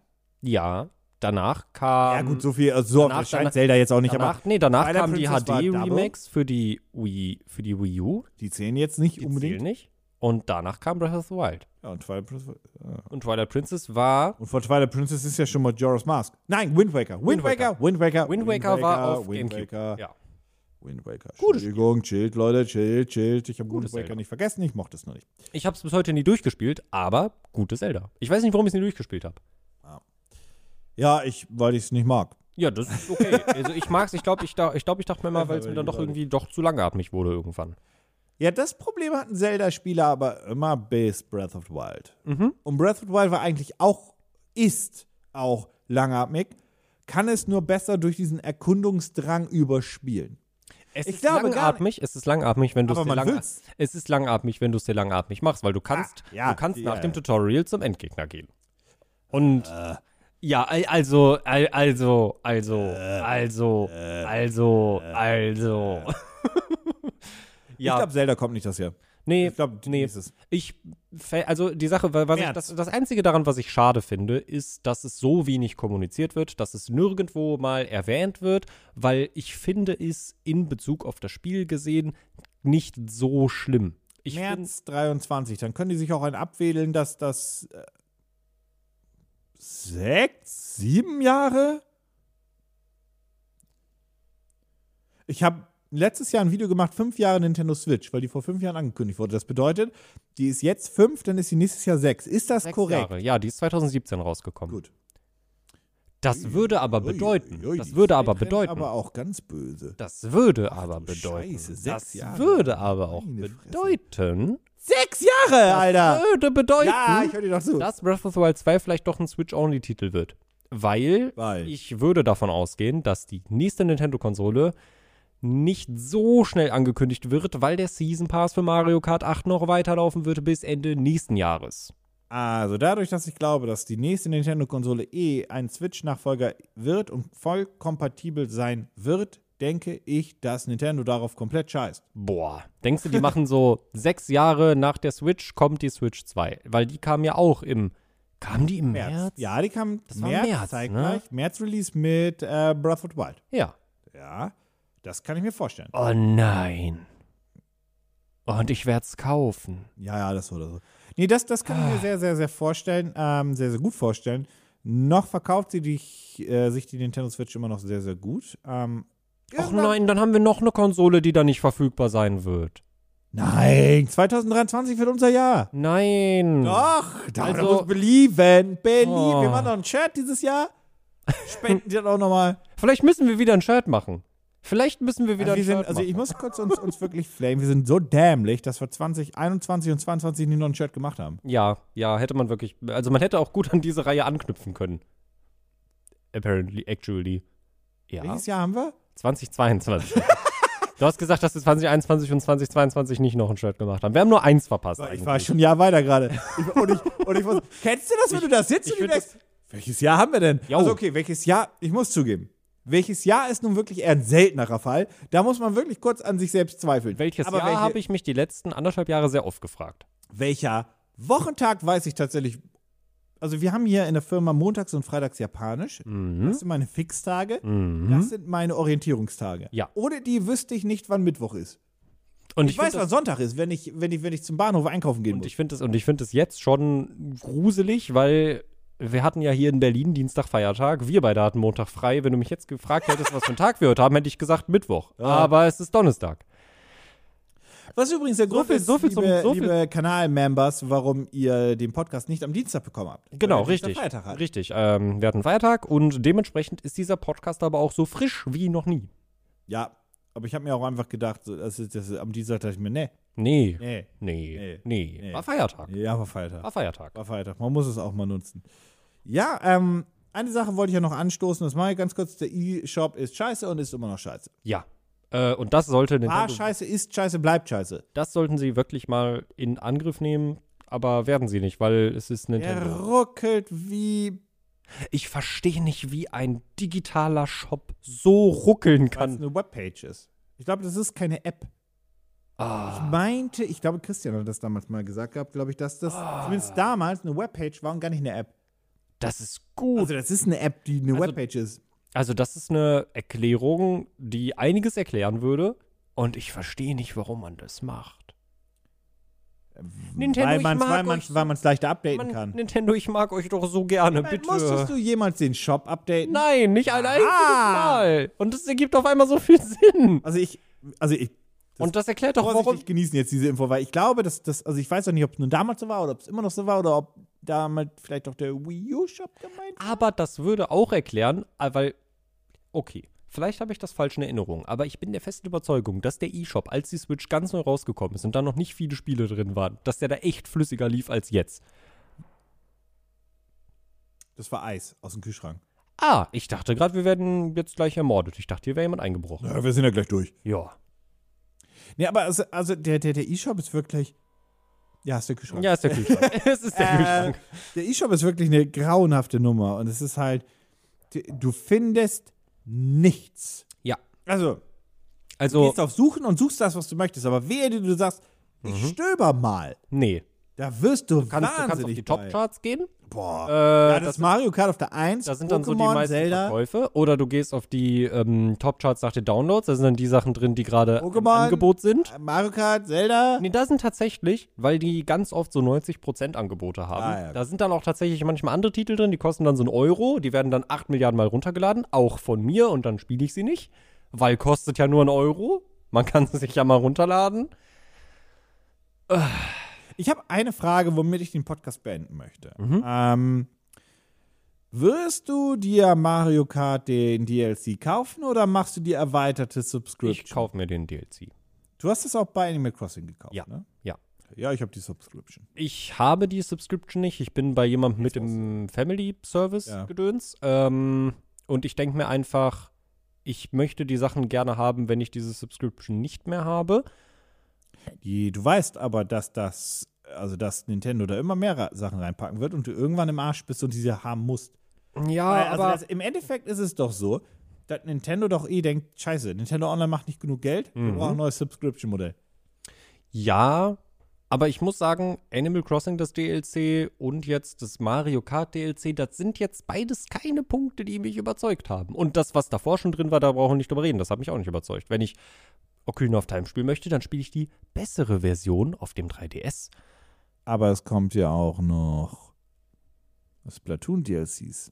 [SPEAKER 2] ja. Danach kam
[SPEAKER 1] ja, gut, so viel. Also so oft
[SPEAKER 2] Ähm, danach-
[SPEAKER 1] erscheint
[SPEAKER 2] danach-
[SPEAKER 1] Zelda jetzt auch nicht,
[SPEAKER 2] danach,
[SPEAKER 1] aber
[SPEAKER 2] nee, danach
[SPEAKER 1] Twilight
[SPEAKER 2] kamen die
[SPEAKER 1] Princess war Double.
[SPEAKER 2] HD-Remakes für die Wii, für die Wii U,
[SPEAKER 1] die zählen jetzt nicht
[SPEAKER 2] die zählen
[SPEAKER 1] unbedingt.
[SPEAKER 2] nicht. Und danach kam Breath of the Wild.
[SPEAKER 1] Ja, und, Twilight Princess, ja.
[SPEAKER 2] Und Twilight Princess war
[SPEAKER 1] und vor Twilight Princess ist ja schon mal Jorah's Mask. Nein, Wind Waker. Wind
[SPEAKER 2] Wind
[SPEAKER 1] Waker, Wind Waker.
[SPEAKER 2] Wind Waker war auf
[SPEAKER 1] Wind
[SPEAKER 2] GameCube.
[SPEAKER 1] Waker.
[SPEAKER 2] Ja.
[SPEAKER 1] Wind Waker.
[SPEAKER 2] Gutes
[SPEAKER 1] Entschuldigung, chillt, Leute, chillt, chillt. Ich habe Wind
[SPEAKER 2] Gutes
[SPEAKER 1] Waker
[SPEAKER 2] Zelda.
[SPEAKER 1] nicht vergessen, ich mochte es noch nicht.
[SPEAKER 2] Ich habe es bis heute nie durchgespielt, aber gutes Zelda. Ich weiß nicht, warum ich es nie durchgespielt habe.
[SPEAKER 1] Ja, ich, weil ich es nicht mag.
[SPEAKER 2] Ja, das ist okay. also ich mag's. Ich glaube, ich, da, ich, glaub, ich dachte mir mal,
[SPEAKER 1] Ja,
[SPEAKER 2] weil es
[SPEAKER 1] weil
[SPEAKER 2] mir
[SPEAKER 1] die
[SPEAKER 2] dann doch
[SPEAKER 1] Leute-
[SPEAKER 2] irgendwie doch zu langatmig wurde irgendwann.
[SPEAKER 1] Ja, das Problem hatten Zelda-Spieler aber immer bis Breath of the Wild.
[SPEAKER 2] Mhm.
[SPEAKER 1] Und Breath of the Wild war eigentlich auch, ist auch langatmig, kann es nur besser durch diesen Erkundungsdrang überspielen.
[SPEAKER 2] Es
[SPEAKER 1] Ich
[SPEAKER 2] ist
[SPEAKER 1] glaube gar
[SPEAKER 2] langatmig. Es ist langatmig, wenn du es
[SPEAKER 1] Aber
[SPEAKER 2] dir
[SPEAKER 1] man
[SPEAKER 2] lang,
[SPEAKER 1] will's.
[SPEAKER 2] Es ist langatmig, wenn du es dir langatmig machst, weil du kannst,
[SPEAKER 1] Ah, ja,
[SPEAKER 2] du kannst
[SPEAKER 1] ja,
[SPEAKER 2] nach dem
[SPEAKER 1] ja. Äh.
[SPEAKER 2] Tutorial zum Endgegner gehen. Und ja, al- also, al- also, also,
[SPEAKER 1] Äh.
[SPEAKER 2] also, also, also.
[SPEAKER 1] Ich
[SPEAKER 2] ja,
[SPEAKER 1] glaube, Zelda kommt nicht das Jahr.
[SPEAKER 2] nee,
[SPEAKER 1] Ich glaube,
[SPEAKER 2] nee.
[SPEAKER 1] nächstes.
[SPEAKER 2] Ich, fä- also die Sache, wa- was ich,
[SPEAKER 1] März.
[SPEAKER 2] das, das Einzige daran, was ich schade finde, ist, dass es so wenig kommuniziert wird, dass es nirgendwo mal erwähnt wird, weil ich finde es in Bezug auf das Spiel gesehen nicht so schlimm. Ich finde,
[SPEAKER 1] März 23, dann können die sich auch ein abwedeln, dass das äh, sechs, sieben Jahre? Ich habe letztes Jahr ein Video gemacht, fünf Jahre Nintendo Switch, weil die vor fünf Jahren angekündigt wurde. Das bedeutet, die ist jetzt fünf, dann ist sie nächstes Jahr sechs. Ist das korrekt?
[SPEAKER 2] Jahre. Ja, die ist 2017 rausgekommen.
[SPEAKER 1] Gut.
[SPEAKER 2] Das würde aber
[SPEAKER 1] Ui,
[SPEAKER 2] bedeuten,
[SPEAKER 1] ui,
[SPEAKER 2] das würde aber
[SPEAKER 1] die Schnecken
[SPEAKER 2] bedeuten,
[SPEAKER 1] Aber auch ganz böse.
[SPEAKER 2] das würde aber
[SPEAKER 1] du
[SPEAKER 2] bedeuten,
[SPEAKER 1] Scheiße, sechs
[SPEAKER 2] das
[SPEAKER 1] Jahre.
[SPEAKER 2] würde aber auch
[SPEAKER 1] Meine Fresse.
[SPEAKER 2] bedeuten,
[SPEAKER 1] Sechs Jahre, Alter!
[SPEAKER 2] würde bedeuten,
[SPEAKER 1] Ja, ich höre dir doch zu.
[SPEAKER 2] dass Breath of the Wild 2 vielleicht doch ein Switch-Only-Titel wird. Weil,
[SPEAKER 1] Weil.
[SPEAKER 2] ich würde davon ausgehen, dass die nächste Nintendo-Konsole nicht so schnell angekündigt wird, weil der Season Pass für Mario Kart 8 noch weiterlaufen wird bis Ende nächsten Jahres.
[SPEAKER 1] Also dadurch, dass ich glaube, dass die nächste Nintendo-Konsole eh ein Switch-Nachfolger wird und voll kompatibel sein wird, denke ich, dass Nintendo darauf komplett scheißt.
[SPEAKER 2] Boah. Denkst du, die machen so sechs Jahre nach der Switch kommt die Switch 2? Weil die kam ja auch im. Kam die im März?
[SPEAKER 1] Ja, die kam
[SPEAKER 2] Das war
[SPEAKER 1] März,
[SPEAKER 2] März, ne?
[SPEAKER 1] zeitgleich. März-Release mit äh, Breath of the Wild.
[SPEAKER 2] ja.
[SPEAKER 1] Ja, das kann ich mir vorstellen.
[SPEAKER 2] Oh nein. Und ich werd's kaufen.
[SPEAKER 1] Ja, ja, das oder so. Nee, das, das kann ich
[SPEAKER 2] Ah.
[SPEAKER 1] mir sehr, sehr, sehr vorstellen, ähm, sehr, sehr gut vorstellen. Noch verkauft sie dich, äh, sich die Nintendo Switch immer noch sehr, sehr gut. Ähm,
[SPEAKER 2] Och
[SPEAKER 1] irgendwann-
[SPEAKER 2] nein, dann haben wir noch eine Konsole, die da nicht verfügbar sein wird.
[SPEAKER 1] Nein, 2023 wird unser Jahr.
[SPEAKER 2] Nein.
[SPEAKER 1] Doch, da
[SPEAKER 2] Also-
[SPEAKER 1] also, muss belieben. Belieben.
[SPEAKER 2] Oh.
[SPEAKER 1] Wir machen noch ein Shirt dieses Jahr. Spenden die dann auch nochmal.
[SPEAKER 2] Vielleicht müssen wir wieder ein Shirt machen. Vielleicht müssen wir wieder
[SPEAKER 1] wir
[SPEAKER 2] ein
[SPEAKER 1] sind,
[SPEAKER 2] Shirt
[SPEAKER 1] also
[SPEAKER 2] machen.
[SPEAKER 1] ich muss kurz uns, uns wirklich flamen. Wir sind so dämlich, dass wir 2021 und 2022 nie noch ein Shirt gemacht haben.
[SPEAKER 2] ja, ja, hätte man wirklich. Also man hätte auch gut an diese Reihe anknüpfen können. Apparently, actually. Ja.
[SPEAKER 1] Welches Jahr haben wir?
[SPEAKER 2] 2022. du hast gesagt, dass wir 2021 und 2022 nicht noch ein Shirt gemacht haben. Wir haben nur eins verpasst.
[SPEAKER 1] Ich
[SPEAKER 2] eigentlich.
[SPEAKER 1] war schon ein Jahr weiter gerade. Ich- Und ich, und ich muss, kennst du das, wenn du da sitzt
[SPEAKER 2] ich
[SPEAKER 1] und du
[SPEAKER 2] find
[SPEAKER 1] denkst, welches Jahr haben wir denn?
[SPEAKER 2] Jo.
[SPEAKER 1] Also okay, welches Jahr, ich muss zugeben, welches Jahr ist nun wirklich eher ein seltenerer Fall. Da muss man wirklich kurz an sich selbst zweifeln.
[SPEAKER 2] Welches
[SPEAKER 1] Aber
[SPEAKER 2] Jahr
[SPEAKER 1] welche-
[SPEAKER 2] habe ich mich die letzten anderthalb Jahre sehr oft gefragt.
[SPEAKER 1] welcher Wochentag weiß ich tatsächlich. Also wir haben hier in der Firma montags und freitags japanisch.
[SPEAKER 2] Mhm.
[SPEAKER 1] Das sind meine Fixtage. Das sind meine Orientierungstage.
[SPEAKER 2] Ja.
[SPEAKER 1] Ohne die wüsste ich nicht, wann Mittwoch ist.
[SPEAKER 2] Und
[SPEAKER 1] Ich,
[SPEAKER 2] ich,
[SPEAKER 1] weiß,
[SPEAKER 2] find
[SPEAKER 1] wann
[SPEAKER 2] das,
[SPEAKER 1] Sonntag ist, wenn ich, wenn ich, wenn ich zum Bahnhof einkaufen gehen
[SPEAKER 2] und
[SPEAKER 1] muss.
[SPEAKER 2] ich finde das und ich finde das jetzt schon gruselig, weil wir hatten ja hier in Berlin Dienstag Feiertag, wir beide hatten Montag frei. Wenn du mich jetzt gefragt hättest, was für einen Tag wir heute haben, hätte ich gesagt Mittwoch.
[SPEAKER 1] Ah.
[SPEAKER 2] Aber es ist Donnerstag.
[SPEAKER 1] Was übrigens der Grund
[SPEAKER 2] viel-
[SPEAKER 1] ist,
[SPEAKER 2] so viel
[SPEAKER 1] liebe,
[SPEAKER 2] zum- so viel-
[SPEAKER 1] liebe Kanal-Members, warum ihr den Podcast nicht am Dienstag bekommen habt. Weil
[SPEAKER 2] Genau,
[SPEAKER 1] wir Dienstag
[SPEAKER 2] richtig.
[SPEAKER 1] Freitag halt. hatten.
[SPEAKER 2] Richtig. Ähm, wir hatten Feiertag und dementsprechend ist dieser Podcast aber auch so frisch wie noch nie.
[SPEAKER 1] Ja, aber ich habe mir auch einfach gedacht, so, das ist, das ist, am Dienstag dachte ich mir, nee,
[SPEAKER 2] Nee. Nee.
[SPEAKER 1] nee,
[SPEAKER 2] Nee.
[SPEAKER 1] Nee.
[SPEAKER 2] War Feiertag.
[SPEAKER 1] nee, ja, war Feiertag.
[SPEAKER 2] War Feiertag.
[SPEAKER 1] War Freitag. Man muss es auch mal nutzen. Ja, ähm, eine Sache wollte ich ja noch anstoßen, das mache ich ganz kurz. Der E-Shop ist scheiße und ist immer noch scheiße.
[SPEAKER 2] Ja. Äh, und das sollte
[SPEAKER 1] War
[SPEAKER 2] Nintendo
[SPEAKER 1] scheiße, ist scheiße, bleibt scheiße.
[SPEAKER 2] Das sollten sie wirklich mal in Angriff nehmen, aber werden sie nicht, weil es ist
[SPEAKER 1] Er
[SPEAKER 2] Nintendo.
[SPEAKER 1] ruckelt wie.
[SPEAKER 2] Ich verstehe nicht, wie ein digitaler Shop so ruckeln
[SPEAKER 1] Weil es
[SPEAKER 2] kann.
[SPEAKER 1] eine Webpage ist. Ich glaube, das ist keine App. Ich
[SPEAKER 2] Ah,
[SPEAKER 1] meinte, ich glaube, Christian hat das damals mal gesagt gehabt, glaube ich, dass das
[SPEAKER 2] Ah.
[SPEAKER 1] zumindest damals eine Webpage war und gar nicht eine App.
[SPEAKER 2] das ist gut.
[SPEAKER 1] Also, das ist eine App, die eine
[SPEAKER 2] Also-
[SPEAKER 1] Webpage ist.
[SPEAKER 2] Also das ist eine Erklärung, die einiges erklären würde und ich verstehe nicht, warum man das macht. Nintendo,
[SPEAKER 1] weil
[SPEAKER 2] ich
[SPEAKER 1] man es
[SPEAKER 2] mag
[SPEAKER 1] weil man's,
[SPEAKER 2] euch
[SPEAKER 1] weil man's leichter updaten
[SPEAKER 2] Man,
[SPEAKER 1] kann.
[SPEAKER 2] Nintendo, ich mag euch doch so gerne,
[SPEAKER 1] Nein, Musstest
[SPEAKER 2] bitte.
[SPEAKER 1] du jemals den Shop updaten?
[SPEAKER 2] Nein, nicht ein einziges
[SPEAKER 1] Ah.
[SPEAKER 2] Mal. Und das ergibt auf einmal so viel Sinn.
[SPEAKER 1] Also, ich. Also, ich.
[SPEAKER 2] Und das erklärt doch,
[SPEAKER 1] vorsichtig
[SPEAKER 2] warum
[SPEAKER 1] genießen jetzt diese Info, weil ich glaube, dass das, also ich weiß auch nicht, ob es nun damals so war oder ob es immer noch so war oder ob damals vielleicht auch der Wii U-Shop gemeint war.
[SPEAKER 2] Aber das würde auch erklären, äh, weil, okay, vielleicht habe ich das falsch in Erinnerung, aber ich bin der festen Überzeugung, dass der eShop, als die Switch ganz neu rausgekommen ist und da noch nicht viele Spiele drin waren, dass der da echt flüssiger lief als jetzt.
[SPEAKER 1] Das war Eis aus dem Kühlschrank.
[SPEAKER 2] Ah, ich dachte gerade, wir werden jetzt gleich ermordet. Ich dachte, hier wäre jemand eingebrochen.
[SPEAKER 1] wir sind ja gleich durch.
[SPEAKER 2] Ja.
[SPEAKER 1] Nee, aber also, also der, der, der E-Shop ist wirklich. Ja, ist der Kühlschrank.
[SPEAKER 2] Ja, ist der Kühlschrank. es ist der Kühlschrank.
[SPEAKER 1] Der E-Shop ist wirklich eine grauenhafte Nummer und es ist halt, d- du findest nichts.
[SPEAKER 2] Ja.
[SPEAKER 1] Also, du
[SPEAKER 2] Also,
[SPEAKER 1] gehst auf Suchen und suchst das, was du möchtest, aber wehe dir, du sagst, ich stöber mal.
[SPEAKER 2] nee.
[SPEAKER 1] Da wirst du
[SPEAKER 2] Kannst, Mhm. du kannst auf
[SPEAKER 1] wahnsinnig
[SPEAKER 2] die
[SPEAKER 1] bei.
[SPEAKER 2] Top-Charts gehen.
[SPEAKER 1] Boah.
[SPEAKER 2] Äh,
[SPEAKER 1] ja, das,
[SPEAKER 2] das
[SPEAKER 1] ist Mario Kart auf der 1,
[SPEAKER 2] Da sind
[SPEAKER 1] Pokémon,
[SPEAKER 2] dann so die meisten
[SPEAKER 1] Zelda,
[SPEAKER 2] Verkäufe. Oder du gehst auf die ähm, Top-Charts nach den Downloads. Da sind dann die Sachen drin, die gerade im
[SPEAKER 1] Pokémon.
[SPEAKER 2] Angebot sind.
[SPEAKER 1] Mario Kart, Zelda.
[SPEAKER 2] Nee, da sind tatsächlich, weil die ganz oft so 90% Angebote haben,
[SPEAKER 1] Ah, ja.
[SPEAKER 2] da sind dann auch tatsächlich manchmal andere Titel drin, die kosten dann so einen Euro, die werden dann 8 Milliarden Mal runtergeladen, auch von mir und dann spiele ich sie nicht, weil kostet ja nur einen Euro, man kann sie sich ja mal runterladen. Mhm.
[SPEAKER 1] Ich habe eine Frage, womit ich den Podcast beenden möchte. Ähm, Wirst du dir Mario Kart den DLC kaufen oder machst du die erweiterte Subscription?
[SPEAKER 2] Ich kaufe mir den DLC.
[SPEAKER 1] Du hast es auch bei Animal Crossing gekauft,
[SPEAKER 2] Ja.
[SPEAKER 1] ne?
[SPEAKER 2] Ja.
[SPEAKER 1] Ja, ich habe die Subscription.
[SPEAKER 2] Ich habe die Subscription nicht. Ich bin bei jemandem mit im Family Service
[SPEAKER 1] Ja.
[SPEAKER 2] gedöns. Ähm, und ich denke mir einfach, ich möchte die Sachen gerne haben, wenn ich diese Subscription nicht mehr habe.
[SPEAKER 1] Die, du weißt aber, dass das, also dass Nintendo da immer mehr ra- Sachen reinpacken wird und du irgendwann im Arsch bist und diese haben musst.
[SPEAKER 2] Ja,
[SPEAKER 1] Weil, also das, im Endeffekt ist es doch so, dass Nintendo doch eh denkt, scheiße, Nintendo Online macht nicht genug Geld, wir brauchen ein neues Subscription-Modell.
[SPEAKER 2] ja, aber ich muss sagen, Animal Crossing das DLC und jetzt das Mario Kart DLC, das sind jetzt beides keine Punkte, die mich überzeugt haben. Und das, was davor schon drin war, da brauchen wir nicht drüber reden. Das hat mich auch nicht überzeugt. Wenn ich Ocarina of Time spielen möchte, dann spiele ich die bessere Version auf dem 3DS.
[SPEAKER 1] Aber es kommt ja auch noch Splatoon-DLCs.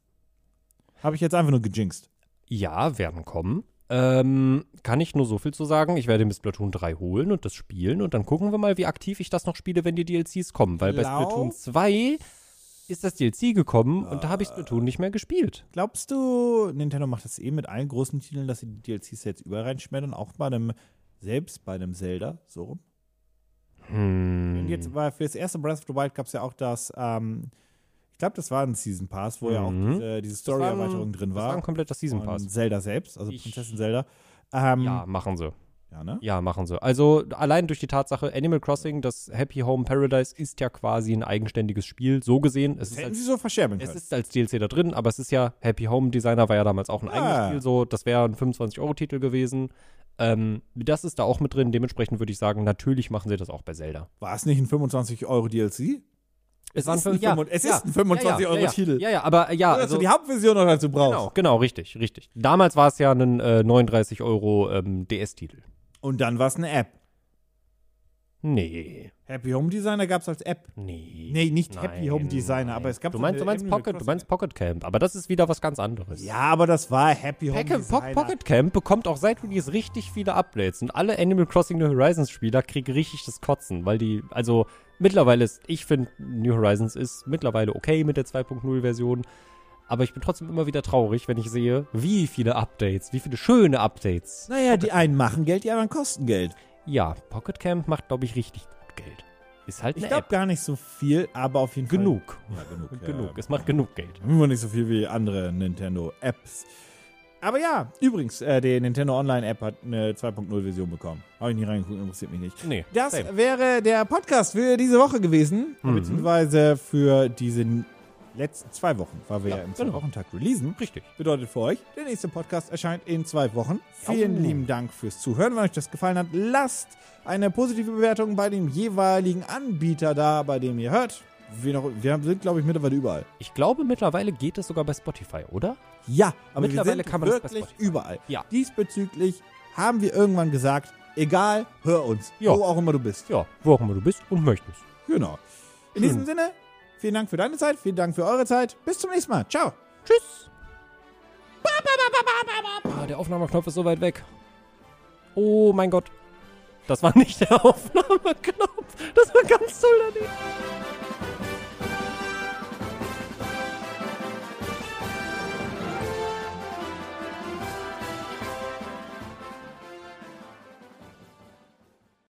[SPEAKER 1] Habe ich jetzt einfach nur gejinxt.
[SPEAKER 2] Ja, werden kommen. Ähm, kann ich nur so viel zu sagen. Ich werde mir Splatoon 3 holen und das spielen und dann gucken wir mal, wie aktiv ich das noch spiele, wenn die DLCs kommen. Weil bei
[SPEAKER 1] Glaub-
[SPEAKER 2] Splatoon 2 ist das DLC gekommen und da habe ich Splatoon nicht mehr gespielt.
[SPEAKER 1] Glaubst du, Nintendo macht das eh mit allen großen Titeln, dass sie die DLCs jetzt überall reinschmettern, auch bei einem, selbst bei einem Zelda, so rum? Und
[SPEAKER 2] Hm.
[SPEAKER 1] jetzt war für das erste Breath of the Wild gab es ja auch das, ähm, ich glaube, das war ein Season Pass, wo ja auch
[SPEAKER 2] Mhm.
[SPEAKER 1] diese, diese Story-Erweiterung drin
[SPEAKER 2] Das war
[SPEAKER 1] war.
[SPEAKER 2] ein kompletter Season Pass.
[SPEAKER 1] Von Zelda selbst, also
[SPEAKER 2] Ich-
[SPEAKER 1] Prinzessin Zelda. Ähm,
[SPEAKER 2] Ja, machen sie.
[SPEAKER 1] ja, ne?
[SPEAKER 2] Ja, machen sie. Also allein durch die Tatsache, Animal Crossing, das Happy Home Paradise ist ja quasi ein eigenständiges Spiel. So gesehen, es
[SPEAKER 1] Das
[SPEAKER 2] ist
[SPEAKER 1] hätten
[SPEAKER 2] als
[SPEAKER 1] sie so verscherben
[SPEAKER 2] Es
[SPEAKER 1] können.
[SPEAKER 2] ist als DLC da drin, aber es ist ja, Happy Home Designer war ja damals auch ein eigenes
[SPEAKER 1] Ah.
[SPEAKER 2] Spiel, so, das wäre ein 25-Euro-Titel gewesen. Ähm, das ist da auch mit drin, dementsprechend würde ich sagen, natürlich machen sie das auch bei Zelda.
[SPEAKER 1] War es nicht ein 25-Euro-DLC?
[SPEAKER 2] Es,
[SPEAKER 1] ist ein 25 es ist ein
[SPEAKER 2] ja, ja,
[SPEAKER 1] 25-Euro-Titel.
[SPEAKER 2] Ja, ja, aber äh, ja,
[SPEAKER 1] Dass
[SPEAKER 2] also,
[SPEAKER 1] du die Hauptversion noch dazu brauchst.
[SPEAKER 2] genau, genau, richtig, richtig. Damals war es ja ein äh, ähm, 39-Euro-DS-Titel.
[SPEAKER 1] Und dann war es eine App.
[SPEAKER 2] nee,
[SPEAKER 1] Happy Home Designer gab es als App.
[SPEAKER 2] nee.
[SPEAKER 1] Nee, nicht
[SPEAKER 2] Nein,
[SPEAKER 1] Happy Home Designer, aber es gab
[SPEAKER 2] Du
[SPEAKER 1] so
[SPEAKER 2] meinst,
[SPEAKER 1] eine
[SPEAKER 2] du meinst
[SPEAKER 1] Animal
[SPEAKER 2] Pocket, du
[SPEAKER 1] Crossing
[SPEAKER 2] meinst Pocket Camp, aber das ist wieder was ganz anderes.
[SPEAKER 1] Ja, aber das war Happy Home
[SPEAKER 2] Pack- Po-
[SPEAKER 1] Designer.
[SPEAKER 2] Pocket Camp bekommt auch seit Release richtig viele Updates und alle Animal Crossing New Horizons Spieler kriegen richtig das Kotzen, weil die, also mittlerweile ist, ich finde New Horizons ist mittlerweile okay mit der 2.0 Version, aber ich bin trotzdem immer wieder traurig, wenn ich sehe, wie viele Updates, wie viele schöne Updates.
[SPEAKER 1] Naja, die einen machen Geld, die anderen kosten Geld.
[SPEAKER 2] Ja, Pocket Camp macht, glaube ich, richtig gut Geld. Ist halt
[SPEAKER 1] Ich
[SPEAKER 2] eine
[SPEAKER 1] glaube
[SPEAKER 2] App.
[SPEAKER 1] gar nicht so viel, aber auf jeden
[SPEAKER 2] Genug.
[SPEAKER 1] Fall. Ja, genug.
[SPEAKER 2] Genug.
[SPEAKER 1] Ja.
[SPEAKER 2] Es macht genug Geld.
[SPEAKER 1] Nur nicht so viel wie andere Nintendo-Apps. Aber ja, übrigens, äh, die Nintendo Online-App hat eine 2.0-Version bekommen. Habe ich nie reingeguckt, interessiert mich nicht.
[SPEAKER 2] Nee.
[SPEAKER 1] Das äh,
[SPEAKER 2] same.
[SPEAKER 1] wäre der Podcast für diese Woche gewesen,
[SPEAKER 2] Mhm.
[SPEAKER 1] beziehungsweise für diese letzten zwei Wochen, weil wir ja,
[SPEAKER 2] Ja,
[SPEAKER 1] im
[SPEAKER 2] genau.
[SPEAKER 1] Zwei-Wochen-Tag releasen.
[SPEAKER 2] Richtig.
[SPEAKER 1] Bedeutet für euch, der nächste Podcast erscheint in zwei Wochen. Vielen lieben Dank fürs Zuhören. Wenn euch das gefallen hat, lasst eine positive Bewertung bei dem jeweiligen Anbieter da, bei dem ihr hört. Wir, noch, wir sind, glaube ich, mittlerweile überall.
[SPEAKER 2] Ich glaube, mittlerweile geht es sogar bei Spotify, oder?
[SPEAKER 1] Ja, aber
[SPEAKER 2] Mittlerweile
[SPEAKER 1] wir sind
[SPEAKER 2] kann man das bei
[SPEAKER 1] wirklich
[SPEAKER 2] Spotify.
[SPEAKER 1] überall.
[SPEAKER 2] Ja.
[SPEAKER 1] Diesbezüglich haben wir irgendwann gesagt, egal, hör uns,
[SPEAKER 2] Ja.
[SPEAKER 1] wo auch immer du bist.
[SPEAKER 2] Ja, wo auch immer du bist und möchtest.
[SPEAKER 1] Genau. In
[SPEAKER 2] Schön.
[SPEAKER 1] diesem Sinne, vielen Dank für deine Zeit, vielen Dank für eure Zeit. Bis zum nächsten Mal. Ciao.
[SPEAKER 2] Tschüss. Ah, der Aufnahmeknopf ist so weit weg. Oh mein Gott. Das war nicht der Aufnahmeknopf. Das war ganz toll daneben.